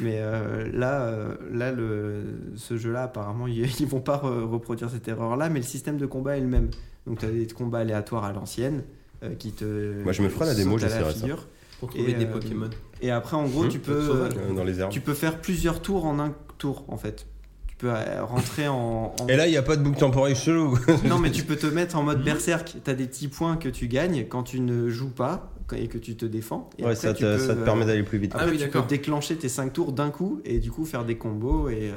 C: Mais euh, là euh, là le ce jeu là apparemment <laughs> ils, ils vont pas re- reproduire cette erreur là, mais le système de combat est le même. Donc tu as des combats aléatoires à l'ancienne euh, qui te
A: Moi, je me ferai la démo,
C: sautent à
A: j'essaierai ça.
C: figure.
B: Pour trouver
C: Et,
B: des
C: euh,
B: Pokémon.
C: Et après en gros
A: Hum,
C: tu peux
B: sauvage.
A: <laughs> Euh, Dans les herbes.
C: Tu peux faire plusieurs tours en un tour, en fait. Tu peux euh, rentrer en. en-
A: Et là, Mhm. il n'y a pas de boucle temporelle chelou.
C: non, mais tu peux te mettre en mode berserk. T'as des petits points que tu gagnes quand tu ne joues pas quand- et que tu te défends. Et
A: Ouais,
C: après,
A: ça
C: tu
A: te
C: peux,
A: ça te
C: euh,
A: permet d'aller plus vite.
B: Ah
C: Après,
B: oui,
C: tu peux
B: d'accord.
C: déclencher tes 5 tours d'un coup et du coup faire des combos et, euh,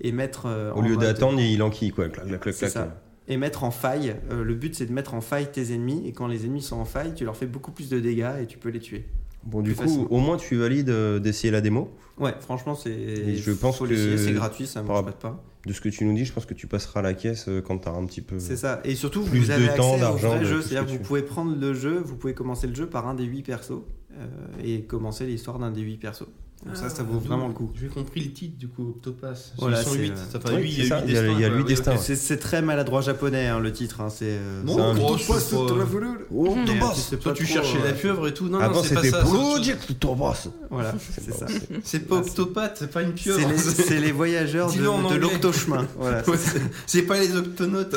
C: et mettre. euh,
A: Au
C: en
A: lieu
C: mode-
A: d'attendre, il enquille quoi. Clac, clac, clac,
C: C'est
A: clac.
C: ça. Et mettre en faille. Euh, le but, c'est de mettre en faille tes ennemis. Et quand les ennemis sont en faille, tu leur fais beaucoup plus de dégâts et tu peux les tuer.
A: Bon, du
C: Plus
A: coup,
C: facile.
A: au moins tu valides euh, d'essayer la démo.
C: Ouais, franchement, c'est.
A: Et je pense
C: faut l'essayer,
A: que-
C: c'est gratuit, ça ne
A: par-
C: pas de pain.
A: De ce que tu nous dis, je pense que tu passeras à la caisse euh, quand t'auras un petit peu.
C: C'est ça. Et surtout,
A: Plus
C: vous avez
A: de temps,
C: accès au
A: d'argent,
C: vrai
A: de tout
C: jeu.
A: ce
C: C'est-à-dire
A: que
C: que vous
A: tu-
C: pouvez prendre le jeu, vous pouvez commencer le jeu par un des 8 persos euh, et commencer l'histoire d'un des 8 persos. Donc ça,
B: Ah.
C: ça vaut vraiment le coup.
B: J'ai compris le titre du coup, Octopass.
C: Voilà,
B: Ils sont
C: c'est,
B: huit,
C: euh,
B: ça fait
A: oui,
B: huit,
A: c'est
B: il y a
A: ça,
B: 8
A: il y a-
B: destins.
A: il y a
B: ouais,
A: huit
B: ouais,
A: destins,
B: ok.
A: ouais.
C: C'est- C'est très maladroit japonais, hein, le titre. hein, c'est, euh,
B: Non,
C: c'est
A: un
B: gros,
C: petit peu,
B: je sais
C: c'est
B: pas.
C: de la volure.
A: Oh,
C: Mais, euh, tu sais
B: Toi,
C: pas
B: tu
C: trop,
B: cherchais
C: euh,
B: la pieuvre et tout. Non, non,
A: Avant,
B: c'est pas
A: c'était
B: ça.
A: Project Thomas. <laughs>
C: Voilà, c'est ça.
B: C'est pas Octopath, c'est pas une pieuvre.
C: C'est les,
B: <laughs>
C: c'est
A: <laughs>
C: les voyageurs de,
B: Dis-le en
C: de
B: anglais.
C: l'octochemin. Voilà, c'est
B: Ouais, c'est- C'est pas les octonautes.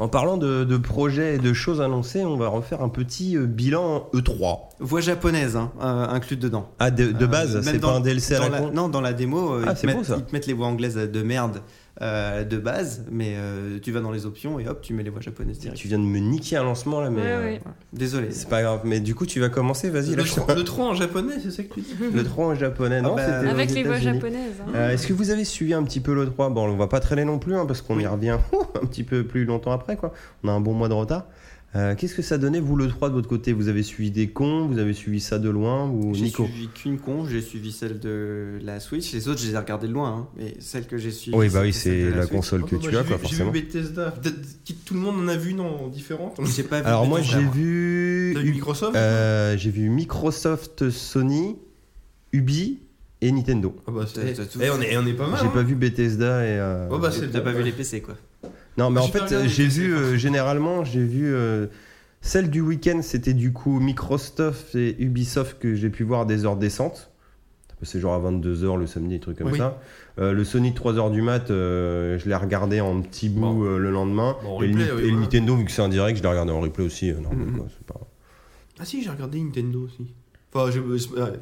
A: En parlant de, de projets et de choses annoncées, on va refaire un petit euh, bilan E3.
C: Voix japonaise hein, euh, incluse dedans.
A: Ah, de, de
C: Euh,
A: base,
C: même
A: c'est
C: dans-
A: pas un DLC à
C: dans
A: la, con
C: Non, dans la démo, euh,
A: Ah,
C: ils, te
A: c'est beau,
C: mettent,
A: ça.
C: ils te mettent les voix anglaises de merde euh, de base, mais euh, tu vas dans les options et hop, tu mets les voix japonaises direct.
A: Tu viens de me niquer un lancement là, mais.
E: Ouais,
A: euh,
E: ouais.
C: Désolé.
A: C'est pas grave, mais du coup, tu vas commencer, vas-y.
B: Le
A: lâche
B: tro- le 3 en japonais, c'est ça que tu dis
A: Le 3 en japonais, non
C: Ah bah,
A: c'était
E: Avec
A: aux
E: les voix
A: États-Unis.
E: japonaises. hein.
A: Euh, Est-ce que vous avez suivi un petit peu le 3 Bon, on va pas traîner non plus, hein, parce qu'on y
C: Oui.
A: revient <laughs> un petit peu plus longtemps après, quoi. On a un bon mois de retard. Euh, Qu'est-ce que ça donnait, vous, le 3 de votre côté Vous avez suivi des cons Vous avez suivi ça de loin Ou
C: J'ai
A: Nico
C: suivi qu'une con, j'ai suivi celle de la Switch. Les autres, je les ai regardées de loin. hein. Mais celle que j'ai suivie.
A: Oui, bah oui,
C: celle
A: c'est
C: de
A: la
C: Switch.
A: console que
B: Oh, moi,
A: tu
B: j'ai
A: as, quoi,
B: vu- J'ai vu
A: forcément.
B: Bethesda. Peut-être que Tout le monde en a vu, non, différentes.
C: J'ai pas vu.
A: Alors, moi,
C: Bethesda,
A: j'ai vu.
B: T'as vu Microsoft
A: Euh, j'ai vu Microsoft, Sony, Ubi et Nintendo.
B: Ah bah,
C: T'as-
B: c'est.
C: t'as tout
B: Eh, on est, on est pas mal.
A: J'ai
B: hein.
A: pas vu Bethesda et. euh,
B: Oh bah,
C: T'as
B: c'est
C: t'as Ah, pas
B: bon.
C: vu les PC quoi.
A: Non, mais en
B: J'ai pas
A: fait,
B: regardé,
A: j'ai
B: c'est
A: vu
B: pas
A: euh, généralement, j'ai vu euh, celle du week-end, c'était du coup Microsoft et Ubisoft que j'ai pu voir à des heures décentes. C'est genre à 22h le samedi, des trucs comme
B: Oui.
A: ça. Euh, le Sony 3h du mat, euh, je l'ai regardé en petit bout
B: Bon.
A: euh, le lendemain.
B: Bon, en
A: et, le,
B: replay,
A: Ni-
B: oui,
A: et le
B: voilà. Mm-hmm.
A: Nintendo, vu que c'est en direct, je l'ai regardé en replay aussi. euh, normal,
C: Mhm.
A: quoi, c'est pas-
B: Ah si, j'ai regardé Nintendo aussi. Enfin, j'ai ouais,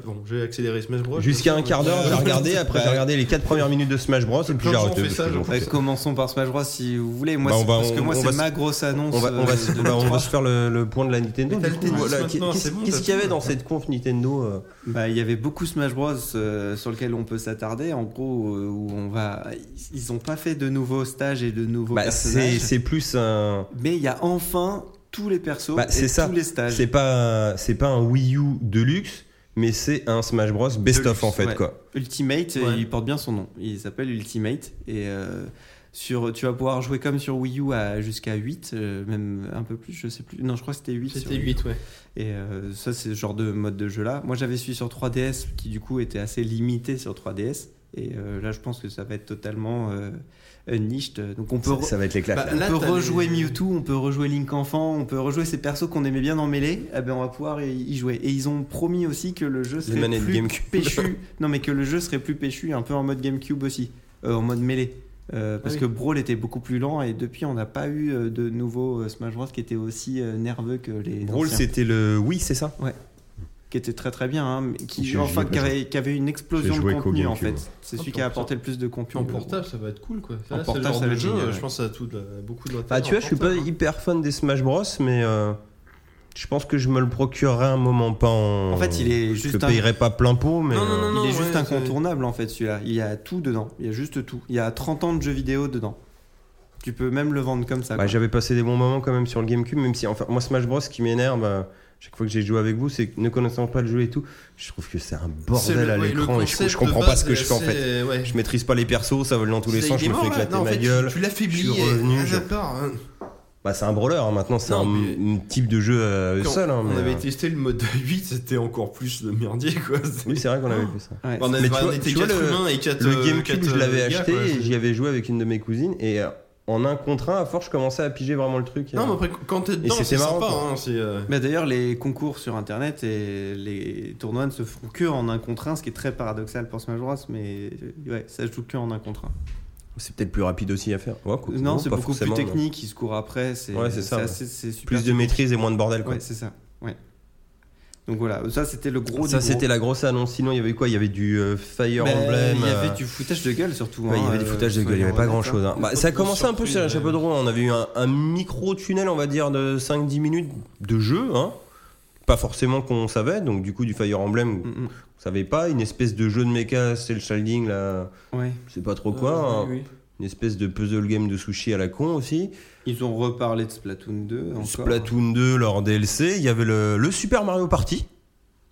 B: bon, j'ai accéléré Smash Bros.
A: Jusqu'à un quart
B: <laughs>
A: d'heure, j'ai regardé. Après, j'ai regardé les 4 premières minutes de Smash Bros. Et puis
B: Plein
A: j'ai
B: de gens
A: arrêté.
B: ont fait
A: parce
B: ça,
A: que
B: je
A: j'en
C: <laughs>
B: pense.
C: Ouais,
A: fais ça.
C: commençons par Smash Bros si vous voulez. Moi,
A: Bah, on
C: c'est-
A: va-
C: parce que
A: on-
C: moi,
A: on
C: c'est
A: va se-
C: ma grosse annonce.
A: On va, on va
C: euh,
B: <laughs>
A: se,
C: de
A: bah, on va
C: l'E3.
A: se faire le, le point de la Nintendo. du
B: Mais t'as
A: coup.
B: le tennis
A: Voilà, qu'est-
B: maintenant,
A: Qu'est-ce
B: c'est bon,
A: qu'est-ce
B: t'as
A: qu'il y
B: tout.
A: avait dans cette conf Nintendo euh,
C: <laughs> Bah, il y avait beaucoup Smash Bros euh, sur lequel on peut s'attarder. En gros, euh, où on va. Ils ont pas fait de nouveaux stages et de nouveaux
A: bah, C'est
C: personnages.
A: c'est plus un.
C: Mais il y a enfin tous les persos
A: Bah, c'est
C: et
A: ça.
C: tous les stages.
A: C'est pas, c'est pas un Wii U de luxe, mais c'est un Smash Bros.
C: De
A: best-of
C: luxe,
A: en fait.
C: ouais.
A: quoi.
C: Ultimate,
B: Ouais.
C: il porte bien son nom. Il s'appelle Ultimate. Et euh, Sur, tu vas pouvoir jouer comme sur Wii U à jusqu'à 8, euh, même un peu plus, je sais plus. Non, je crois que c'était 8. sur
B: C'était
C: Wii U.
B: 8, ouais.
C: Et euh, ça, c'est ce genre de mode de jeu là. Moi, j'avais su sur 3DS qui, du coup, était assez limité sur 3DS. Et euh, là, je pense que ça va être totalement euh, niched. Donc, on peut, re-
A: Ça va être l'éclat.
B: Bah,
A: là.
B: là,
C: on peut
B: t'as
C: rejouer
B: les-
C: Mewtwo, on peut rejouer Link Enfant, on peut rejouer ces persos qu'on aimait bien en mêlée. Eh ben, on va pouvoir y- y jouer. Et ils ont promis aussi que le jeu serait
A: manettes
C: plus
A: GameCube. <laughs>
C: péchu. non, mais que le jeu serait plus péchu, un peu en mode GameCube aussi, euh, en mode mêlée. Euh, parce
B: Ah oui.
C: que Brawl était beaucoup plus lent et depuis on n'a pas eu euh, de nouveau euh, Smash Bros qui était aussi euh, nerveux que les
A: Brawl,
C: anciens
A: c'était le. Oui, c'est ça.
C: qui était très très bien, hein, mais qui,
A: J'ai
C: enfin,
A: joué,
C: qui, avait, qui avait une explosion
A: J'ai
C: de
A: joué qu'au
C: contenu en
A: GameCube.
C: fait. C'est celui
B: Ah, pour
C: qui a
B: ça.
C: apporté le plus de
B: Puis en
C: contenu.
B: portable, ça va être cool quoi.
C: En
B: Là, c'est le
C: portable,
B: genre
C: ça
B: de
C: va être
B: jeu,
C: génial, ouais.
B: je pense à tout de la- beaucoup de
A: Ah,
B: l'intérêt
A: tu vois,
B: en
A: je suis pas
B: portable, hein.
A: hyper fan des Smash Bros, mais euh, je pense que je me le procurerai un moment pas en.
C: En fait, il est
A: Je le
C: juste un-
A: payerai pas plein pot, mais.
B: Non, non,
A: euh,
B: non, non.
C: Il est juste
B: ouais,
C: incontournable en fait celui-là. Il y a tout dedans. Il y a juste tout. Il y a 30 ans de jeux vidéo dedans. Tu peux même le vendre comme ça.
A: Bah,
C: quoi.
A: j'avais passé des bons moments quand même sur le GameCube, même si enfin moi Smash Bros ce qui m'énerve euh, chaque fois que j'ai joué avec vous, c'est que ne connaissant pas le jeu et tout, je trouve que c'est un
B: C'est
A: bordel
B: le-
A: à
B: ouais, le
A: l'écran et je,
B: concept
A: je comprends
B: de
A: pas
B: base
A: ce que
B: est
A: je fais en fait.
B: assez- ouais.
A: Je maîtrise pas les persos, ça vole dans tous les
B: C'est-
A: sens, je
B: il est
A: me
B: mort,
A: fais
B: là.
A: éclater
B: Non, en
A: ma
B: fait, tu-
A: gueule.
B: Tu l'affaiblis.
A: Je suis
B: et-
A: revenu,
B: ah,
A: je-
B: d'accord, hein.
A: Bah c'est un brawler hein, maintenant, c'est
B: Non,
A: un
B: mais-
A: un type de jeu euh,
B: Quand
A: seul. hein,
B: on
A: mais,
B: avait
A: euh,
B: testé le mode 8, c'était encore plus de merdier quoi. C'est-
A: Oui, c'est vrai qu'on avait fait ça.
C: Ouais,
B: On, avait,
A: Mais tu
B: on
A: vois-
B: était
A: tu vois
B: 4
A: le-
B: humains et 4
A: Ah. Le GameCube,
C: euh,
A: je l'avais acheté et j'y avais joué avec une de mes cousines et euh, en un contre un, à force, je commençais à piger vraiment le truc.
B: Non,
A: euh.
B: mais après, quand t'es dedans,
A: c'était
B: c'est
A: marrant,
B: sympa.
A: quoi.
B: Hein, c'est, euh,
C: Bah, D'ailleurs, les concours sur internet et les tournois ne se font que en un contre un, ce qui est très paradoxal pour Smash Bros. Mais euh, ouais, ça se joue que en un contre un.
A: C'est peut-être plus rapide aussi à faire. Ouais, quoi.
C: Non, c'est
A: pas
C: beaucoup plus
A: forcément, non.
C: technique, il se court après, c'est
A: Ouais, c'est ça,
C: c'est
A: ouais.
C: assez- c'est super
A: Plus de maîtrise et moins de bordel quoi.
C: Ouais, c'est ça. Ouais. Donc voilà, ça c'était le gros
A: Ça,
C: du
A: c'était
C: gros.
A: la grosse annonce. Sinon, il y avait quoi Il y avait du euh, Fire
C: Bah,
A: Emblem.
C: Il y
A: euh,
C: avait du foutage de gueule surtout.
A: ouais, il y
C: hein,
A: avait du
C: euh,
A: foutage de gueule, il n'y
C: soyons
A: avait pas grand
C: honnêtes,
A: chose.
C: hein.
B: Pas
A: ça a
B: de
A: commencé un peu
B: surprise,
A: sur les chapeaux
B: ouais.
A: de roue. hein. On avait eu un, un micro-tunnel, on va dire, de 5-10 minutes de jeu. hein. Pas forcément qu'on savait. Donc, du coup, du Fire Emblem, on
C: Mm, mm.
A: savait pas. Une espèce de jeu de mecha, c'est le Shalding, là,
C: mm. Ouais.
A: je sais pas trop
C: Euh,
A: quoi. hein. Une espèce de puzzle game de sushi à la con aussi.
C: Ils ont reparlé de Splatoon 2 encore.
A: Splatoon 2, leur DLC. Il y avait le, le Super Mario Party,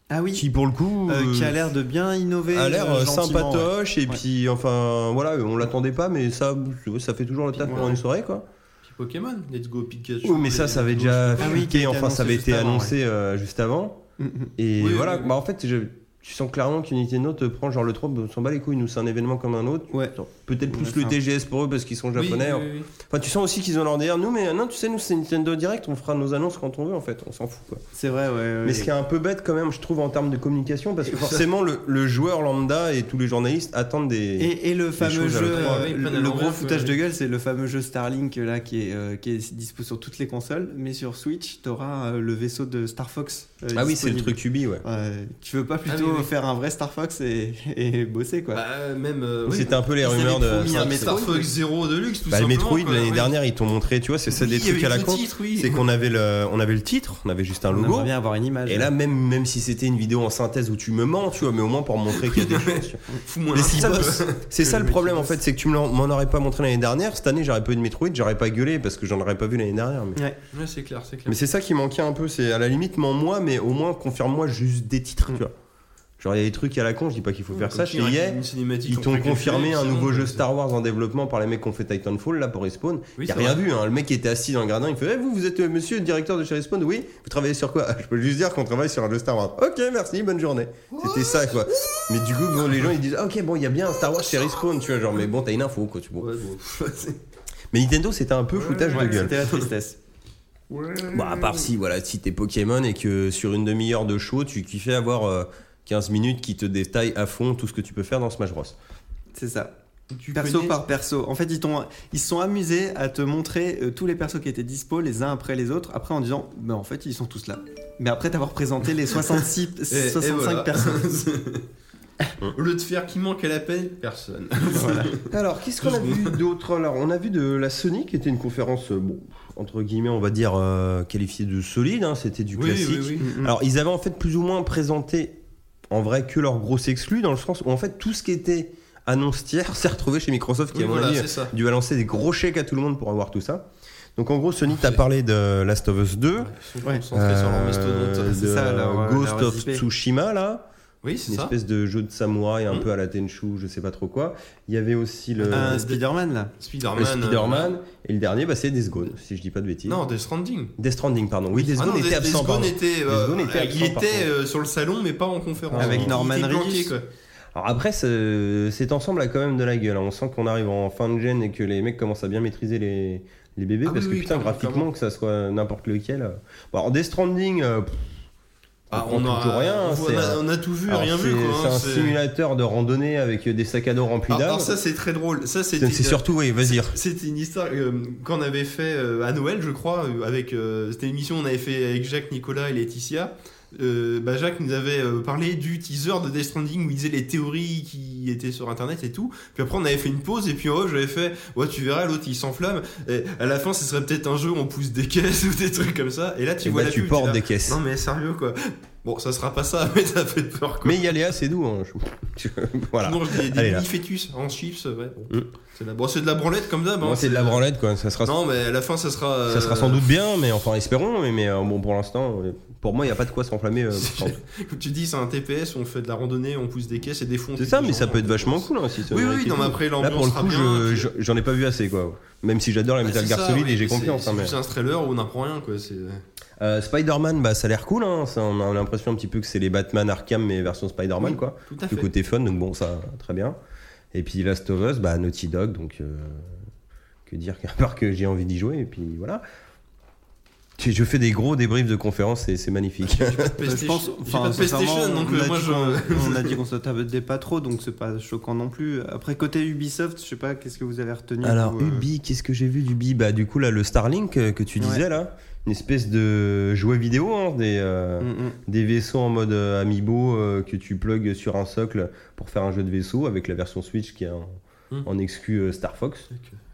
C: Ah oui.
A: qui pour le coup.
C: euh, qui
A: euh,
C: a l'air de bien innover.
A: a l'air
C: euh,
A: euh,
C: gentiment, ouais.
A: sympatoche et
C: Ouais.
A: puis enfin voilà on l'attendait pas mais ça ça fait toujours le taf
C: Puis,
A: pendant
C: ouais.
A: une soirée quoi
B: Puis Pokémon, Let's Go Pikachu.
A: oui mais ça ça avait
B: Let's Go,
A: déjà
C: Ah oui, qui
A: fuité
C: a été
A: enfin ça avait été
C: annoncé juste avant,
A: annoncé euh, juste avant
C: Mm, mm.
A: et
B: Oui,
A: voilà
B: oui, oui.
A: bah en fait je tu sens clairement qu'Unité Note prend genre le 3 bah, on s'en bat les couilles nous c'est un événement comme un autre
C: Ouais.
A: peut-être
C: Ouais,
A: plus
C: c'est
A: le
C: un-
A: TGS pour eux parce qu'ils sont
B: Oui,
A: japonais hein.
B: oui, oui, oui.
A: enfin tu sens aussi qu'ils ont leur dire nous mais euh, non tu sais nous c'est Nintendo Direct on fera nos annonces quand on veut en fait on s'en fout quoi
C: C'est vrai, ouais. ouais,
A: mais ce qui est un peu bête quand même je trouve en termes de communication parce que forcément le, le joueur lambda et tous les journalistes attendent des
C: Et, et le fameux
A: choses à
C: jeu,
A: l'autre.
C: euh,
B: Ouais, ils
C: le, le
B: prennent un
C: gros
B: enveloppe,
C: foutage
B: ouais.
C: de gueule, c'est le fameux jeu Starlink là qui est, euh, qui est dispo sur toutes les consoles, mais sur Switch, t'auras euh, le vaisseau de Star Fox. euh,
A: ah oui c'est le
C: disponible.
A: truc Ubi ouais
C: Ouais, tu veux pas plutôt
B: Ah oui, oui.
C: faire un vrai Star Fox et, <laughs> et bosser quoi
B: Bah, même. euh, oui,
A: C'était un peu les
C: Ils
A: rumeurs
C: avaient
A: de.
C: promis
B: Star-
C: un
B: Star
C: Metroid.
B: Fox Zero Deluxe, tout
A: Bah, le
B: simplement.
A: Metroid
B: quoi,
A: l'année
B: ouais.
A: dernière, ils t'ont montré, tu vois, c'est ça
B: Oui,
A: des
B: il y avait
A: trucs à la
B: le
A: con.
B: titre, oui.
A: C'est qu'on avait le, on avait le titre, on avait juste un
C: On
A: logo.
C: aimerait bien avoir une image.
A: Et là, même, même si c'était une vidéo en synthèse où tu me mens, tu vois, mais au moins pour montrer qu'il y
C: <laughs>
A: a des choses. tu vois.
B: Fous-moi
A: Mais
B: un
A: c'est
B: sable.
A: ça- C'est ça le problème en fait, c'est que tu me l'en- m'en aurais pas montré l'année dernière. Cette année, j'aurais pas eu de Metroid, j'aurais pas gueulé parce que j'en aurais pas vu l'année dernière. Mais,
B: Ouais, c'est clair, c'est clair.
A: mais c'est ça qui manquait un peu, c'est à la limite, mens-moi, mais au moins confirme-moi juste des titres,
C: Mm.
A: tu vois. Genre, il y a des trucs à la con, je dis pas qu'il faut faire ça, chez
B: Une
A: EA,
B: cinématique
A: Ils t'ont
B: en précalculé,
A: confirmé un
B: c'est
A: nouveau
B: bon,
A: jeu
B: c'est-
A: Star Wars en développement par les mecs qui ont fait Titanfall là pour Respawn.
B: Oui,
A: y a
B: c'est
A: rien
B: vrai.
A: vu, hein. le mec était assis dans le gradin, il fait Eh, Vous, vous êtes euh, monsieur le directeur de chez Respawn Oui, vous travaillez sur quoi <laughs> Ah, Je peux juste dire qu'on travaille sur un jeu Star Wars. Ok, merci, bonne journée. C'était ça quoi. Mais du coup, bon, les gens ils disent Ah, Ok, bon, il y a bien un Star Wars chez Respawn, tu vois, genre, mais bon, t'as une info quoi. Tu vois.
B: Ouais, bon.
A: Mais Nintendo c'était un peu foutage
C: Ouais,
A: de gueule.
C: C'était
A: <laughs>
C: la tristesse.
A: Bon,
B: Bah,
A: à part si, voilà, si t'es Pokémon et que sur une demi-heure de show, tu kiffais avoir euh, 15 minutes qui te détaillent à fond tout ce que tu peux faire dans Smash Bros.
C: C'est ça.
B: Tu
C: Perso
B: connais-
C: par perso. En fait, ils t'ont, ils se sont amusés à te montrer euh, tous les persos qui étaient dispo les uns après les autres, après en disant, mais en fait, ils sont tous là. Mais après t'avoir présenté les 66,
B: <laughs> Et- et
C: 65
B: voilà. <laughs>
C: personnes.
B: Au lieu de faire qui manque à la peine, <laughs> personne.
A: Alors, qu'est-ce qu'on a vu d'autre Alors, on a vu de la Sony qui était une conférence, euh, bon, entre guillemets, on va dire euh, qualifiée de solide. hein, C'était du classique.
C: Mm, mm.
A: Alors, ils avaient en fait plus ou moins présenté en vrai que leur grosse exclus, dans le sens où en fait tout ce qui était annonce tiers <laughs> s'est retrouvé chez Microsoft, qui
B: Oui,
A: à mon
B: voilà,
A: avis,
B: c'est ça.
A: dû lancer des gros chèques à tout le monde pour avoir tout ça. Donc, en gros, Sony t'a parlé de Last of Us 2.
B: Ils sont
C: Ouais.
B: concentrés sur leur mastodonte.
A: euh,
C: c'est
A: de
C: ça, leur-
A: Ghost
C: leur
A: of
C: IP.
A: Tsushima là.
B: Oui, c'est
A: une
B: ça.
A: espèce de jeu de samouraï un
B: Mhm.
A: peu à la Tenchu, je sais pas trop quoi. Il y avait aussi le,
B: Ah,
C: Euh,
B: de-
C: Spider-Man là
B: Spider-Man. euh,
A: le Spider-Man et le dernier, bah, c'est Days Gone, si je dis pas de bêtises.
B: Non, Death Stranding.
A: Death Stranding, pardon. Oui, Days
B: Ah
A: Gone
B: non,
A: était
B: Death-
A: absent.
B: Death Gone
A: pardon.
B: était, euh,
A: Death Gone était
B: euh,
A: absent,
B: il
A: par
B: était
A: contre.
B: euh, sur le salon, mais pas en conférence.
A: Avec
B: Il- il
C: Norman
B: était planqué,
C: Reedus.
B: quoi.
A: Alors après, ce- cet ensemble a quand même de la gueule. hein. On sent qu'on arrive en fin de gène et que les mecs commencent à bien maîtriser les, les bébés.
B: Ah
A: parce
B: oui,
A: que
B: oui,
A: putain,
B: clairement,
A: graphiquement,
B: clairement.
A: que ça soit n'importe lequel. euh. Bon, alors Death Stranding, euh, pff, ça
B: Ah,
A: prend
B: on,
A: toujours
B: a,
A: rien. hein.
B: on,
A: C'est
B: a,
A: un-
B: on a tout vu,
A: alors,
B: rien vu.
A: c'est-
B: quoi,
A: C'est
B: hein,
A: un
B: c'est-
A: simulateur de randonnée avec euh, des sacs à dos remplis
B: Ah, Alors
A: d'arbres.
B: ça, c'est très drôle. Ça,
A: C'est
B: c'était.
A: c'est surtout, oui, vas-y.
B: C'était une histoire euh, qu'on avait fait euh, à Noël, je crois, euh, avec euh, cette émission, on avait fait avec Jacques, Nicolas et Laetitia. Euh, bah, Jacques nous avait euh, parlé du teaser de Death Stranding où il disait les théories qui étaient sur internet et tout. Puis après, on avait fait une pause et puis en haut, j'avais fait Ouais, tu verras, l'autre il s'enflamme. Et à la fin, ce serait peut-être un jeu où on pousse des caisses <laughs> ou des trucs comme ça. Et là, tu
A: Et
B: vois
A: bah,
B: la
A: tu
B: pub,
A: portes
B: t'es là,
A: des caisses.
B: Non, mais sérieux quoi. Bon, ça sera pas ça, <laughs> mais ça fait peur quoi.
A: Mais il y a les assez doux. hein. <laughs> Je- voilà.
B: Tu manges des, des
A: Allez, là.
B: mini fœtus en chips, ouais. Bon,
A: Mm.
B: c'est de la- bon, c'est de la branlette comme d'hab. hein.
A: Moi, c'est de la branlette, quoi. Ça sera,
B: Non, mais à la fin, ça sera. euh,
A: ça sera sans doute bien, mais enfin, espérons. Mais, mais, euh, bon, pour l'instant, euh, pour moi, il n'y a pas de quoi s'enflammer.
B: <laughs>
A: euh,
B: C'est- Comme tu dis, c'est un TPS, on fait de la randonnée, on pousse des caisses et des fonds.
A: C'est ça, mais ça peut être vachement cool hein, si ça
B: Oui,
A: mérite
B: oui,
A: et
B: non,
A: tout.
B: mais après,
A: Là, pour
B: l'ambiance
A: le
B: sera
A: coup,
B: bien.
A: je-
B: puis-
A: je- j'en ai pas vu assez, quoi. Même si j'adore la
B: Bah,
A: Metal
B: c'est
A: Gear
B: ça,
A: Solid
B: oui,
A: et j'ai
B: c'est-
A: confiance. hein,
B: C'est
A: mais-
B: juste un trailer où on apprend rien, quoi. c'est-
A: Euh, Spider-Man, bah, ça a l'air cool. Hein. Ça, on a l'impression un petit peu que c'est les Batman Arkham, mais version Spider-Man,
B: Oui,
A: quoi.
B: Tout à
A: Du
B: fait.
A: côté fun, donc bon, ça, très bien. Et puis Last of Us, bah, Naughty Dog, donc euh, que dire <laughs> qu'à part que j'ai envie d'y jouer, et puis voilà. Je je fais des gros débriefs de conférences et c'est magnifique. <laughs>
C: Je pense,
B: PlayStation- J'ai pas de PlayStation,
C: sincèrement,
B: donc
C: on
B: euh,
C: a
B: moi
C: dit
B: je.
C: qu'on- on a dit qu'on se tabatait pas trop, donc c'est pas choquant non plus. Après, côté Ubisoft, je sais pas, qu'est-ce que vous avez retenu
A: Alors,
C: vous, euh,
A: Ubi, qu'est-ce que j'ai vu d'Ubi Bah, du coup, là, le Starlink euh, que tu disais, là, une espèce de jouet vidéo, hein, des, euh,
C: mm, mm.
A: des vaisseaux en mode euh, amiibo euh, que tu plugues sur un socle pour faire un jeu de vaisseau avec la version Switch qui est en,
B: Hmm.
A: en exclu euh, Star Fox.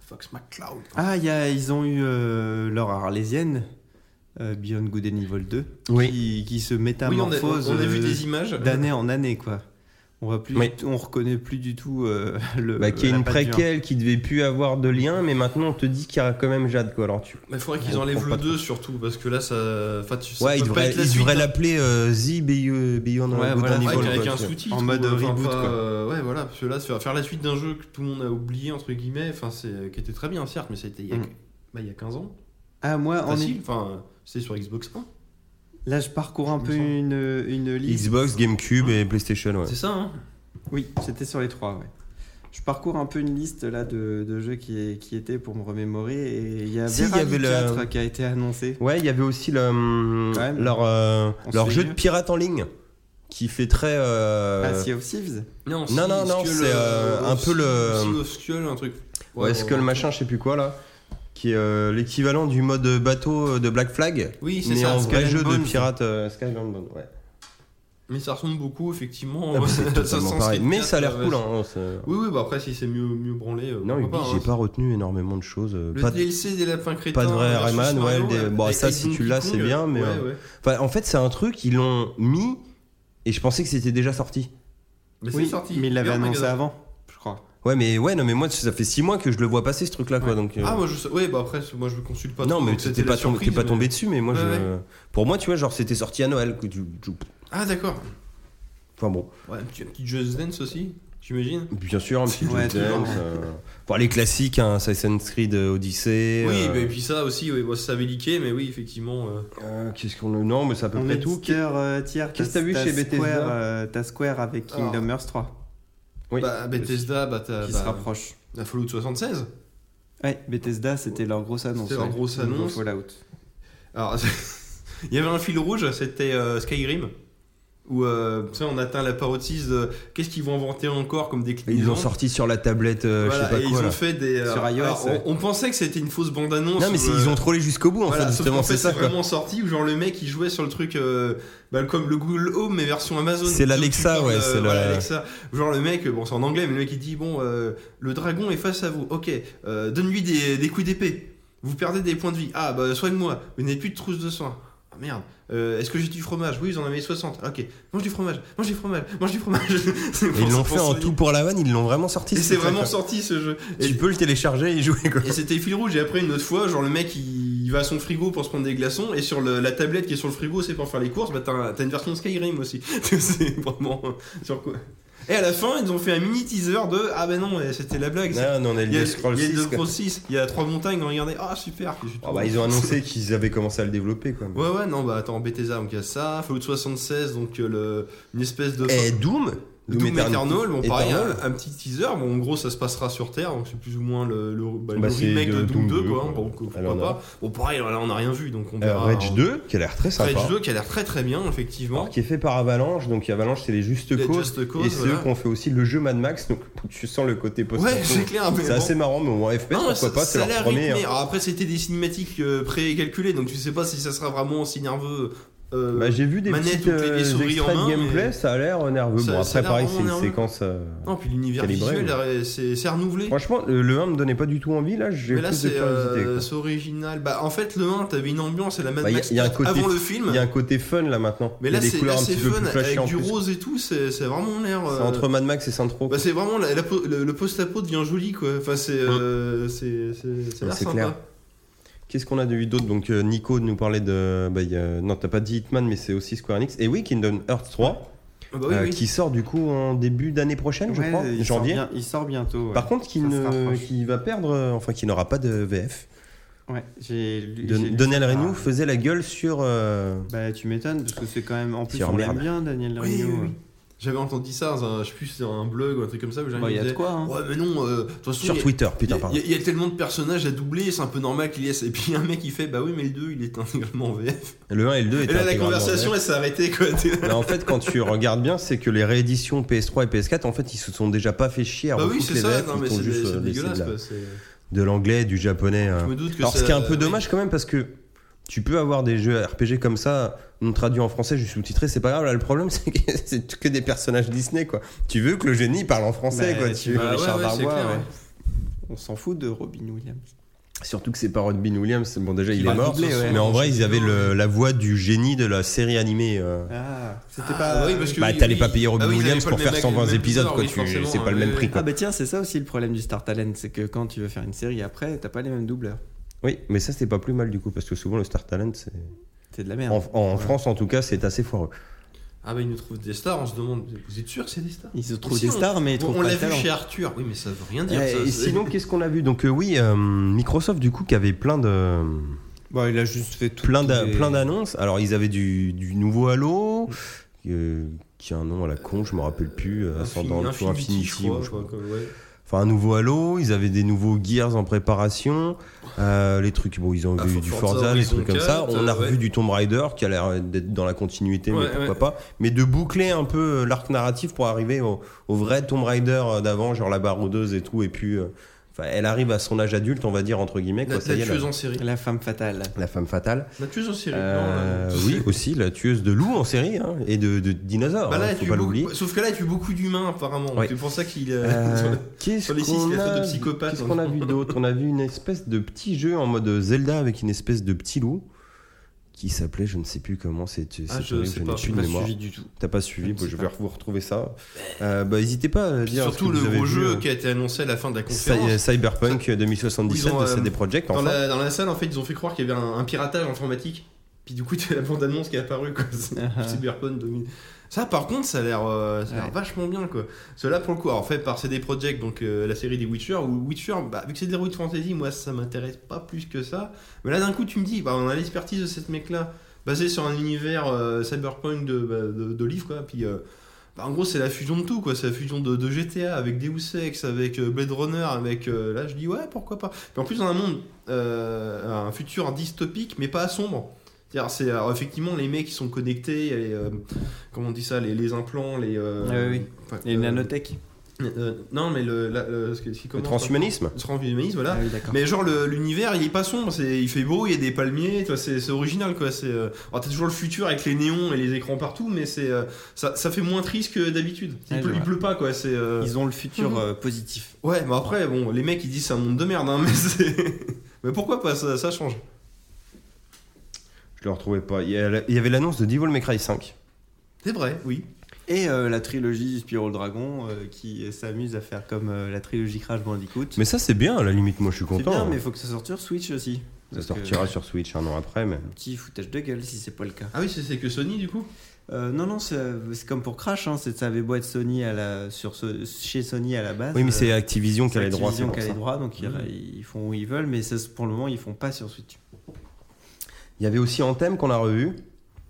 B: Fox McCloud.
C: Ah, il y a- ils ont eu euh, leur arlésienne, euh, Beyond Good and Evil 2,
A: Oui.
C: qui, qui se
B: Oui, on a,
C: métamorphose
B: on a vu
C: euh,
B: des images.
C: d'année en année, quoi. On va plus,
A: Oui.
C: du tout- on reconnaît plus du tout euh, <laughs> le.
A: Bah, qui est
C: la
A: une
C: patte
B: hein.
C: du un.
A: préquelle qui devait plus avoir de lien, mais maintenant on te dit qu'il y a quand même Jade, quoi. Alors tu.
B: Il faudrait qu'ils
A: On
B: enlèvent
A: comprend
B: le
A: pas
B: 2 surtout, parce que là, ça. Enfin, tu ça
A: Ouais, ils
B: peut pas
A: devraient
B: être la
A: ils
B: suite,
A: devraient
B: hein.
A: l'appeler euh, The Beyond Beyond
C: Ouais,
A: Good
C: voilà,
A: and
B: Ouais,
A: Evil,
B: avec,
A: quoi.
B: un sous-titre.
C: En mode
B: ou, enfin,
C: reboot,
B: pas,
C: quoi.
B: euh, ouais, voilà, parce que là, faire, faire la suite d'un jeu que tout le monde a oublié, entre guillemets, enfin, c'est, qui était très bien, certes, mais c'était il y a,
C: Mm.
B: bah, il y a 15 ans.
C: Ah, moi, en
B: Facile, enfin, c'était sur Xbox 1.
C: là, je parcours un
B: Il me
C: peu
B: semble.
C: une, une liste.
A: Xbox, GameCube et PlayStation, ouais.
B: C'est ça, hein.
C: Oui, c'était sur les trois, ouais. Je parcours un peu une liste là de, de jeux qui, qui étaient pour me remémorer et il y a
A: Si,
C: Vera
A: il y avait
C: Lee
A: le-
C: 4 qui a été annoncé.
A: Ouais, il y avait aussi le, hum,
C: Ouais.
A: leur, euh,
C: On
A: leur
C: se fait
A: jeu
C: mieux.
A: de pirate en ligne qui fait très. euh,
C: Ah, Sea of Thieves
B: Non,
A: Non, non, non,
B: Skull,
A: c'est, euh, un
B: Sea-
A: peu le-
B: Sea of Skull, un truc.
A: ouais, Skull
C: Oh,
A: machin, je sais plus quoi là. Qui est euh, l'équivalent du mode bateau euh, de Black Flag.
B: Oui, c'est
A: Mais
B: ça,
A: en
B: Skull
A: vrai
B: and
A: jeu de
B: Bones.
A: pirate euh, Skybound Bone, ouais.
B: Mais ça ressemble beaucoup, effectivement.
A: Ah bah,
B: <laughs> Ça
A: c'est totalement
B: sent
A: pareil.
B: Street
A: Mais
B: Cat,
A: ça a l'air
B: ouais,
A: cool.
B: ouais.
A: Hein, c'est-
B: Oui, oui, bah après, si c'est mieux, mieux branlé. euh,
A: non, Ubi,
B: pourquoi pas,
A: j'ai
B: hein.
A: pas retenu énormément de choses. euh,
B: Le
A: pas de-
B: DLC des lapins crétins.
A: pas de vrai
B: versus
A: Rayman, ouais,
B: Mario,
A: le dé- bon,
B: avec
A: ça, si
B: Donkey
A: tu l'as,
B: Kong,
A: c'est
B: euh,
A: bien, mais,
B: ouais,
A: euh,
B: ouais.
A: Enfin, en fait, c'est un truc, ils l'ont mis et je pensais que c'était déjà sorti.
B: Mais
C: Oui,
B: c'est sorti.
C: mais il l'avait
B: Et en
C: annoncé
B: magasin.
C: avant, je crois.
A: Ouais, mais ouais, non, mais moi, ça fait 6 mois que je le vois passer ce truc là, quoi.
C: Ouais.
A: Donc, euh,
B: Ah, moi, je sais. Ouais, bah après, c'est- moi, je me consulte pas.
A: non,
B: trop,
A: mais
B: donc
A: t'es
B: c'était
A: pas,
B: la
A: tombé- t'es
B: surprise,
A: pas
B: mais-
A: tombé dessus, mais moi,
B: Ouais,
A: je...
B: ouais.
A: pour moi, tu vois, genre, c'était sorti à Noël. que tu- tu-
B: Ah, d'accord.
A: Enfin bon,
B: Ouais, un petit, un petit Just Dance aussi, j'imagine.
A: bien sûr, un petit
C: Ouais,
A: Just
C: toujours.
A: Dance, euh, bon, les classiques, hein, Assassin's Creed euh, Odyssey.
B: Oui,
A: euh,
B: bah, et puis ça aussi, oui, bon, ça avait liqué, mais oui, effectivement. euh,
A: euh, Qu'est-ce qu'on a Non, mais c'est à peu
C: On
A: près
C: est
A: tout.
C: tiers, euh, tiers,
A: qu'est-ce que
C: t'as-
A: t'as vu chez
C: t'as
A: Bethesda
C: Square, euh, T'as Square avec
B: Ah.
C: Kingdom Hearts 3
A: Oui.
B: Bah, Bethesda, bah, t'as.
C: qui
B: bah,
C: se rapproche.
B: La Fallout 76
C: Ouais, Bethesda, c'était leur grosse annonce.
B: C'était leur
C: ouais,
B: grosse
C: au niveau
B: annonce.
C: Fallout.
B: Alors, <laughs> il y avait un fil rouge, c'était euh, Skyrim. Où euh, tu sais, on atteint la parodie de qu'est-ce qu'ils vont inventer encore comme des
A: Ils ont sorti sur la tablette, euh,
B: Voilà,
A: je sais
B: et
A: pas
B: ils
A: quoi.
B: ont
A: là.
B: fait des. euh,
C: Sur iOS,
B: alors, on-
C: ouais.
B: on, pensait que c'était une fausse bande-annonce.
A: Non, mais
B: où,
A: c'est-
B: euh,
A: ils ont trollé jusqu'au bout, en
B: voilà,
A: fait,
B: sauf
A: justement,
B: qu'en fait,
A: c'est ça,
B: C'est
A: quoi.
B: vraiment sorti où genre le mec il jouait sur le truc euh, bah, comme le Google Home mais version Amazon.
A: C'est l'Alexa,
B: Donc, tu
A: ouais,
B: parles, euh,
A: c'est
B: voilà,
A: la-
B: Alexa. Genre le mec, bon c'est en anglais, mais le mec il dit bon euh, le dragon est face à vous. Ok, euh, donne-lui des, des coups d'épée. Vous perdez des points de vie. Ah bah soigne-moi. Vous n'avez plus de trousse de soins. Ah, merde. Euh, Est-ce que j'ai du fromage Oui, ils en avaient 60. Ah, Ok, mange du fromage, mange du fromage, mange du fromage. <laughs> C'est
A: Ils
B: pour-
A: l'ont
B: pour
A: fait en
B: souligner.
A: tout pour la vanne, ils l'ont vraiment sorti.
B: Et
A: ce
B: c'est
A: truc,
B: vraiment
A: quoi.
B: sorti ce jeu. Et
A: Tu peux le télécharger et y jouer
B: <laughs>
A: quoi.
B: Et c'était fil rouge. Et après, une autre fois, genre le mec il, il va à son frigo pour se prendre des glaçons. Et sur le- la tablette qui est sur le frigo, c'est pour faire les courses. Bah, t'as un- t'as une version Skyrim aussi. <laughs> c'est vraiment. euh, Sur quoi Et à la fin, ils ont fait un mini teaser de Ah ben non, eh, c'était la blague. ça.
A: Ah, non, on est
B: Il y a
A: le
B: il
A: Scroll
B: y a
A: 6.
B: le
A: quoi.
B: Pro 6, il y a trois montagnes, regardez, ah super je suis
A: Ah
B: tout-
A: bah, ils ont annoncé qu'ils avaient commencé à le développer quoi.
B: Ouais ouais non bah attends Bethesda donc il y a ça, Fallout 76 donc euh, le, une espèce de...
A: Et Doom
B: Doom Eternal, bon pareil,
A: Eternal.
B: un, un petit teaser, bon en gros ça se passera sur Terre, donc c'est plus ou moins le, le, bah,
A: Bah,
B: le
A: c'est
B: remake de
A: de Doom
B: Doom 2 quoi,
A: deux,
B: hein,
A: quoi.
B: donc pourquoi
A: Alors, on a-
B: pas. Bon pareil là on n'a rien vu donc on
A: Euh,
B: verra...
A: Rage
B: hein.
A: 2 qui a l'air très sympa.
B: Rage 2 qui a l'air très très bien effectivement.
A: Alors, qui est fait par Avalanche, donc Avalanche c'est les Justes
B: Les
A: Cause,
B: Just Cause,
A: et ceux
B: voilà.
A: qui ont fait aussi le jeu Mad Max, donc tu sens le côté post
B: Ouais c'est clair mais
A: C'est
B: bon.
A: assez marrant, mais en FPS,
B: Non,
A: pourquoi
B: ça-
A: pas,
B: ça
A: c'est
B: a l'air
A: leur premier.
B: rythmé.
A: hein.
B: Alors après, c'était des cinématiques euh, précalculées, donc tu sais pas si ça sera vraiment aussi nerveux. euh,
A: Bah, j'ai vu des
B: manette
A: petites
B: ou clavier
A: euh,
B: souris en
A: extraits de
B: main,
A: gameplay,
B: mais-
A: ça a l'air nerveux.
B: Ça-
A: bon,
B: ça
A: après,
B: a l'air
A: pareil,
B: vraiment
A: c'est une
B: nerveux.
A: séquence. euh,
B: non, puis l'univers
A: Calibré,
B: visuel, euh, c'est c'est renouvelé.
A: Franchement, le- le 1 me donnait pas du tout envie, là, j'ai
B: Mais là,
A: plus de
B: c'est
A: curiosité.
B: euh,
A: quoi.
B: c'est original. Bah, en fait, le 1, t'avais une ambiance à la Mad
A: Bah, y a-
B: Max
A: y a un
B: 4
A: côté-
B: avant le film.
A: Il y a un côté fun là maintenant.
B: Mais
A: Il y a
B: là,
A: des
B: c'est là,
A: couleurs un
B: c'est
A: petit peu
B: fun
A: plus flashy
B: avec
A: en
B: du
A: plus.
B: rose et tout. C'est c'est vraiment l'air.
A: C'est
B: euh,
A: entre Mad Max et Sintro.
B: bah, c'est vraiment la- la po- le, le post-apo devient joli quoi. Enfin, c'est euh, c'est- c'est- ça a
A: Ouais,
B: l'air
A: c'est
B: sympa.
A: clair. Qu'est-ce qu'on a eu d'autre Donc euh, Nico nous parlait de... bah, il y a- Non, t'as pas dit Hitman, mais c'est aussi Square Enix. Et oui, Kingdom Hearts 3,
B: Ah bah oui,
A: euh,
B: oui.
A: qui sort du coup en début d'année prochaine, je
C: Ouais,
A: crois,
C: il sort
A: janvier.
C: bien- il sort bientôt. ouais.
A: Par contre, qui,
C: Ça se
A: ne-
C: rapproche.
A: qui va perdre, euh, enfin qui n'aura pas de VF.
C: Ouais, j'ai lu-
A: Don-
C: j'ai lu
A: Donnel
C: ça.
B: Ah,
C: Ah,
A: Renew faisait la gueule sur... euh,
C: Bah, tu m'étonnes, parce que c'est quand même. En plus,
A: Sur
C: on l'aime
A: merde.
C: bien, Daniel
B: Oui,
C: Renew.
B: oui, oui. J'avais entendu ça dans un, je sais plus, c'est un blog ou un truc comme ça. mais j'avais
C: Bah, il y a de
B: disais,
C: quoi, hein.
B: Ouais, mais non, euh, de toute façon,
A: Sur
B: il y a-
A: Twitter, putain,
B: Il y,
A: pardon.
B: a- il y a tellement de personnages à doubler, c'est un peu normal qu'il y ait. Et puis un mec il fait Bah oui, mais le 2 il est <laughs> intégralement en VF.
A: Le 1 et le 2
B: Et
A: étaient
B: là la
A: intégralement
B: conversation
A: en Bah VF.
B: elle s'est arrêtée quoi.
A: Mais en fait, quand tu regardes bien, c'est que les rééditions PS3 et PS4, en fait, ils se sont déjà pas fait chier. à
B: bah oui,
A: refoutre
B: c'est
A: les
B: ça,
A: VF,
B: non
A: ils
B: mais
A: t'ont
B: c'est
A: juste,
B: c'est
A: euh, laissé de
B: dégueulasse
A: la-
B: quoi. c'est-
A: de l'anglais, du japonais.
B: Je
A: hein.
B: me doute que
A: Alors, ce
B: ça-
A: qui est un peu
B: oui.
A: dommage quand même, parce que tu peux avoir des jeux RPG comme ça, non traduits en français, juste sous-titrés, c'est pas grave. Là, le problème, <laughs> c'est que c'est que des personnages Disney, quoi. Tu veux que le génie parle en français,
C: Bah,
A: quoi.
C: tu
A: Tu...
C: vois,
B: Bah,
C: Richard
B: ouais, ouais, c'est
C: Darbois,
B: clair,
C: ouais.
B: ouais.
C: On s'en fout de Robin Williams.
A: Surtout que c'est pas Robin Williams. Bon, déjà, il
C: va
A: est mort.
C: doubler, ouais.
A: Mais en vrai, ils
B: Champion,
A: avaient le- la voix du génie de la série animée. euh.
C: Ah, c'était
B: Ah,
C: pas.
B: oui, parce que
A: bah,
B: oui,
A: t'allais
B: oui.
A: pas payer
B: Ah
A: Robin
B: oui, ils
A: Williams
B: avaient
A: pour
B: pas le
A: faire
B: même-
A: 120
B: même
A: épisodes,
B: acteur,
A: quoi.
B: oui,
A: tu-
B: forcément,
A: c'est
B: hein,
A: pas le
B: oui,
A: même
B: oui.
A: prix, quoi.
C: Ah bah tiens, c'est ça aussi le problème du Star Talent, c'est que quand tu veux faire une série après, t'as pas les mêmes doubleurs.
A: Oui, mais ça, c'est pas plus mal, du coup, parce que souvent, le Star Talent, c'est.
C: C'est de la merde.
A: En, en France, en tout cas, c'est assez foireux.
B: Ah bah ils nous trouvent des stars, on se demande Vous êtes sûr que c'est des stars
C: Ils se trouvent
B: Sinon,
C: des stars, mais ils
B: On,
C: trouvent
B: on
C: pas
B: l'a
C: de
B: vu
C: talent.
B: chez Arthur, oui mais ça veut rien dire
A: Euh,
B: ça.
A: et
B: c'est-
A: sinon, qu'est-ce qu'on a vu Donc, euh, oui, euh, Microsoft, du coup, qui avait plein de.
C: Bon, il a juste fait tout.
A: plein d'a-
C: tous les-
A: plein d'annonces. Alors ils avaient du, du nouveau Halo, euh, qui a un nom à la con, je me rappelle plus, euh, Ascendant,
B: Infini-
A: ou Infinity,
B: je crois,
A: ou je sais pas.
B: quoi, ouais.
A: Enfin un nouveau Halo. Ils avaient des nouveaux Gears en préparation, euh, les trucs. Bon, ils ont
B: Ah,
A: eu
B: For-
A: du
B: Forza
A: Forza, les
B: Horizon
A: trucs comme ça.
B: 4,
A: On a
B: euh,
A: revu
B: ouais.
A: du Tomb Raider, qui a l'air d'être dans la continuité, mais
B: Ouais,
A: pourquoi
B: ouais.
A: pas. Mais de boucler un peu euh, l'arc narratif pour arriver au, au vrai Tomb Raider euh, d'avant, genre la baroudeuse et tout, et puis. euh, Enfin, elle arrive à son âge adulte, on va dire entre guillemets.
B: La,
A: Quoi, ça y
B: la
A: est, la-
B: tueuse en série.
C: La femme fatale.
A: la femme fatale.
B: La tueuse en série.
A: Euh,
B: non, la-
A: oui, aussi la tueuse de loups en série hein, et de, de dinosaures.
B: Bah là,
A: hein,
B: elle
A: faut
B: tue
A: pas
B: beaucoup-
A: l'oublier.
B: Sauf que là, il tue beaucoup d'humains, apparemment.
A: Ouais.
B: C'est pour ça qu'il.
A: Euh,
B: euh,
A: Qu'est-ce
B: <laughs> sur les six, il y a
A: qu'on
B: fait de
A: a,
B: psychopathes,
A: qu'est-ce
B: hein.
A: qu'on a vu d'autre On a vu une espèce de petit jeu en mode Zelda avec une espèce de petit loup qui s'appelait, je ne sais plus comment, c'est c'est
B: Ah, je
A: horrible,
B: sais
A: n'ai
B: pas,
A: plus
B: j'ai
A: de
C: Pas
A: mémoire.
C: suivi du tout.
A: T'as pas suivi,
C: Je
A: bon,
C: sais
A: je
C: pas.
A: vais vous retrouver ça. Euh, bah, n'hésitez pas à
B: Puis
A: dire.
B: surtout
A: ce que
B: le
A: vous avez
B: gros
A: vu,
B: jeu
A: euh,
B: qui a été annoncé à la fin de la
A: Cy-
B: conférence.
A: Cyberpunk 2077
B: Ils ont,
A: de
B: euh,
A: CD Projekt.
B: Dans,
A: enfin.
B: la, dans la salle, en fait, ils ont fait croire qu'il y avait un, un piratage informatique. Puis du coup, <laughs> t'as la bande-annonce qui est apparue. Quoi. C'est- Cyberpunk 2000. Ça, par contre, ça a l'air euh, ça a l'air
C: Ouais.
B: vachement bien. quoi. Cela, pour le coup, alors fait par CD Projekt, donc euh, la série des Witcher. Ou Witcher, bah, vu que c'est des de fantasy, moi, ça m'intéresse pas plus que ça. Mais là, d'un coup, tu me dis, bah, on a l'expertise de cette mec-là, basée sur un univers euh, cyberpunk de, bah, de, de livres, quoi. Puis. euh, bah, en gros, c'est la fusion de tout, quoi. C'est la fusion de, de GTA avec Deus Ex, avec euh, Blade Runner, avec. euh, là, je dis ouais, pourquoi pas. Puis en plus, dans un monde, euh, un futur dystopique, mais pas sombre. C'est-à-dire, c'est alors, effectivement les mecs qui sont connectés, il y a les, euh, comment on dit ça, les, les implants, les. euh,
C: Ah oui, oui.
B: enfin,
C: Et
B: euh,
C: une nanothèque.
B: euh, non, mais le, la- le- ce que- ce qui
A: Le
B: commence- hein.
A: transhumanisme.
B: Le transhumanisme, voilà.
C: Ah oui, d'accord.
B: Mais genre le- l'univers il est pas sombre, c'est il fait beau, il y a des palmiers, tu vois, c'est c'est original quoi. C'est euh, alors, t'as toujours le futur avec les néons et les écrans partout, mais c'est euh, ça, ça fait moins triste que d'habitude. Il,
C: Ouais, je
B: pleut, il
C: vois.
B: pleut pas quoi. C'est euh,
C: Ils ont le futur
B: Mhm.
C: euh, positif.
B: ouais, mais après bon les mecs ils <laughs> disent c'est un monde de merde, hein, mais c'est mais pourquoi pas ça, ça change.
A: Je le retrouvais pas. Il y, a la- il y avait l'annonce de Devil May Cry 5.
B: C'est vrai, oui.
C: Et euh, la trilogie Spyro le Dragon euh, qui s'amuse à faire comme euh, la trilogie Crash Bandicoot.
A: Mais ça, c'est bien, à la limite, moi je suis
C: c'est
A: content.
C: bien, mais il faut que ça sorte sur Switch aussi.
A: Ça
C: Parce que-
A: sortira sur Switch un an après, mais.
C: Petit foutage de gueule si c'est pas le cas.
B: Ah oui, c'est- c'est que Sony du coup
C: Euh, non, non, c'est c'est comme pour Crash, hein, c'est- ça avait beau être Sony à la, sur ce- chez Sony à la
B: Ah,
C: base.
A: Oui, mais
C: euh,
A: c'est Activision qui a les droits.
C: Activision
A: c'est
C: qui
A: pour
C: a
A: ça. Mm.
C: les droits, donc ils, ils font où ils veulent, mais ça, pour le moment, ils font pas sur Switch.
A: Il y avait aussi Anthem qu'on a revu.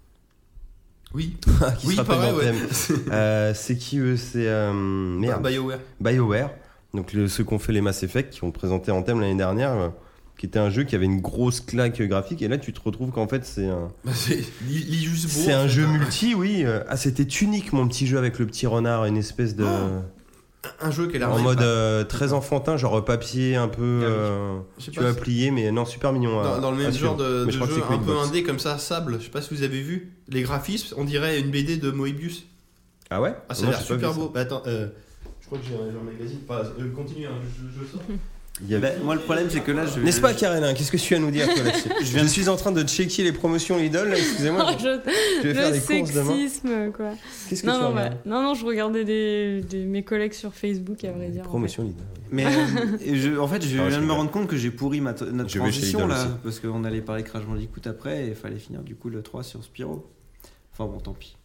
B: <laughs> Oui.
A: qui
B: oui,
A: se rappelle
B: pareil, ouais. <laughs>
A: d'Anthem. Euh, c'est qui eux C'est. euh, merde.
B: BioWare.
A: BioWare, donc le- ceux qui ont fait les Mass Effect, qui ont présenté en thème l'année dernière, euh, qui était un jeu qui avait une grosse claque graphique, et là tu te retrouves qu'en fait c'est un,
B: Bah, c'est Li- Lius Bo,
A: c'est un
B: en fait, hein.
A: jeu multi, oui. euh, Ah, c'était unique mon petit jeu avec le petit renard, une espèce de.
B: Ah, Un jeu qu'elle a
A: en
B: l'air-
A: mode euh, très enfantin, genre papier un peu.
B: Ah oui.
A: euh,
B: Je sais
A: tu
B: pas
A: as
B: si-
A: plié, mais non, super mignon. à-
B: dans, dans le
A: à
B: même
A: suivre.
B: genre de,
A: Mais je
B: de jeu
A: crois que c'est
B: un peu
A: Quickbox.
B: indé comme ça, sable. Je sais pas si vous avez vu. Les graphismes, on dirait une BD de Moebius.
A: Ah ouais
B: Ah, ça
A: Non,
B: a l'air
A: j'ai pas
B: super
A: vu ça.
B: beau. Bah, attends, euh, je crois que j'ai un, j'ai un magazine. Pas, euh, continue, hein, je, je, je sors.
A: Il y avait-
C: Bah, moi, le problème, c'est que là, je.
A: Mm. N'est-ce pas, Karen hein, Qu'est-ce que tu as à nous dire toi,
E: <laughs>
A: là-dessus je, suis en train de checker les promotions Lidl, là, excusez-moi.
E: Oh, je-
A: je vais faire
E: le
A: des courses demain.
E: sexisme, quoi.
A: Qu'est-ce que
E: Non,
A: tu
E: non,
A: regardes
E: bah, non, non, je regardais des, des- mes collègues sur Facebook, à vrai dire. en fait.
A: Promotion Lidl.
C: Mais euh, et je- en fait, je
A: Ah, je
C: viens de me
A: rigole.
C: rendre compte que j'ai pourri ma t- notre
A: Je vais chez
C: transition
A: Lidl
C: là,
A: aussi.
C: parce qu'on allait parler Crash Bandicoot après et il fallait finir du coup le 3 sur Spyro. Enfin bon, tant pis.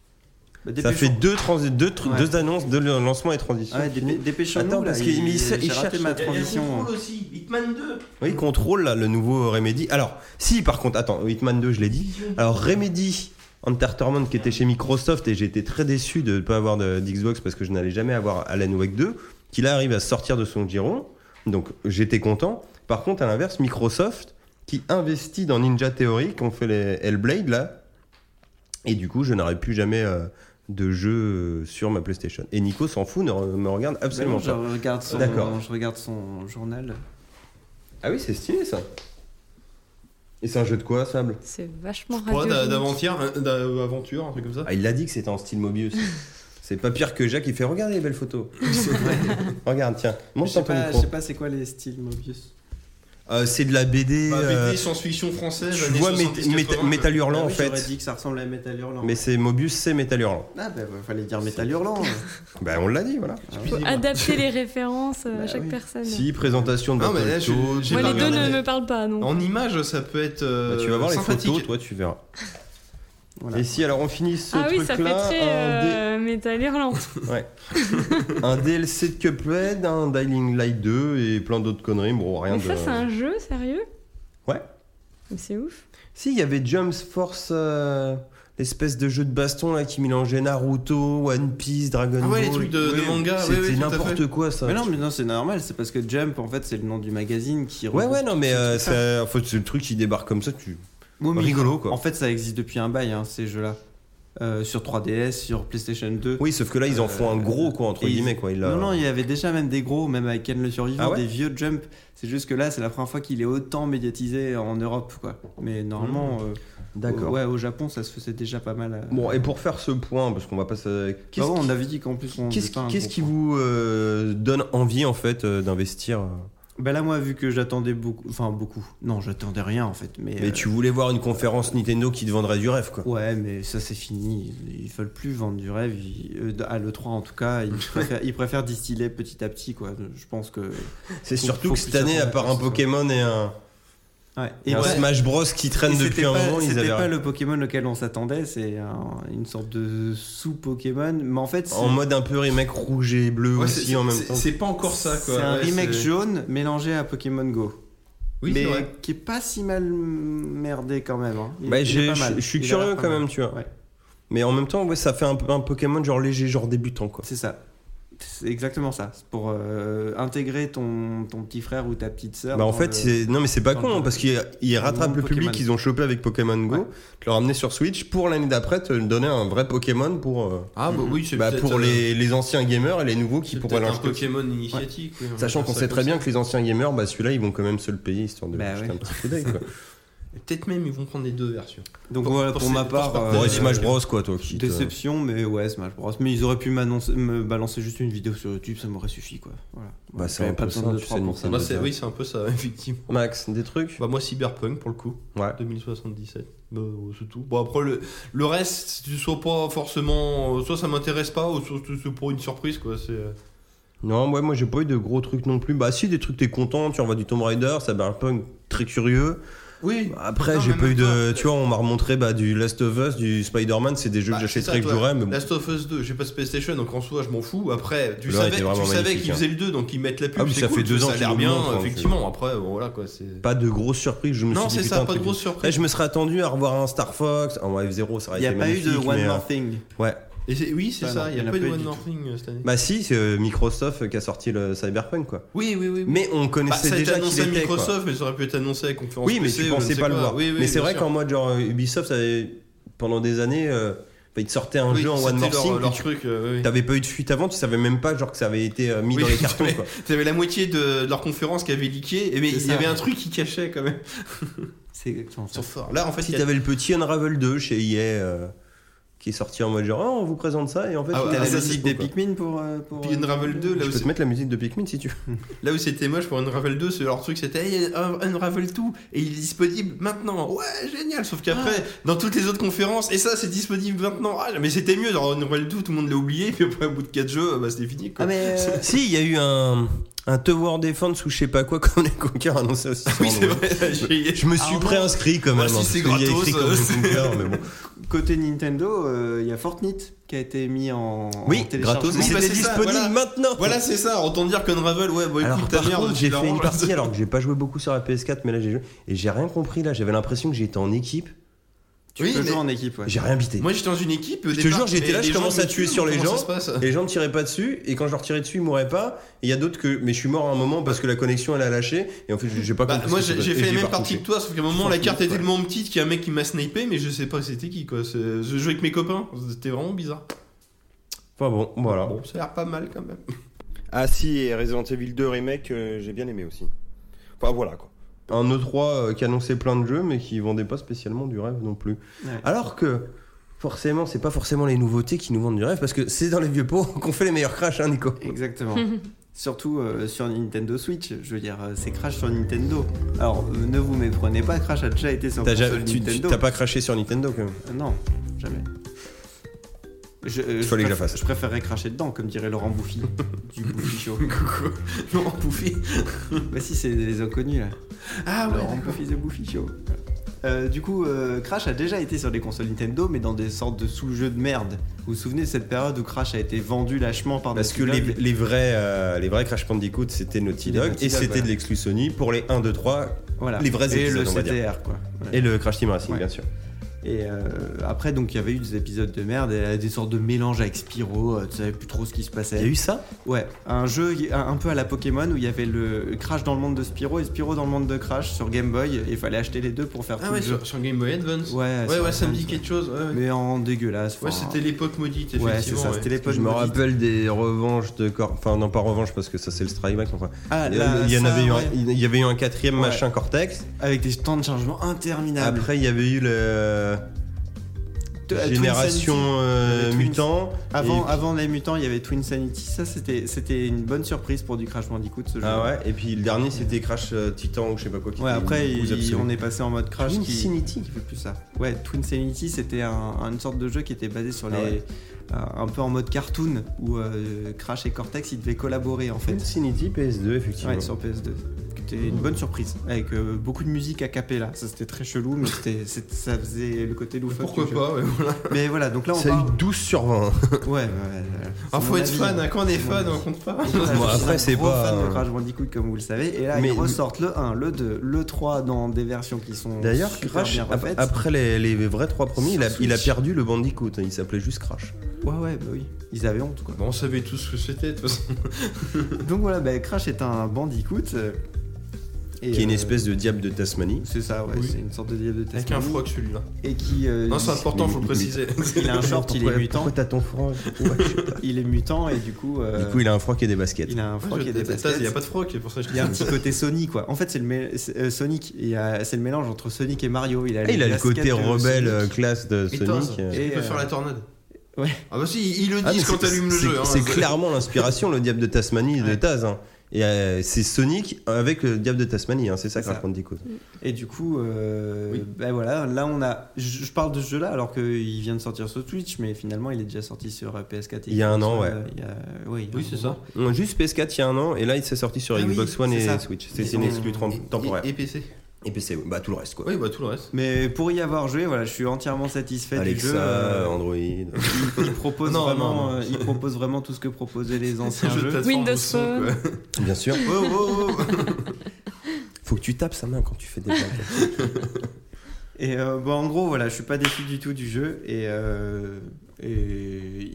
C: Bah,
A: Ça fait
C: dépêchons-
A: deux, transi- deux, tru-
C: Ouais.
A: deux annonces de lancement et transition.
C: Ouais, dépê- dépêchons-nous
A: Attends,
C: là,
A: parce qu'il- il-
C: j'ai
A: il
C: raté
A: cherche-
C: ma
B: Il y a- il y a
C: transition. hein.
B: Control aussi, Hitman 2.
A: Oui, contrôle là, le nouveau Remedy. Alors, si par contre, attends, Hitman 2, je l'ai dit. Alors, Remedy Entertainment qui était chez Microsoft et j'ai été très déçu de ne pas avoir de- d'Xbox parce que je n'allais jamais avoir Alan Wake 2, qui là arrive à sortir de son giron. Donc, j'étais content. Par contre, à l'inverse, Microsoft qui investit dans Ninja Theory, qui ont fait les Hellblade là. Et du coup, je n'aurai plus jamais euh, de jeu euh, sur ma PlayStation. Et Nico s'en fout, ne re- me regarde
C: Bah non,
A: absolument
C: je
A: pas.
C: regarde son,
A: D'accord.
C: je regarde son
A: <laughs>
C: journal.
A: Ah oui, c'est stylé ça. Et c'est un jeu de quoi, Sable
E: C'est vachement
C: Ah,
B: Pour
E: radio.
B: d'aventure, hein, d'a- aventure, un truc comme ça.
A: Ah, il l'a dit que c'était en style
C: <laughs>
A: Mobius. c'est pas pire que Jacques, il fait Regarde les belles photos. Regarde, tiens,
C: Je
A: monte
C: sais
A: dans ton
C: pas, je
A: micro.
C: sais pas c'est quoi les styles Mobius.
A: Euh, c'est de la BD.
B: Bah,
A: euh,
B: BD, science-fiction française.
A: tu
B: années
A: vois
B: 70,
A: Mét- Mét-
B: 80,
A: Metal Hurlant
C: Ah
A: en
C: oui, J'aurais
A: fait.
C: dit que ça ressemble à Metal Hurlant.
A: Mais c'est Mobius, c'est Metal Hurlant.
C: Ah bah bah, fallait dire Metal
A: <laughs>
C: Hurlant.
A: Bah, on l'a dit, voilà.
C: Ah,
E: Faut
A: <laughs>
E: adapter les références euh, à chaque personne.
A: Bah Si, présentation de
B: Non, mais
A: Battle
B: là, je-
A: Toad,
B: j'ai
E: Moi,
B: pas
E: les deux
B: regardé.
E: ne me parlent pas, non.
B: En image, ça peut être.
A: Bah,
B: euh,
A: tu vas voir les
B: sympathique.
A: photos, toi tu verras.
C: Voilà.
A: Et si alors on finit ce
E: Ah oui, ça fait
A: truc-là,
E: très
A: un dé-
E: euh, métal hurlant.
A: un DLC de Cuphead, un Dying Light 2 et plein d'autres conneries. Bon, rien
E: Mais
A: de.
E: ça, c'est un jeu, sérieux
A: Ouais.
E: Mais c'est ouf.
A: Si, il y avait Jumps Force, euh, l'espèce de jeu de baston là, qui mélangeait Naruto, One Piece, Dragon
B: Ah
A: Ball.
B: ouais, les trucs de, de
C: Oui,
B: manga. oui,
A: C'était
B: oui, tout à fait.
A: n'importe quoi ça.
C: Mais non, mais non, c'est normal, c'est parce que Jump, en fait, c'est le nom du magazine qui.
A: Ouais,
C: regroupe
A: ouais, non, mais
C: tout
A: euh,
C: ça.
A: c'est en fait, c'est le truc qui débarque comme ça, tu.
C: Oui, mais
A: Rigolo quoi.
C: En fait, ça existe depuis un bail, hein, ces jeux-là. Euh, sur 3DS, sur PlayStation 2.
A: Oui, sauf que là, ils en font un gros quoi, entre
C: Et ils-
A: guillemets quoi. Il a-
C: Non, non, il y avait déjà même des gros, même avec Ken le Survivant,
A: Ah ouais
C: des vieux Jump. C'est juste que là, c'est la première fois qu'il est autant médiatisé en Europe, quoi. Mais normalement, euh,
A: Hmm. D'accord.
C: ouais, au Japon, ça se faisait déjà pas mal. à-
A: Bon, et pour faire ce point, parce qu'on va passer.
C: Bah
A: Qu'est-ce
C: ouais,
A: qui-
C: on avait dit qu'en plus, on
A: qu'est-ce
C: faisait pas
A: qui,
C: un
A: qu'est-ce
C: gros
A: qui
C: point.
A: vous euh, donne envie en fait euh, d'investir euh
C: Bah là, moi, vu que j'attendais beaucoup. Enfin, beaucoup. Non, j'attendais rien, en fait. Mais,
A: Mais
C: euh,
A: tu voulais voir une conférence Nintendo qui te vendrait du rêve quoi.
C: Ouais, mais ça c'est fini. Ils veulent plus vendre du rêve. Ils- euh, à l'E3 en tout
A: <laughs>
C: cas, ils préfèrent, ils préfèrent distiller petit à petit. quoi. Je pense que.
A: C'est
C: Faut-
A: surtout
C: faut
A: que cette
C: plus
A: année, à
C: attendre
A: part un
C: que ce soit-
A: Pokémon et un.
C: Ouais.
A: Et un
C: ouais,
A: Smash Bros qui traîne
C: et
A: depuis
C: c'était
A: un
C: pas-
A: moment, ils
C: C'était
A: avaient
C: pas le Pokémon auquel on s'attendait, c'est un- une sorte de sous-Pokémon. Mais en fait, c'est
A: en mode un peu remake rouge et bleu
B: Ouais, c'est-
A: aussi en même
B: c'est-
A: temps.
B: C'est pas encore ça quoi.
C: c'est un
B: Ouais,
C: remake
B: c'est-
C: jaune mélangé à Pokémon Go.
B: Oui, c'est
C: mais
B: vrai.
C: qui est pas si mal merdé quand même. hein. Il-
A: Bah,
C: il est
A: j'ai-
C: pas mal.
A: je je suis
C: Il a l'air
A: curieux
C: pas
A: quand
C: mal.
A: même, tu vois.
C: Ouais.
A: Mais en même temps, ouais, ça fait un, peu un Pokémon genre léger, genre débutant quoi.
C: C'est ça. C'est exactement ça. C'est pour euh, intégrer ton, ton petit frère ou ta petite sœur.
A: Bah en
C: dans
A: fait,
C: le-
A: c'est- non mais c'est pas
C: dans
A: con
C: le-
A: hein, parce qu'ils ils rattrapent
C: monde
A: le public
C: Pokémon.
A: qu'ils ont chopé avec Pokémon Go,
C: Ouais.
A: te le ramener sur Switch pour l'année d'après te donner un vrai Pokémon pour euh,
B: Ah bah oui, c'est
A: bah,
B: peut-être,
A: pour
B: euh,
A: les, les anciens gamers et les nouveaux
B: c'est
A: qui pourraient
B: peut-être un
A: l'acheter.
B: Pokémon initiatique. oui, on va
A: Sachant
B: dire
A: qu'on
B: ça
A: sait
B: comme
A: très
B: ça.
A: bien que les anciens gamers, bah celui-là ils vont quand même se le payer histoire de
C: Bah
A: jeter
C: ouais.
A: un petit coup d'œil quoi.
B: Et Peut-être même ils vont prendre les deux versions.
C: <laughs> Donc
B: Pour-
C: voilà,
B: pour
C: pour,
B: ces-
C: ma
B: pour ce
C: part,
B: partage.
C: euh,
A: Bon, et Smash Bros, quoi, toi. qui te-
C: déception, mais ouais, Smash Bros. Mais ils auraient pu m'annoncer- me balancer juste une vidéo sur YouTube, ça m'aurait suffi, quoi. Voilà.
A: Bah, c'est
C: J'avais
A: un peu
C: besoin
A: ça,
C: de
A: tu
C: trois
A: sais,
C: pour
A: nous, ça me
B: Moi, Bah, c'est,
A: fait.
B: oui, c'est un peu ça, <laughs> effectivement.
A: Max, des trucs
B: Bah, moi, Cyberpunk pour le coup,
A: Ouais.
B: 2077. Bah, euh, c'est tout. Bon, après, le, le reste, c'est soit pas forcément. euh, Soit ça m'intéresse pas, ou soit c'est pour une surprise, quoi. C'est. euh,
A: Non, ouais, moi j'ai pas eu de gros trucs non plus. Bah si, des trucs t'es content, tu revois du Tomb Raider, ça bah, un peu très curieux.
B: Oui,
A: Après,
B: Non,
A: j'ai
B: mais
A: pas eu
B: même
A: de.
B: toi,
A: Tu vois, on m'a remontré bah, du Last of Us, du Spider-Man, c'est des jeux
B: Bah,
A: que
B: c'est ça,
A: j'achèterais que
B: toi.
A: j'aurais, mais bon.
B: Last of Us 2, j'ai pas de PlayStation, donc en soi, je m'en fous. Après, tu
A: Le
B: savais,
A: était
B: tu
A: vraiment
B: savais
A: magnifique,
B: qu'ils
A: hein.
B: faisaient le 2, donc ils mettent la pub.
A: Ah oui,
B: c'est
A: ça
B: cool,
A: fait deux ans
B: ça a
A: qu'ils
B: l'air
A: nous
B: bien,
A: montrent, hein,
B: effectivement. Après, bon, voilà quoi. c'est-
A: pas de grosses surprises, je me
B: Non,
A: suis dit.
B: c'est
A: putain,
B: ça, pas
A: un
B: de
A: truc
B: grosse
A: de-
B: surprise.
A: Ouais, je me serais attendu à revoir un Star Fox. En Wave Zero, ça aurait
C: Il n'y a
A: été
C: pas eu de
A: magnifique,
C: One
A: mais, euh,
C: More Thing.
A: Ouais.
B: Et c'est- oui, c'est
C: Ah
B: ça,
C: non,
B: il n'y a, pas eu de One Nothing cette année.
A: Bah si, c'est euh, Microsoft euh, qui a sorti le Cyberpunk, quoi.
B: oui, oui, oui. oui.
A: Mais on
B: Bah,
A: connaissait
B: ça a été
A: déjà qu'il
B: annoncé à
A: était, quoi.
B: Microsoft, mais ça aurait pu être annoncé à la conférence.
A: Oui, mais
B: PC,
A: tu
B: ou je
A: pensais
B: ne sais
A: pas le
B: euh, quoi.
A: voir.
B: Oui, oui,
A: mais c'est
B: bien
A: vrai
B: sûr.
A: qu'en mode genre euh, Ubisoft, ça avait- pendant des années, euh, enfin, ils sortaient un
B: Oui,
A: jeu en
B: c'était
A: One More
B: leur-
A: Thing,
B: leur
A: puis tu-
B: truc. euh, oui.
A: T'avais pas eu de fuite avant, tu savais même pas genre que ça avait été euh, mis
B: Oui,
A: dans les
B: <laughs> tu
A: cartons.
B: savais.
A: Quoi.
B: T'avais la moitié de de leur conférence qui avait leaké, et mais
C: C'est
B: il y
C: ça.
B: avait un truc qui cachait quand même.
C: C'est exactement
B: Ils
C: ça.
B: sont forts. Là, en fait,
A: Si
B: il y a-
A: t'avais le petit Unravel 2 chez EA euh, qui est sorti en mode genre Ah, on vous présente ça et en fait
B: Ah
A: il
B: ouais,
A: est
C: T'as
B: ah,
C: la
B: ça,
A: dispo,
C: musique des
A: quoi.
C: Pikmin pour. euh, pour,
B: Puis
C: euh,
B: Unravel 2, là
A: Je
B: où
A: peux
B: c'est-
A: te mettre la musique de Pikmin si tu veux.
B: là où c'était moche pour Unravel 2, c'est leur truc, c'était hey, Un- Unravel 2 et il est disponible maintenant. Ouais, génial. Sauf qu'après,
A: Ah.
B: dans toutes les autres conférences, et ça, c'est disponible maintenant. Ah, mais c'était mieux. Genre Unravel 2, tout le monde l'a oublié, puis après, au bout de 4 jeux, bah, c'était fini. Quoi.
C: Ah, mais. euh,
A: <laughs> si, il y a eu un, un Tower Defense ou je sais pas quoi <laughs> comme les Conquer annoncé aussi. sur
B: oui, c'est
A: Android. <laughs>
B: vrai. j'ai-
A: Je me suis
C: Alors,
A: préinscrit quand
B: moi,
A: même.
B: si
A: hein,
B: c'est
A: parce qu'il y a
B: gratos,
A: écrit comme
B: euh,
A: les
B: c'est-
A: Conquer,
B: <laughs>
A: mais bon.
C: Côté Nintendo, euh, il y a Fortnite qui a été mis en. en
A: Oui,
C: téléchargement.
A: gratos.
B: Oui,
A: C'était
B: bah, c'est ça,
A: disponible
B: voilà.
A: maintenant.
B: Voilà, c'est ça. Autant dire qu'Unravel, ouais, bon,
A: Alors
B: écoute, ta
A: par
B: merde.
A: contre,
B: tu
A: j'ai
B: la
A: fait une
B: ranges.
A: partie alors que j'ai pas joué beaucoup sur la PS4 mais là j'ai joué et j'ai rien compris là, j'avais l'impression que j'étais en équipe,
C: Tu
B: Oui,
C: peux
B: mais-
C: jouer en équipe, ouais.
A: j'ai rien bité.
B: Moi, j'étais dans une équipe. au
A: Je te
B: départ,
A: jure, j'étais
B: mais
A: là, je
B: les gens
A: commence
B: me
A: à tuer
B: tuent,
A: sur les
B: comment
A: gens.
B: ça se passe
A: Les gens ne tiraient pas dessus, et quand je leur tirais dessus, ils mouraient pas. Et il y a d'autres que. Mais je suis mort à un moment parce que la connexion elle a lâché, et en fait j'ai pas
B: Bah,
A: compris.
B: moi
A: ce
B: j'ai
A: qui se
B: j'ai
A: passait,
B: fait
A: et
B: la
A: j'ai
B: même
A: pas
B: partie que
A: retouché.
B: toi, sauf qu'à un moment la carte est
A: ouais.
B: tellement petite qu'il y a un mec qui m'a snipé, mais je sais pas c'était qui quoi. C'est- Je jouais avec mes copains, c'était vraiment bizarre.
A: Enfin bon, voilà.
B: Bon, ça a l'air pas mal quand même.
A: Ah si, et Resident Evil 2 Remake, euh, j'ai bien aimé aussi. Enfin voilà quoi. Un E3 euh, qui annonçait plein de jeux, mais qui vendait pas spécialement du rêve non plus.
C: Ouais.
A: Alors que. Forcément, c'est pas forcément les nouveautés qui nous vendent du rêve parce que c'est dans les vieux pots <laughs> qu'on fait les meilleurs crashs, hein, Nico.
C: <laughs> Exactement. <laughs> Surtout euh, sur Nintendo Switch, je veux dire, euh, c'est Crash sur Nintendo. Alors, euh, ne vous méprenez pas, Crash a déjà été sur
A: T'as
C: console
A: ja- tu- tu-
C: Nintendo.
A: t'as pas craché sur Nintendo quand même.
C: Euh, Non, jamais. Je, euh,
A: Il
C: je
A: fallait que je la
C: préf-
A: fasse.
C: Je préférerais cracher dedans, comme dirait Laurent
A: <laughs>
C: Bouffy du Bouffy Show.
B: Coucou. Non, bouffé.
C: bah si, c'est les inconnus là.
B: Ah ouais.
C: Laurent Bouffy de Bouffy Show. Euh, du coup, euh, Crash a déjà été sur des consoles Nintendo, mais dans des sortes de sous-jeux de merde. Vous vous souvenez de cette période où Crash a été vendu lâchement par
A: Parce
C: des
A: que les, les vrais, euh, les vrais Crash Bandicoot, c'était Naughty
C: Les
A: Dog
C: Naughty
A: et
C: Dog,
A: c'était
C: voilà.
A: de l'exclus Sony pour les 1, 2, 3
C: voilà.
A: les vrais
C: Et le
A: épisodes, on va dire.
C: CTR, quoi. Voilà.
A: et le Crash Team Racing,
C: Ouais.
A: bien sûr.
C: Et euh, après, donc, il y avait eu des épisodes de merde, et euh, des sortes de mélanges avec Spyro, euh, tu savais plus trop ce qui se passait.
A: ça
C: Ouais, un jeu un, un peu à la Pokémon où il y avait le Crash dans le monde de Spyro et Spyro dans le monde de Crash sur Game Boy, et il fallait acheter les deux pour faire
B: Ah
C: tout
B: ouais,
C: le jeu.
B: sur, sur Game Boy Advance. Ouais,
C: Ouais,
B: ouais,
C: sur
B: ça me dit
C: Advance,
B: quelque chose. Ouais, ouais.
C: ouais. Mais en dégueulasse.
B: Ouais,
C: enfin,
B: c'était l'époque maudite, effectivement.
C: Ouais, c'est ça, c'était l'époque.
A: Je me
C: maudite.
A: rappelle des revanches de Cor... Enfin, non, pas revanche parce que ça, c'est le Strike Back. Enfin,
C: Ah, là,
A: il, y en
C: ça,
A: avait eu un,
C: ouais.
A: il y avait eu un quatrième
C: Ouais.
A: machin Cortex.
C: Avec des temps de chargement interminables.
A: Après, il y avait eu le. euh,
C: T- euh, Twin
A: Génération
C: Sanity.
A: euh,
C: Les Twins.
A: Mutant.
C: Avant,
A: Et-
C: avant les mutants, il y avait Twin Sanity. Ça, c'était c'était une bonne surprise pour du Crash Bandicoot ce jeu.
A: Ah ouais, et puis le dernier, c'était Crash euh, Titan ou je sais pas quoi. qui
C: Ouais,
A: était
C: après,
A: une
C: il-
A: cause absolue.
C: on est passé en mode Crash
A: Twin
C: qui,
A: Sanity.
C: qui fait plus ça. Ouais, Twin Sanity, c'était un, une sorte de jeu qui était basé sur
A: Ah
C: les. euh,
A: ouais.
C: un- un peu en mode cartoon, où euh, Crash et Cortex, ils devaient collaborer en fait.
A: Infinity PS2, effectivement.
C: Ouais, sur PS2. C'était une bonne surprise, avec euh, beaucoup de musique à cappella. Ça, c'était très chelou, mais c'était- c'est- ça faisait le côté loufoque.
B: Pourquoi
C: du jeu.
B: pas, ouais, voilà.
C: Mais voilà, donc là, on
A: Ça a eu
C: parle.
A: 12 sur 20.
C: Ouais, ouais, ouais, ouais.
B: Ah,
C: C'est
B: faut
C: mon
B: être
C: avis.
B: fan, hein. quand on est
C: C'est mon
B: fan,
C: avis.
B: on compte pas.
A: Bon,
C: Je suis
A: après,
C: un
A: c'est
C: gros
A: pas,
C: fan de
A: euh,
C: Crash Bandicoot, comme vous le savez. Et là,
A: mais-
C: ils ressortent le 1, le 2, le 3 dans des versions qui sont.
A: D'ailleurs,
C: super
A: Crash,
C: bien
A: ap-
C: refaites.
A: après les, les vrais trois premiers, il a,
C: Sur
A: il a
C: Switch.
A: perdu le Bandicoot. hein, Il s'appelait juste Crash.
C: Ouais, ouais, bah oui. Ils avaient honte,
A: <laughs>
C: quoi.
B: Bon, on savait tous ce que c'était, de toute façon.
C: Donc voilà, bah, Crash est un bandicoot. euh, Et,
A: qui est une
C: euh,
A: espèce de diable de Tasmanie.
C: C'est ça, ouais,
B: Oui.
C: c'est une sorte de diable de
B: Avec un
C: Tasmanie.
B: froc celui-là.
C: Et qui. euh,
B: Non, c'est important, faut le préciser.
C: Il a un short, il est
A: Pourquoi- <laughs>
C: mutant.
A: Pourquoi t'as ton froc
C: Il est mutant et du coup. euh,
A: Du coup, il a un froc et des baskets.
C: il a un froc et des baskets.
B: Il n'y a pas de froc, c'est pour ça que je
C: Il y a un
B: dis.
C: petit côté Sony quoi. En fait, c'est le mé- c'est, euh, Sonic. Il y a- C'est le mélange entre Sonic et Mario. Il a,
A: Ah, il a le
C: casquette
A: côté
C: de
A: rebelle euh,
C: Sonic.
A: classe de
B: Et Thor,
A: Sonic. euh.
B: il peut
C: euh,
B: faire la tornade.
C: ouais.
B: Ah bah si, ils le
A: Ah, mais
B: disent quand
A: c'est-
B: t'allumes le
A: c'est-
B: jeu. hein.
A: C'est clairement l'inspiration, le diable de Tasmanie de Taz. hein. Et euh, c'est Sonic avec le diable de Tasmanie, hein, c'est ça que
C: C'est ça.
A: raconte Dico.
C: Et du coup, euh,
B: Oui.
C: ben voilà. Là, on a. Je, je parle de ce jeu-là alors qu'il vient de sortir sur Twitch, mais finalement, il est déjà sorti sur euh, PS4. et
A: Il y a un
C: Xbox
A: an,
C: One,
A: ouais.
C: euh, il y a- Oui,
B: Oui, c'est ça.
A: On a Juste PS4 il y a un an, et là il s'est sorti sur
C: Ah oui,
A: Xbox One
C: c'est
A: et
C: ça.
A: Switch. C'est
C: Ils
A: une
C: ont-
A: exclue trom-
B: Et-
A: temporaire.
B: Et, et PC.
A: Et PC, ouais. bah tout le reste quoi.
B: Oui, bah tout le reste.
C: Mais pour y avoir joué, voilà, je suis entièrement satisfait du
A: Alexa,
C: jeu. euh,
A: Android. Ouais,
C: il propose
B: Non,
C: vraiment,
B: non, non.
C: euh, il propose vraiment tout ce que proposaient les anciens
B: Jeu de
C: jeux.
B: plateforme
E: Windows
B: au son, quoi.
A: Bien sûr.
B: Oh, oh, oh.
A: Faut que tu tapes sa main quand tu fais des blagues.
C: Et euh, bon, en gros, voilà, je suis pas déçu du tout du jeu. Et, euh, et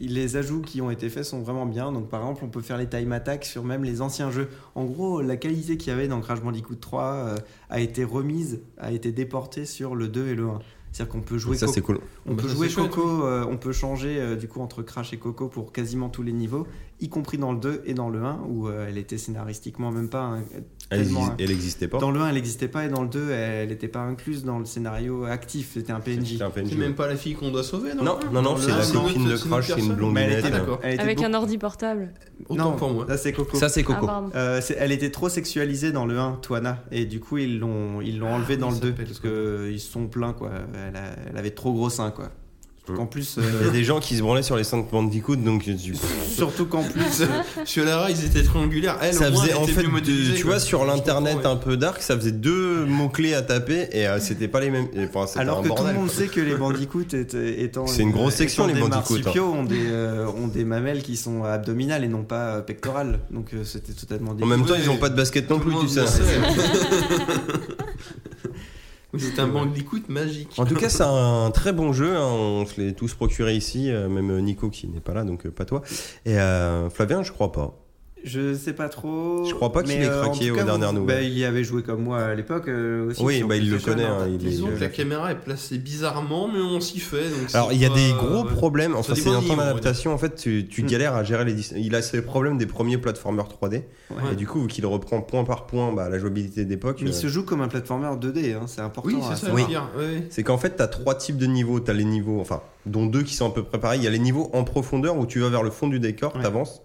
C: les ajouts qui ont été faits sont vraiment bien. Donc, par exemple, on peut faire les time attacks sur même les anciens jeux. En gros, la qualité qu'il y avait dans Crash Bandicoot 3 euh, a été remise, a été déportée sur le 2 et le 1. C'est-à-dire qu'on peut jouer
A: Ça
C: Coco-
A: c'est cool.
C: on
B: Bah,
C: peut
B: ça,
C: jouer
B: c'est chouette,
C: Coco, euh, on peut changer euh, du coup entre Crash et Coco pour quasiment tous les niveaux, y compris dans le 2 et dans le 1 où euh, elle était scénaristiquement même pas un-
A: Elle,
C: tellement
A: exi-
C: un-
A: elle existait pas.
C: dans le 1, elle n'existait pas et dans le 2, elle n'était pas incluse dans le scénario actif. C'était un PNJ.
A: C'était un PNJ.
B: C'est même pas la fille qu'on doit sauver, non
A: Non, non, non,
B: Dans
A: c'est
B: le-
A: la
B: Ah,
A: copine
B: non,
A: de
B: c'est une
A: Crash, c'est une
C: Mais elle
B: personne.
A: blondinette.
C: était,
B: Ah, d'accord.
C: elle était
E: Avec
C: beaucoup-
E: un ordi portable.
B: Autant
C: non,
B: pour
C: <laughs>
B: moi.
C: Là, c'est Coco.
A: Ça c'est Coco. <laughs>
E: Ah, pardon.
C: Euh, c'est- elle était trop sexualisée dans le 1, Toana, et du coup ils l'ont ils
A: Ah,
C: l'ont enlevée dans
B: oui,
C: le
B: ça
C: 2
B: s'appelle
C: parce
B: Coco.
C: que ils se sont plaints quoi. Elle, a- elle avait trop gros seins quoi.
A: Mm.
C: En plus,
A: Il y
C: euh,
A: a <laughs> des gens qui se branlaient sur les 5 Bandicoot, donc tu-
C: surtout qu'en plus, euh,
B: Sur Lara, ils étaient triangulaires. Elle,
A: ça
B: au Ah, moins,
A: faisait
B: elle
A: en
B: était
A: fait,
B: mieux
A: de-
B: modélisée,
A: tu
B: quoi.
A: vois, sur hein.
B: Je
A: l'internet
B: comprends, ouais.
A: un peu dark, ça faisait deux mots clés à taper et euh, c'était pas les mêmes. et, enfin, c'était un
C: alors que tout
A: bordel,
C: le monde
A: quoi.
C: sait que les bandicoots étaient- étant
A: C'est une grosse
C: euh,
A: section,
C: étant
A: les
C: des
A: bandicoots, hein.
C: marsupiaux ont des euh, ont des mamelles qui sont abdominales et non pas euh, pectorales, donc euh, c'était totalement
A: En même temps,
B: Ouais,
A: ils ont pas de basket non
B: Tout le
A: plus, tu
B: monde
A: sais.
B: le
A: <laughs>
B: sait. Oui, C'est un banc d'écoute magique.
A: En tout cas, c'est un très bon jeu. hein, On se l'est tous procuré ici, euh, même Nico qui n'est pas là, donc euh, pas toi. Et euh, Flavien, je crois pas.
C: Je sais pas trop.
A: Je crois pas qu'il
C: mais,
A: ait
C: euh,
A: craqué
C: en tout
A: aux
C: cas,
A: dernières
C: vous-
A: nouvelles.
C: bah, il y avait joué comme moi à l'époque euh, aussi.
A: Oui,
C: sur
A: bah, il le
C: PlayStation,
A: connaît, hein,
C: t'as-
A: il
C: ils
A: est-
C: ont-
B: Disons que la
A: euh,
B: caméra est placée bizarrement, mais on s'y fait. donc
A: Alors,
B: c'est
A: il y a
B: pas- euh,
A: des gros
B: ouais.
A: problèmes.
B: Ça
A: Enfin, c'est
B: dépend
A: un
B: des
A: temps
B: livres,
A: d'adaptation. En fait, tu, tu
C: Hmm.
A: galères à gérer les. dis- Il a ces problèmes des premiers platformers 3D.
C: Ouais.
A: Et du coup, vu qu'il reprend point par point bah, la jouabilité d'époque.
C: Mais
A: euh,
C: il se joue comme un platformer 2D, hein, c'est important.
B: Oui,
C: à
B: c'est ça
C: savoir.
B: le pire. ouais.
A: C'est qu'en fait, t'as trois types de niveaux. T'as les niveaux, enfin, dont deux qui sont à peu près pareils. Il y a les niveaux en profondeur où tu vas vers le fond du décor,
C: Ouais.
A: t'avances.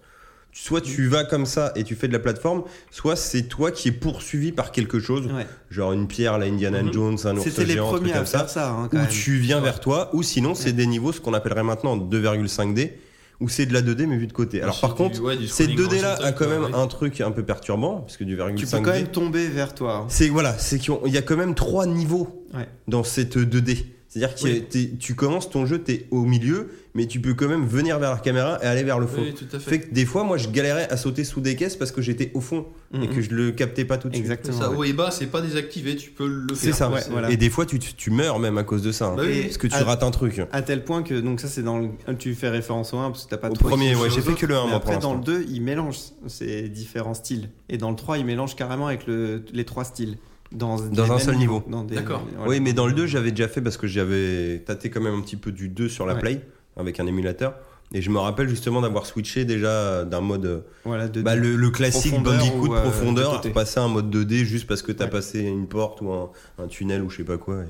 A: Soit tu vas comme ça et tu fais de la plateforme, soit c'est toi qui es poursuivi par quelque chose,
C: Ouais.
A: genre une pierre, la Indiana
B: Mhm.
A: Jones, un ours
C: C'était les
A: géant, un truc
C: premiers à
A: comme ça,
C: faire ça. hein,
A: où
C: quand même.
A: tu viens vers toi, ou sinon c'est des niveaux, ce qu'on appellerait maintenant 2,5D, où c'est de la 2D mais vue de côté. Alors par
B: C'est du-
A: contre,
B: ouais, du
A: ces
B: scrolling
A: 2D là a
B: horizontal,
A: quand même
B: ouais.
A: un truc un peu perturbant, parce que du
C: Tu peux
A: 2,5D,
C: quand même tomber vers toi. hein.
A: c'est voilà, c'est qu'il y a quand même trois niveaux
C: Ouais.
A: dans cette 2D. C'est-à-dire que
B: Oui.
A: t'es- tu commences ton jeu, t'es au milieu, mais tu peux quand même venir vers la caméra et aller vers le fond.
B: Oui, tout à fait.
A: Fait que des fois, moi, je galérais à sauter sous des caisses parce que j'étais au fond et
C: Mhm.
A: que je le captais pas tout de suite.
C: Exactement.
B: Ça,
C: ouais.
B: haut et bas, c'est pas désactivé, tu peux le faire.
A: C'est ça,
B: quoi,
A: ouais,
B: c'est-
C: voilà.
A: Et des fois, tu, tu meurs même à cause de ça. hein,
B: Bah oui,
A: parce que tu
C: à-
A: rates un truc.
C: À tel point que donc ça c'est dans le... tu fais référence au 1 parce que t'as pas
A: Au
C: trop
A: premier,
C: essayé
A: ouais,
C: sur
A: j'ai
C: les
A: fait
C: autres.
A: que le un,
C: Mais
A: moi, pour
C: après dans le
A: l'instant.
C: 2 ils mélangent ces différents styles et dans le 3 ils mélangent carrément avec le... les trois styles dans,
A: Dans
C: les
A: un
C: mêmes
A: seul
C: niveaux.
A: niveau.
C: Dans des-
B: D'accord.
C: voilà.
A: Oui, mais dans le 2, j'avais déjà fait parce que j'avais tâté quand même un petit peu du 2 sur la
C: Ouais.
A: Play avec un émulateur. Et je me rappelle justement d'avoir switché déjà d'un mode. euh,
C: voilà de
A: Bah, le, le classique
C: Profondeur
A: Bandicoot
C: ou, euh,
A: profondeur,
C: de
A: à
C: côté.
A: repasser un mode 2D juste parce que t'as
C: Ouais.
A: passé une porte ou un, un tunnel ou je sais pas quoi. et-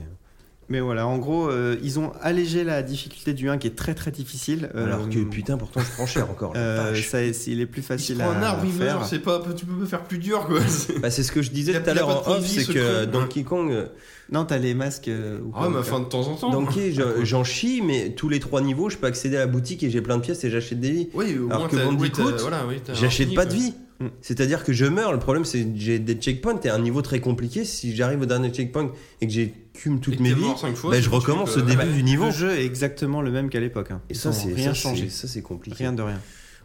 C: Mais voilà, en gros, euh, ils ont allégé la difficulté du 1 qui est très très difficile. Euh,
A: Alors que putain, pourtant je prends cher encore. la
C: euh,
A: vache.
C: ça, c'est- il est plus
B: Il se
C: facile
B: prend un
C: à,
B: arbre, il meurt,
C: faire.
B: c'est pas, tu peux pas faire plus dur quoi.
A: Bah, <laughs> c'est ce que je
B: Y
A: disais
B: a-
A: tout à
B: y a
A: l'heure
B: pas de
A: en
B: point de
A: off,
B: vue,
A: c'est
B: ce
A: que
B: con.
A: Donkey Kong, euh,
C: Non, t'as les masques. euh, ou
B: Ah,
C: quoi,
B: mais
C: quoi.
B: enfin de temps en temps.
A: Donkey, je- j'en chie, mais tous les trois niveaux, je peux accéder à la boutique et j'ai plein de pièces et j'achète des vies.
B: Oui, au
A: Alors
B: moins
A: que
B: t'as- oui,
A: Bandicoot,
B: t'as- voilà, oui, t'as
A: J'achète
B: infini,
A: pas de
B: quoi.
A: vie.
C: Mm.
A: C'est-à-dire que je meurs. Le problème, c'est que j'ai des checkpoints et un niveau très compliqué. Si j'arrive au dernier checkpoint et que j'écume
B: Et
A: toutes
B: que
A: mes
B: t'es
A: vies,
B: mort cinq fois,
A: bah,
B: si
A: je
B: tu
A: recommence
B: peux-
A: au début
B: Ouais.
A: du niveau.
C: Le jeu est exactement le même qu'à l'époque. hein.
A: Et
C: Ils
A: ça,
C: ont
A: c'est
C: rien
A: ça,
C: changé.
A: c'est- Ça, c'est compliqué.
C: Rien de rien.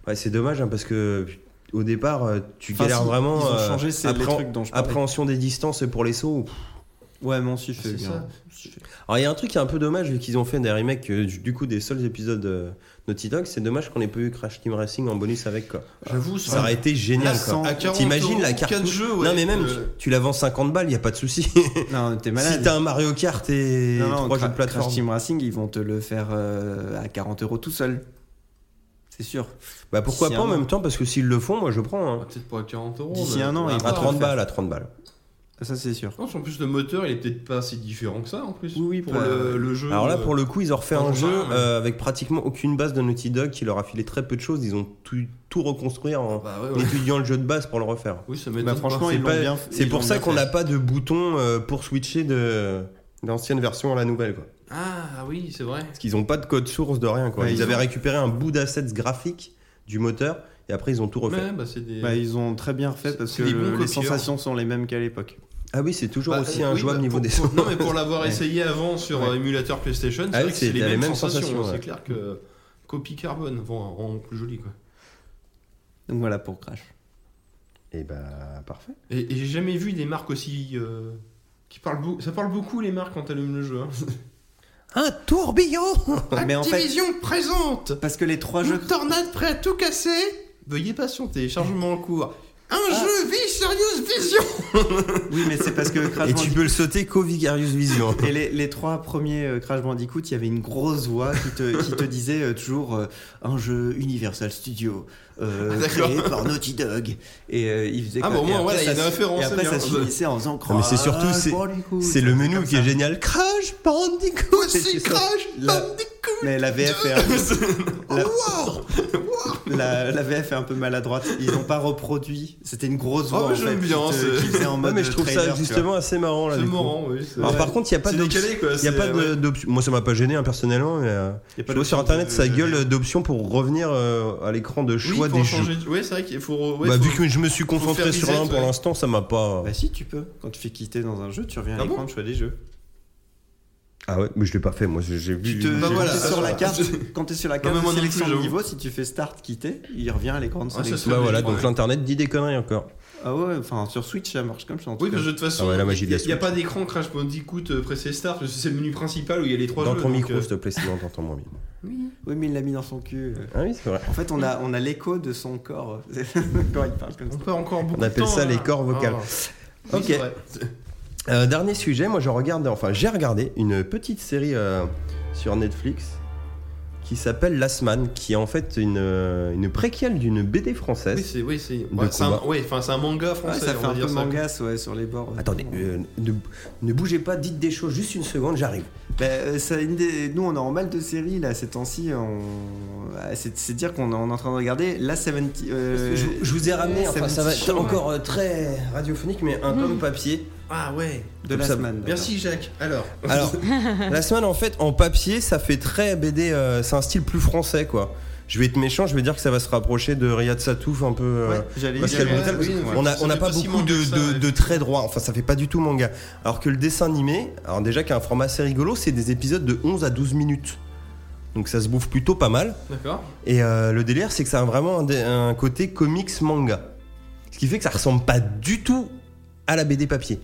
A: Ouais, c'est dommage hein, parce que au départ, euh, tu
C: Enfin,
A: galères
C: si,
A: vraiment.
C: ils ont
A: euh,
C: changé, c'est les
A: appréhen-
C: trucs dont je parlais.
A: Appréhension des distances pour les sauts. pff,
C: Ouais, moi aussi, je fais
B: C'est
C: bien.
B: ça.
A: Alors il y a un truc qui est un peu dommage vu qu'ils ont fait des remakes euh, du du coup des seuls épisodes euh, Naughty Dog, c'est dommage qu'on ait pas eu Crash Team Racing en bonus avec quoi.
B: J'avoue,
A: Ça aurait été génial quoi.
B: à 40
A: T'imagines
B: euros,
A: la carte
B: quatre jeux, ouais,
A: Non mais même
B: euh,
A: tu, tu la vends 50 balles, y a pas de souci.
C: <laughs>
A: <laughs>
C: Non, t'es malade.
A: si t'as un Mario Kart et
C: non, non,
A: trois jeux
C: Cra-
A: de plateforme.
C: Crash Team Racing, ils vont te le faire euh, à 40 euros tout seul. C'est sûr.
A: Bah pourquoi
C: D'ici
A: pas en
C: un an.
A: même temps parce que s'ils le font, moi je prends hein.
B: Peut-être pas à 40 euros.
C: D'ici
B: mais-
C: un an,
B: Ouais,
C: il Ah, va
A: à
C: te le
A: 30
C: faire.
A: balles, à 30 balles.
C: Ça, c'est sûr.
B: Non, en plus, le moteur, il est peut-être pas si différent que ça en plus.
C: Oui, oui,
B: pour
C: pas-
B: le, le jeu. euh,
A: Alors là, pour le coup, ils ont refait
B: Dans
A: un
B: le
A: jeu
B: jardin, ouais.
A: euh, avec pratiquement aucune base de Naughty Dog qui leur a filé très peu de choses. Ils ont tout, tout reconstruit en
B: Bah ouais, ouais.
A: étudiant le jeu de base pour le refaire.
B: Oui, ça m'étonne
C: Bah,
B: pas.
C: franchement,
B: C'est
C: ils l'ont
B: pas-
C: bien
A: C'est
C: ils
A: pour
C: l'ont
A: ça
C: bien
A: qu'on
C: fait.
A: n'a pas de bouton euh, pour switcher de l'ancienne version à la nouvelle. Quoi.
B: Ah oui, c'est vrai.
A: Parce qu'ils n'ont pas de code source de rien. Quoi.
C: Ouais,
A: ils
C: ils
A: avaient
C: ont-
A: récupéré un bout d'assets graphiques du moteur et après ils ont tout refait.
B: Ouais, bah, c'est des.
C: Bah, ils ont très bien refait parce
B: C'est
C: que
B: des bons
C: le- les
B: copieurs.
C: sensations sont les mêmes qu'à l'époque.
A: Ah oui, c'est toujours
B: Bah,
A: aussi
B: euh, oui,
A: injouable
B: bah,
A: niveau
B: pour-
A: des
B: pour- Non, mais pour l'avoir
C: Ouais.
B: essayé avant sur
C: Ouais.
B: euh, émulateur PlayStation, c'est
A: Ah
B: vrai
A: oui,
B: que c'est
A: c'est-
B: les
A: t'as
B: mêmes sensations.
A: ouais.
B: C'est clair que copie carbone vont rend plus joli. quoi.
C: Donc voilà pour Crash.
A: Et bah parfait.
B: Et, et j'ai jamais vu des marques aussi. euh, qui parlent beaucoup. Ça parle beaucoup les marques quand t'allumes le jeu. hein.
A: Un tourbillon
C: <laughs> Mais en fait,
B: Activision présente
C: parce que les trois jeux.
B: Une tornade prêt à tout casser Veuillez patienter, chargement en cours. Un jeu vie sérieuse vision
C: Oui, mais c'est parce que
A: Et
C: Crash
A: tu
C: Bandicoot.
A: peux le sauter qu'au Vicarious
B: <laughs>
A: Vision.
C: Et les, les trois premiers euh, Crash Bandicoot, il y avait une grosse voix qui te, qui te disait euh, toujours euh, un jeu Universal Studio euh,
B: Ah, D'accord.
C: créé par Naughty Dog. Et euh, il faisait
B: Ah,
C: comme-
B: bon, au
C: et
B: moins,
C: après,
B: voilà, il y a
C: ça
B: une
C: se-
B: référence,
C: Et après,
B: c'est
C: ça
B: bien. Ah,
C: finissait en faisant
A: Non,
C: Crash
A: mais c'est surtout,
C: Bandicoot.
A: C'est le menu
C: comme
A: qui est
C: ça.
A: génial. Crash Bandicoot
C: C'est ça. La- Mais la VF est un peu- <laughs> la... La- la VF est un peu maladroite. Ils n'ont pas reproduit. C'était une grosse voix
B: Oh, mais
C: en fait,
B: j'aime bien,
C: qui te-
B: c'est-
C: qui faisait en
A: Ouais,
C: mode
A: mais je trouve
C: trailer, tu
A: ça
C: vois.
A: justement assez marrant là.
B: C'est
A: du coup.
B: marrant, oui. c'est-
A: Oh, Alors par contre, il n'y a pas
B: C'est
A: de.
B: décalé, quoi,
A: Y a
B: c'est-
A: pas de-
B: ouais.
A: d'option. Moi, ça m'a pas gêné hein, personnellement, mais euh,
C: Y a
A: je
C: pas
A: trouve sur
C: d'option
A: internet
C: de-
A: sa gueule d'options pour revenir euh, à l'écran de
B: Oui,
A: choix
B: faut
A: des
B: en
A: jeux.
B: changer de- Ouais, c'est vrai qu'il faut. re- ouais,
A: bah,
B: faut-
A: vu que je me suis concentré
B: faire
A: sur
B: reset,
A: l'un pour
B: ouais.
A: l'instant, ça m'a pas. euh,
C: Bah si tu peux. Quand tu fais quitter dans un jeu, tu reviens à
B: Ah
C: l'écran
B: bon
C: de choix des jeux.
A: Ah ouais, mais je l'ai pas fait. Moi, j'ai vu.
C: Tu te,
B: Bah
C: quand
B: voilà,
C: t'es
B: ça,
C: sur la
B: <laughs> ça.
C: carte, quand t'es sur la
B: mais
C: carte
B: moi
C: de
B: non plus,
C: sélection de
B: j'avoue.
C: niveau, si tu fais start quitter, il revient à l'écran de
B: Ah, ça
C: sélection.
A: Bah
B: Ouais,
A: voilà,
B: je
A: donc
B: crois,
A: l'internet dit des conneries encore.
C: Ah ouais, enfin sur Switch ça marche comme ça en tout
B: Oui,
C: cas.
B: parce que de toute façon,
A: Ah ouais, la magie de la
B: il n'y a
A: Switch.
B: pas d'écran Crash Bandicoot euh, pressé start, parce que c'est le menu principal où il y a les trois
A: Dans
B: jeux.
A: ton
B: donc,
A: micro,
B: euh,
A: s'il te plaît, sinon t'entends moins bien.
C: Oui mais il l'a mis dans son cul.
A: Ah oui, c'est vrai.
C: En fait on a, on a l'écho de son corps <laughs> quand il parle comme ça.
B: on perd encore beaucoup
A: On appelle
B: de temps,
A: ça
B: hein.
A: les corps vocales.
B: Ah. Oui,
A: Ok.
B: c'est vrai.
A: Euh, dernier sujet, moi je regarde, enfin j'ai regardé une petite série euh, sur Netflix qui s'appelle Last Man, qui est en fait une, euh, une préquelle d'une BD française.
B: Oui, c'est ouais, c'est- ouais, c'est un,
A: combat.
B: ouais, enfin, c'est un manga
C: Ouais,
B: français,
C: ça
B: on
C: fait
B: va
C: un peu
B: dire ça.
C: mangas ouais, sur les bords.
A: Attendez, euh, ne, ne bougez pas, dites des choses, juste une seconde, j'arrive.
C: Bah, euh, ça, une des- Nous, on est en mal de série là ces temps-ci. On... Ah, C'est c'est dire qu'on est en train de regarder la 70. euh,
A: je, je vous ai ramené,
C: ça
A: enfin,
C: me
A: ça va
C: dit
A: être
C: chaud, hein.
A: encore euh, très radiophonique, mais un pomme
C: <laughs>
A: papier.
B: Ah ouais.
C: de la
A: ça-
C: semaine. d'accord.
B: Merci Jacques. Alors,
A: Alors, la semaine en fait, en papier, ça fait très BD, euh, c'est un style plus français quoi. Je vais être méchant, je vais dire que ça va se rapprocher de Riyad Satouf un peu. euh,
C: Ouais, j'allais
A: Parce
C: dire- euh,
A: qu'elle
B: Ouais,
A: brutale,
B: oui,
A: parce
B: ouais.
A: qu'on n'a
B: Ça
A: on n'a
B: fait
A: pas
B: pas si
A: beaucoup
B: manga
A: de,
B: que ça,
A: de-
B: ouais.
A: de traits droits, enfin ça fait pas du tout manga. Alors que le dessin animé, alors déjà qu'il y a un format assez rigolo, c'est des épisodes de 11 à 12 minutes. Donc ça se bouffe plutôt pas mal.
B: d'accord.
A: Et euh, le délire, c'est que ça a vraiment un, dé- un côté comics manga. Ce qui fait que ça ressemble pas du tout à la BD papier.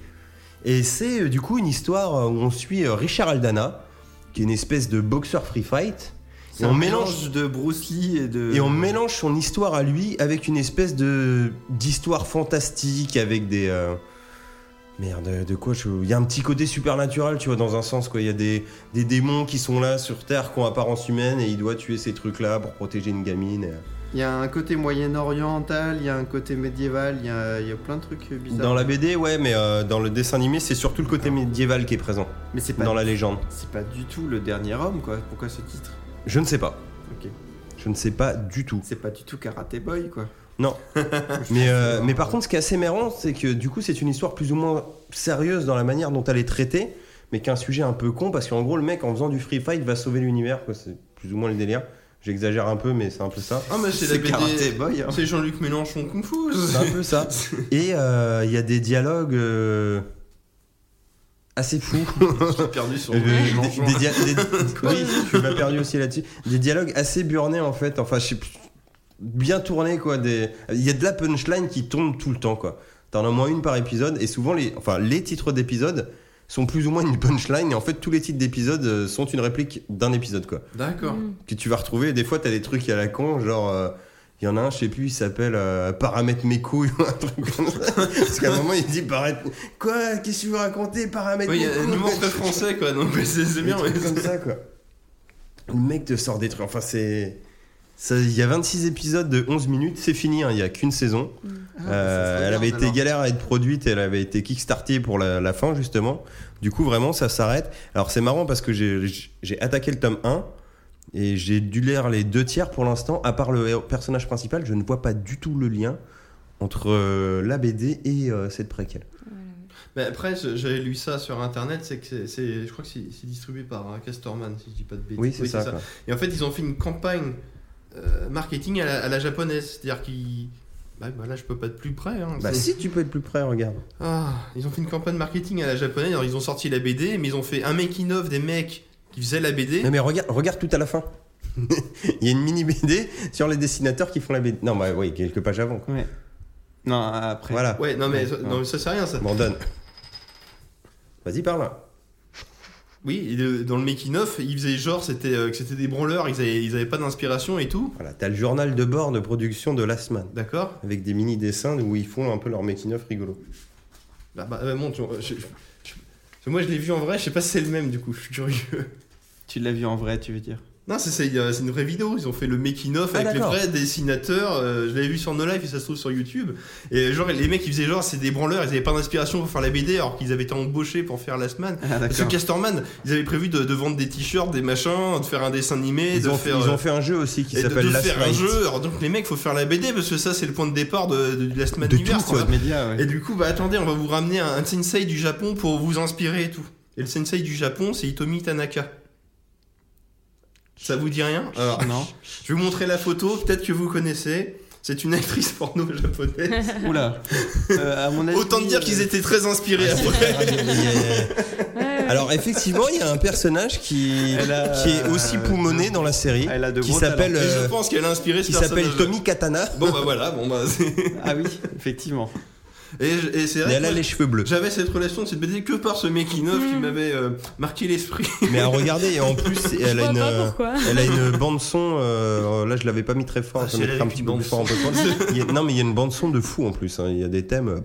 A: Et c'est euh, du coup une histoire euh, où on suit euh, Richard Aldana, qui est une espèce de boxeur free fight.
C: C'est
A: Et on
C: un
A: mélange
C: de Bruce Lee et de.
A: et on mélange son histoire à lui avec une espèce de d'histoire fantastique avec des euh, merde euh, de quoi je- il y a un petit côté supernatural tu vois dans un sens quoi il y a des, des démons qui sont là sur terre qui ont apparence humaine et il doit tuer ces trucs là pour protéger une gamine et-
C: Il y a un côté moyen-oriental, il y a un côté médiéval, il y a, il y a plein de trucs bizarres.
A: dans la BD ouais mais euh, dans le dessin animé c'est surtout le côté médiéval qui est présent
C: Mais c'est pas,
A: dans la légende
C: c'est pas du tout le dernier homme, quoi. Pourquoi ce titre
A: je ne sais pas
C: Ok.
A: je ne sais pas du tout
C: C'est pas du tout Karate Boy, quoi.
A: Non. Mais, euh, mais par contre, ce qui est assez marrant, c'est que du coup, c'est une histoire plus ou moins sérieuse dans la manière dont elle est traitée, mais qu'un sujet un peu con, parce qu'en gros, le mec, en faisant du free fight, va sauver l'univers. quoi. C'est plus ou moins le délire. J'exagère un peu, mais c'est un peu ça.
B: Ah mais c'est la
C: C'est Karate
B: BD.
C: Boy, hein.
B: C'est Jean-Luc Mélenchon Kung Fu.
A: C'est un peu ça. Et euh, il y a des dialogues euh, assez fous.
B: <laughs> J'ai perdu son
A: Euh,
B: nom,
A: des,
B: Mélenchon.
A: des dia-
B: <laughs>
A: des- oui, tu m'as perdu aussi là-dessus. Des dialogues assez burnés en fait. Enfin, je sais plus, bien tournés quoi. Des... Il y a de la punchline qui tombe tout le temps quoi. T'en as au moins une par épisode et souvent les, enfin, les titres d'épisodes sont plus ou moins une punchline. Et en fait, tous les titres d'épisodes euh, sont une réplique d'un épisode, quoi.
B: D'accord.
E: Mm.
A: Que tu vas retrouver. Des fois, t'as des trucs à la con, genre. euh, il y en a un, je sais plus, il s'appelle euh, Paramètre mes couilles <laughs> ou un truc comme ça. Parce qu'à un moment, il dit Paramètre. Quoi Qu'est-ce que tu veux raconter Paramètre
B: Oui, il
A: mes
B: y a un
A: couilles
B: humour très français, quoi, donc mais c'est c'est
A: Des
B: bien.
A: trucs
B: mais-
A: comme ça, quoi. Le mec te sort des trucs. Enfin, c'est. ça- Il y a 26 épisodes de 11 minutes, c'est fini, hein, il y n'y a qu'une saison. Euh, elle avait été galère à être produite, elle avait été kickstartée pour la, la fin justement. Du coup, vraiment, ça s'arrête. Alors, c'est marrant parce que j'ai- j'ai j'ai attaqué le tome 1 et j'ai dû lire les deux tiers pour l'instant. À part le héros- personnage principal, je ne vois pas du tout le lien entre euh, la BD et euh, cette préquelle.
B: Mais après, je- j'avais lu ça sur internet, c'est que c'est- c'est. Je crois que c'est c'est distribué par hein, Casterman, si je dis pas de bêtises.
A: Oui, c'est ça. quoi.
B: Et en fait, ils ont fait une campagne euh, marketing à la, à la japonaise. C'est-à-dire qu'ils. Bah, bah là, je peux pas être plus près. hein.
A: Bah,
B: C'est-
A: si tu peux être plus près, regarde.
B: Ah, ils ont fait une campagne marketing à la japonaise. Alors, ils ont sorti la BD, mais ils ont fait un making of des mecs qui faisaient la BD.
A: Non mais regarde, regarde tout à la
B: <laughs>
A: fin. Il y a une mini BD sur les dessinateurs qui font la BD. Non, bah oui, quelques pages avant. quoi.
C: Non, après.
A: Voilà.
B: Ouais, non, mais,
C: Ouais,
B: non, mais ça, c'est rien, ça.
A: Brandon. Vas-y, parle.
B: Oui, et le- dans le making of, ils faisaient genre c'était euh, que c'était des branleurs, ils avaient, ils avaient pas d'inspiration et tout.
A: Voilà, t'as le journal de bord de production de Last Man,
B: D'accord
A: avec des mini dessins où ils font un peu leur making-of rigolo.
B: Bah, bah, bah, bon, tu- je- je- je- moi je l'ai vu en vrai, je sais pas si c'est le même du coup, je suis curieux. <laughs>
C: Tu l'as vu en vrai, tu veux dire
B: Non, c'est- c'est euh, c'est une vraie vidéo, ils ont fait le making of
A: Ah,
B: avec les
A: d'accord.
B: vrais dessinateurs, euh, je l'avais vu sur No Life et ça se trouve sur YouTube. Et euh, genre les mecs ils faisaient genre c'est des branleurs, ils avaient pas d'inspiration pour faire la BD alors qu'ils avaient été embauchés pour faire Last Man.
C: Ah,
B: Parce que Casterman, ils avaient prévu de, de vendre des t-shirts, des machins, de faire un dessin animé,
A: Ils
B: de
A: ont,
B: faire.
A: ils
B: euh,
A: ont fait un jeu aussi qui
B: et de- de,
A: s'appelle Last
B: faire un
A: Night. <laughs>
B: jeu, alors donc les mecs faut faire la BD parce que ça c'est le point de départ de, de- du Last Man
A: De tout,
B: Universe,
A: quoi.
B: quoi.
C: Média, ouais.
B: Et du coup, bah attendez, on va vous ramener un, un sensei du Japon pour vous inspirer et tout. Et le sensei du Japon, c'est Hitomi Tanaka. Ça vous dit rien Alors,
C: Non.
B: Je vais vous montrer la photo, peut-être que vous connaissez. C'est une actrice porno japonaise.
C: <laughs> Oula. Euh, à mon avis,
B: Autant te dire qu'ils étaient très
A: Ah,
B: inspirés après.
A: Alors effectivement, il y a un personnage qui,
C: Elle a-
A: qui est aussi poumonné dans la série,
C: Elle a de
A: qui
C: gros
A: s'appelle
B: Et je
A: euh,
B: pense qu'elle a inspiré ce
A: qui s'appelle
B: personnage.
A: Tommy Katana.
B: Bon bah voilà, bon bah c'est...
C: Ah oui, effectivement.
B: Et, je- et c'est
A: Et
B: vrai
A: elle a
B: que
A: les cheveux bleus.
B: j'avais cette relation de cette BD que par ce making of qui
E: Mm.
B: m'avait euh, marqué l'esprit.
A: Mais à regarder, et en plus,
E: Je
A: elle a
E: vois
A: une, euh,
E: pas pourquoi.
A: elle a une bande son. euh, là, je l'avais pas mis très fort.
B: Ah,
A: je
B: c'est
A: vais mettre
B: la
A: un petit peu
B: bande
A: plus fort. un peu fort. Il y a- non, mais il y a une bande son de fou en plus. hein. Il y a des thèmes. euh,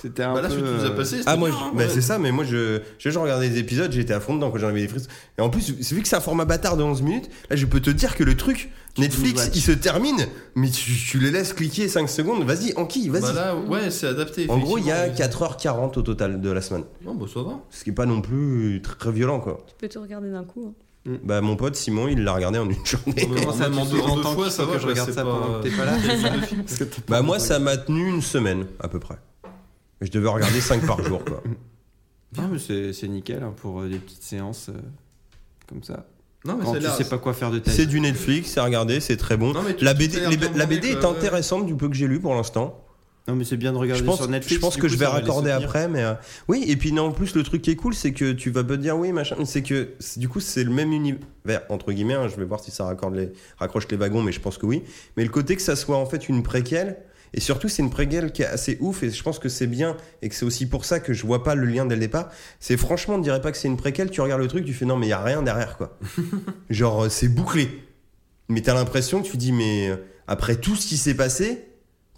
C: C'était un
B: Bah là,
C: peu.
B: ce que tu nous as
C: euh,
B: passé, c'était
A: Ah moi,
B: bien,
A: je-
B: hein,
A: bah,
B: ouais.
A: c'est ça, mais moi je, je, je regardais des épisodes, j'étais à fond dedans quand j'en avais des frissons. Et en plus, c'est vu que c'est un format bâtard de 11 minutes, là je peux te dire que le truc, Netflix,
C: watch.
A: il se termine, mais tu, tu les laisses cliquer 5 secondes, vas-y, enquille, vas-y.
B: Bah là, ouais, c'est adapté.
A: en gros, il y a
B: effectivement.
A: 4h40 au total de la semaine.
B: Non, bah ça va.
A: Ce qui est pas non plus très violent quoi.
E: Tu peux tout regarder d'un coup. hein.
A: Bah mon pote Simon, il l'a regardé en une journée.
B: Ouais.
C: Comment ça
B: Même en
C: tu fais
B: deux- en
C: en
B: deux
C: temps
B: fois,
C: qu'il
B: ça
C: faut
B: va,
C: que
B: je
C: je regarde
B: sais
C: ça
B: pas,
C: pendant
B: euh,
C: que t'es
B: <laughs>
C: pas là. Parce que t'as pas
A: bah
C: le
A: moi
C: temps.
A: ça m'a tenu une semaine à peu près. Je devais regarder 5 par jour
C: <laughs>
A: quoi.
C: Ah, mais c'est c'est nickel hein, pour euh, des petites séances euh, comme ça.
B: Non, mais
C: Quand
B: ça a
C: tu
B: l'air- <laughs>
C: sais pas quoi faire de ta
A: C'est
C: vie.
A: du Netflix, c'est à regarder, c'est très bon.
B: Non, mais tout-
A: La
B: tout
A: BD,
B: a l'air
A: les-
B: bien
A: la
B: bandé,
A: BD est
B: quoi, ouais.
A: intéressante du peu que j'ai lu pour l'instant.
C: Non, mais c'est bien de regarder
A: je pense,
C: sur Netflix.
A: je pense
C: du
A: que
C: coup,
A: je vais
C: ça va les
A: raccorder
C: soutenir.
A: après, mais euh, oui. Et puis non, en plus le truc qui est cool, c'est que tu vas pas te dire oui machin. C'est que c'est- du coup c'est le même univers entre guillemets. hein, je vais voir si ça raccorde les, raccroche les wagons, mais je pense que oui. Mais le côté que ça soit en fait une préquelle. Et surtout, c'est une préquelle qui est assez ouf, et je pense que c'est bien, et que c'est aussi pour ça que je vois pas le lien dès le départ. C'est franchement, on dirait pas que c'est une préquelle, tu regardes le truc, tu fais non, mais y a rien derrière, <laughs> quoi. Genre, euh, c'est bouclé. Mais t'as l'impression que tu dis, mais euh, après tout ce qui s'est passé,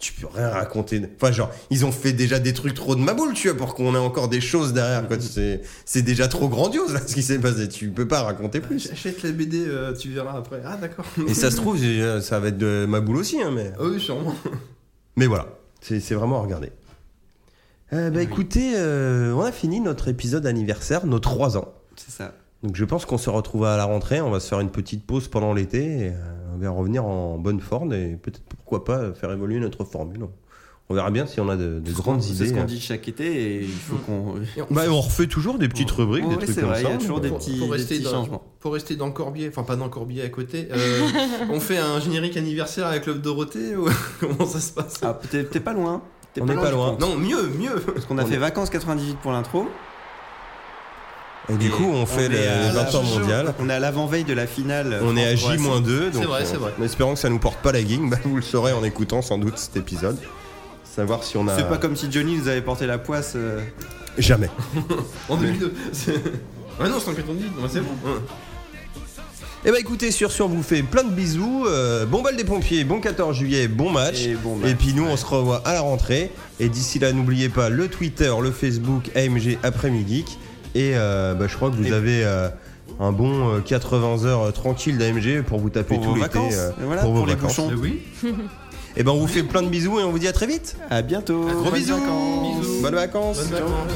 A: tu peux rien raconter. Enfin, genre, ils ont fait déjà des trucs trop de ma boule, tu vois, pour qu'on ait encore des choses derrière, quoi. C'est c'est déjà trop grandiose, là, ce qui s'est passé. Tu peux pas raconter plus.
B: Achète la BD, euh, tu verras après.
A: <laughs>
B: Ah d'accord.
A: Et ça se trouve, euh, ça va être de ma boule aussi, hein, mais.
B: Ah oui, sûrement.
A: Mais voilà, c'est c'est vraiment à regarder. Euh, bah écoutez, euh, on a fini notre épisode anniversaire, nos 3 ans.
C: C'est ça.
A: Donc je pense qu'on se retrouve à la rentrée, on va se faire une petite pause pendant l'été, et, euh, on va revenir en bonne forme et peut-être pourquoi pas faire évoluer notre formule. On verra bien si on a de, de grandes
C: C'est
A: idées.
C: ce qu'on
A: hein.
C: dit chaque été et il
B: <laughs>
C: faut qu'on.
A: Bah, on refait toujours des petites rubriques,
C: Ouais,
A: des trucs
C: c'est
A: comme
C: vrai, il y
A: ça.
C: a toujours des
B: Pour-
C: petits,
B: pour
C: des
B: rester
C: petits
B: dans-
C: changements.
B: Pour rester dans Corbier, enfin pas dans Corbier à côté, euh, on fait un générique anniversaire avec Club Dorothée ou <laughs> comment ça se passe
C: Ah, t'es t'es pas loin. T'es
A: On n'est pas
C: je
A: loin.
C: pense.
B: Non, mieux,
A: <laughs>
B: mieux.
C: Parce qu'on a
A: On
C: fait vacances 98 pour l'intro.
A: Et du
C: Et
A: coup, on fait
C: est
A: les
C: à la-
A: 20 ans mondial.
C: On est à l'avant-veille de la finale.
A: On est à
C: France-Croatie.
A: J-2, donc
B: C'est vrai,
A: euh,
B: c'est vrai.
A: en espérant que ça nous porte pas la guingue, bah, vous le saurez en écoutant sans doute cet épisode. Savoir si on a.
C: C'est pas comme si Johnny nous avait porté la poisse. euh.
A: Jamais.
B: En 2002. c'est- <laughs> Ah non, c'est en 98, ouais, c'est bon. Ouais.
A: Eh bah écoutez, sur sur vous fait plein de bisous. euh, bon bal des pompiers, bon 14 juillet, bon match.
C: Et bon bah. match,
A: puis nous, on se revoit à la rentrée. Et d'ici là, n'oubliez pas le Twitter, le Facebook, AMG après-midi. Geek. Et euh, bah, je crois que vous
C: Et-
A: avez euh, un bon euh, 80 heures euh, tranquille d'AMG pour vous taper
C: Pour
A: tout
C: vos
A: l'été. euh,
C: vacances, et voilà,
A: vos
C: pour les
A: vacances.
C: bouchons.
B: Euh, oui.
A: Et ben on vous fait plein de bisous et on vous dit à très vite.
C: À bientôt.
A: Gros
C: Bonnes
A: bisous.
C: vacances.
B: Bisous.
A: Bonnes vacances.
B: Bonne vacances.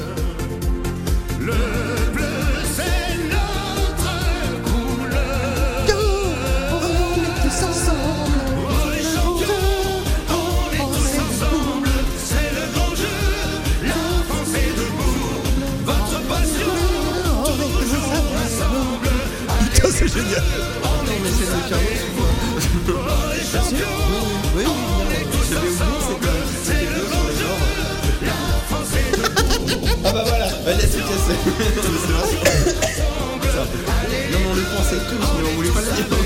B: Ah bah voilà, euh, laisse le casser. C'est vrai. Non, mais on le pensait tous, mais on voulait pas le dire.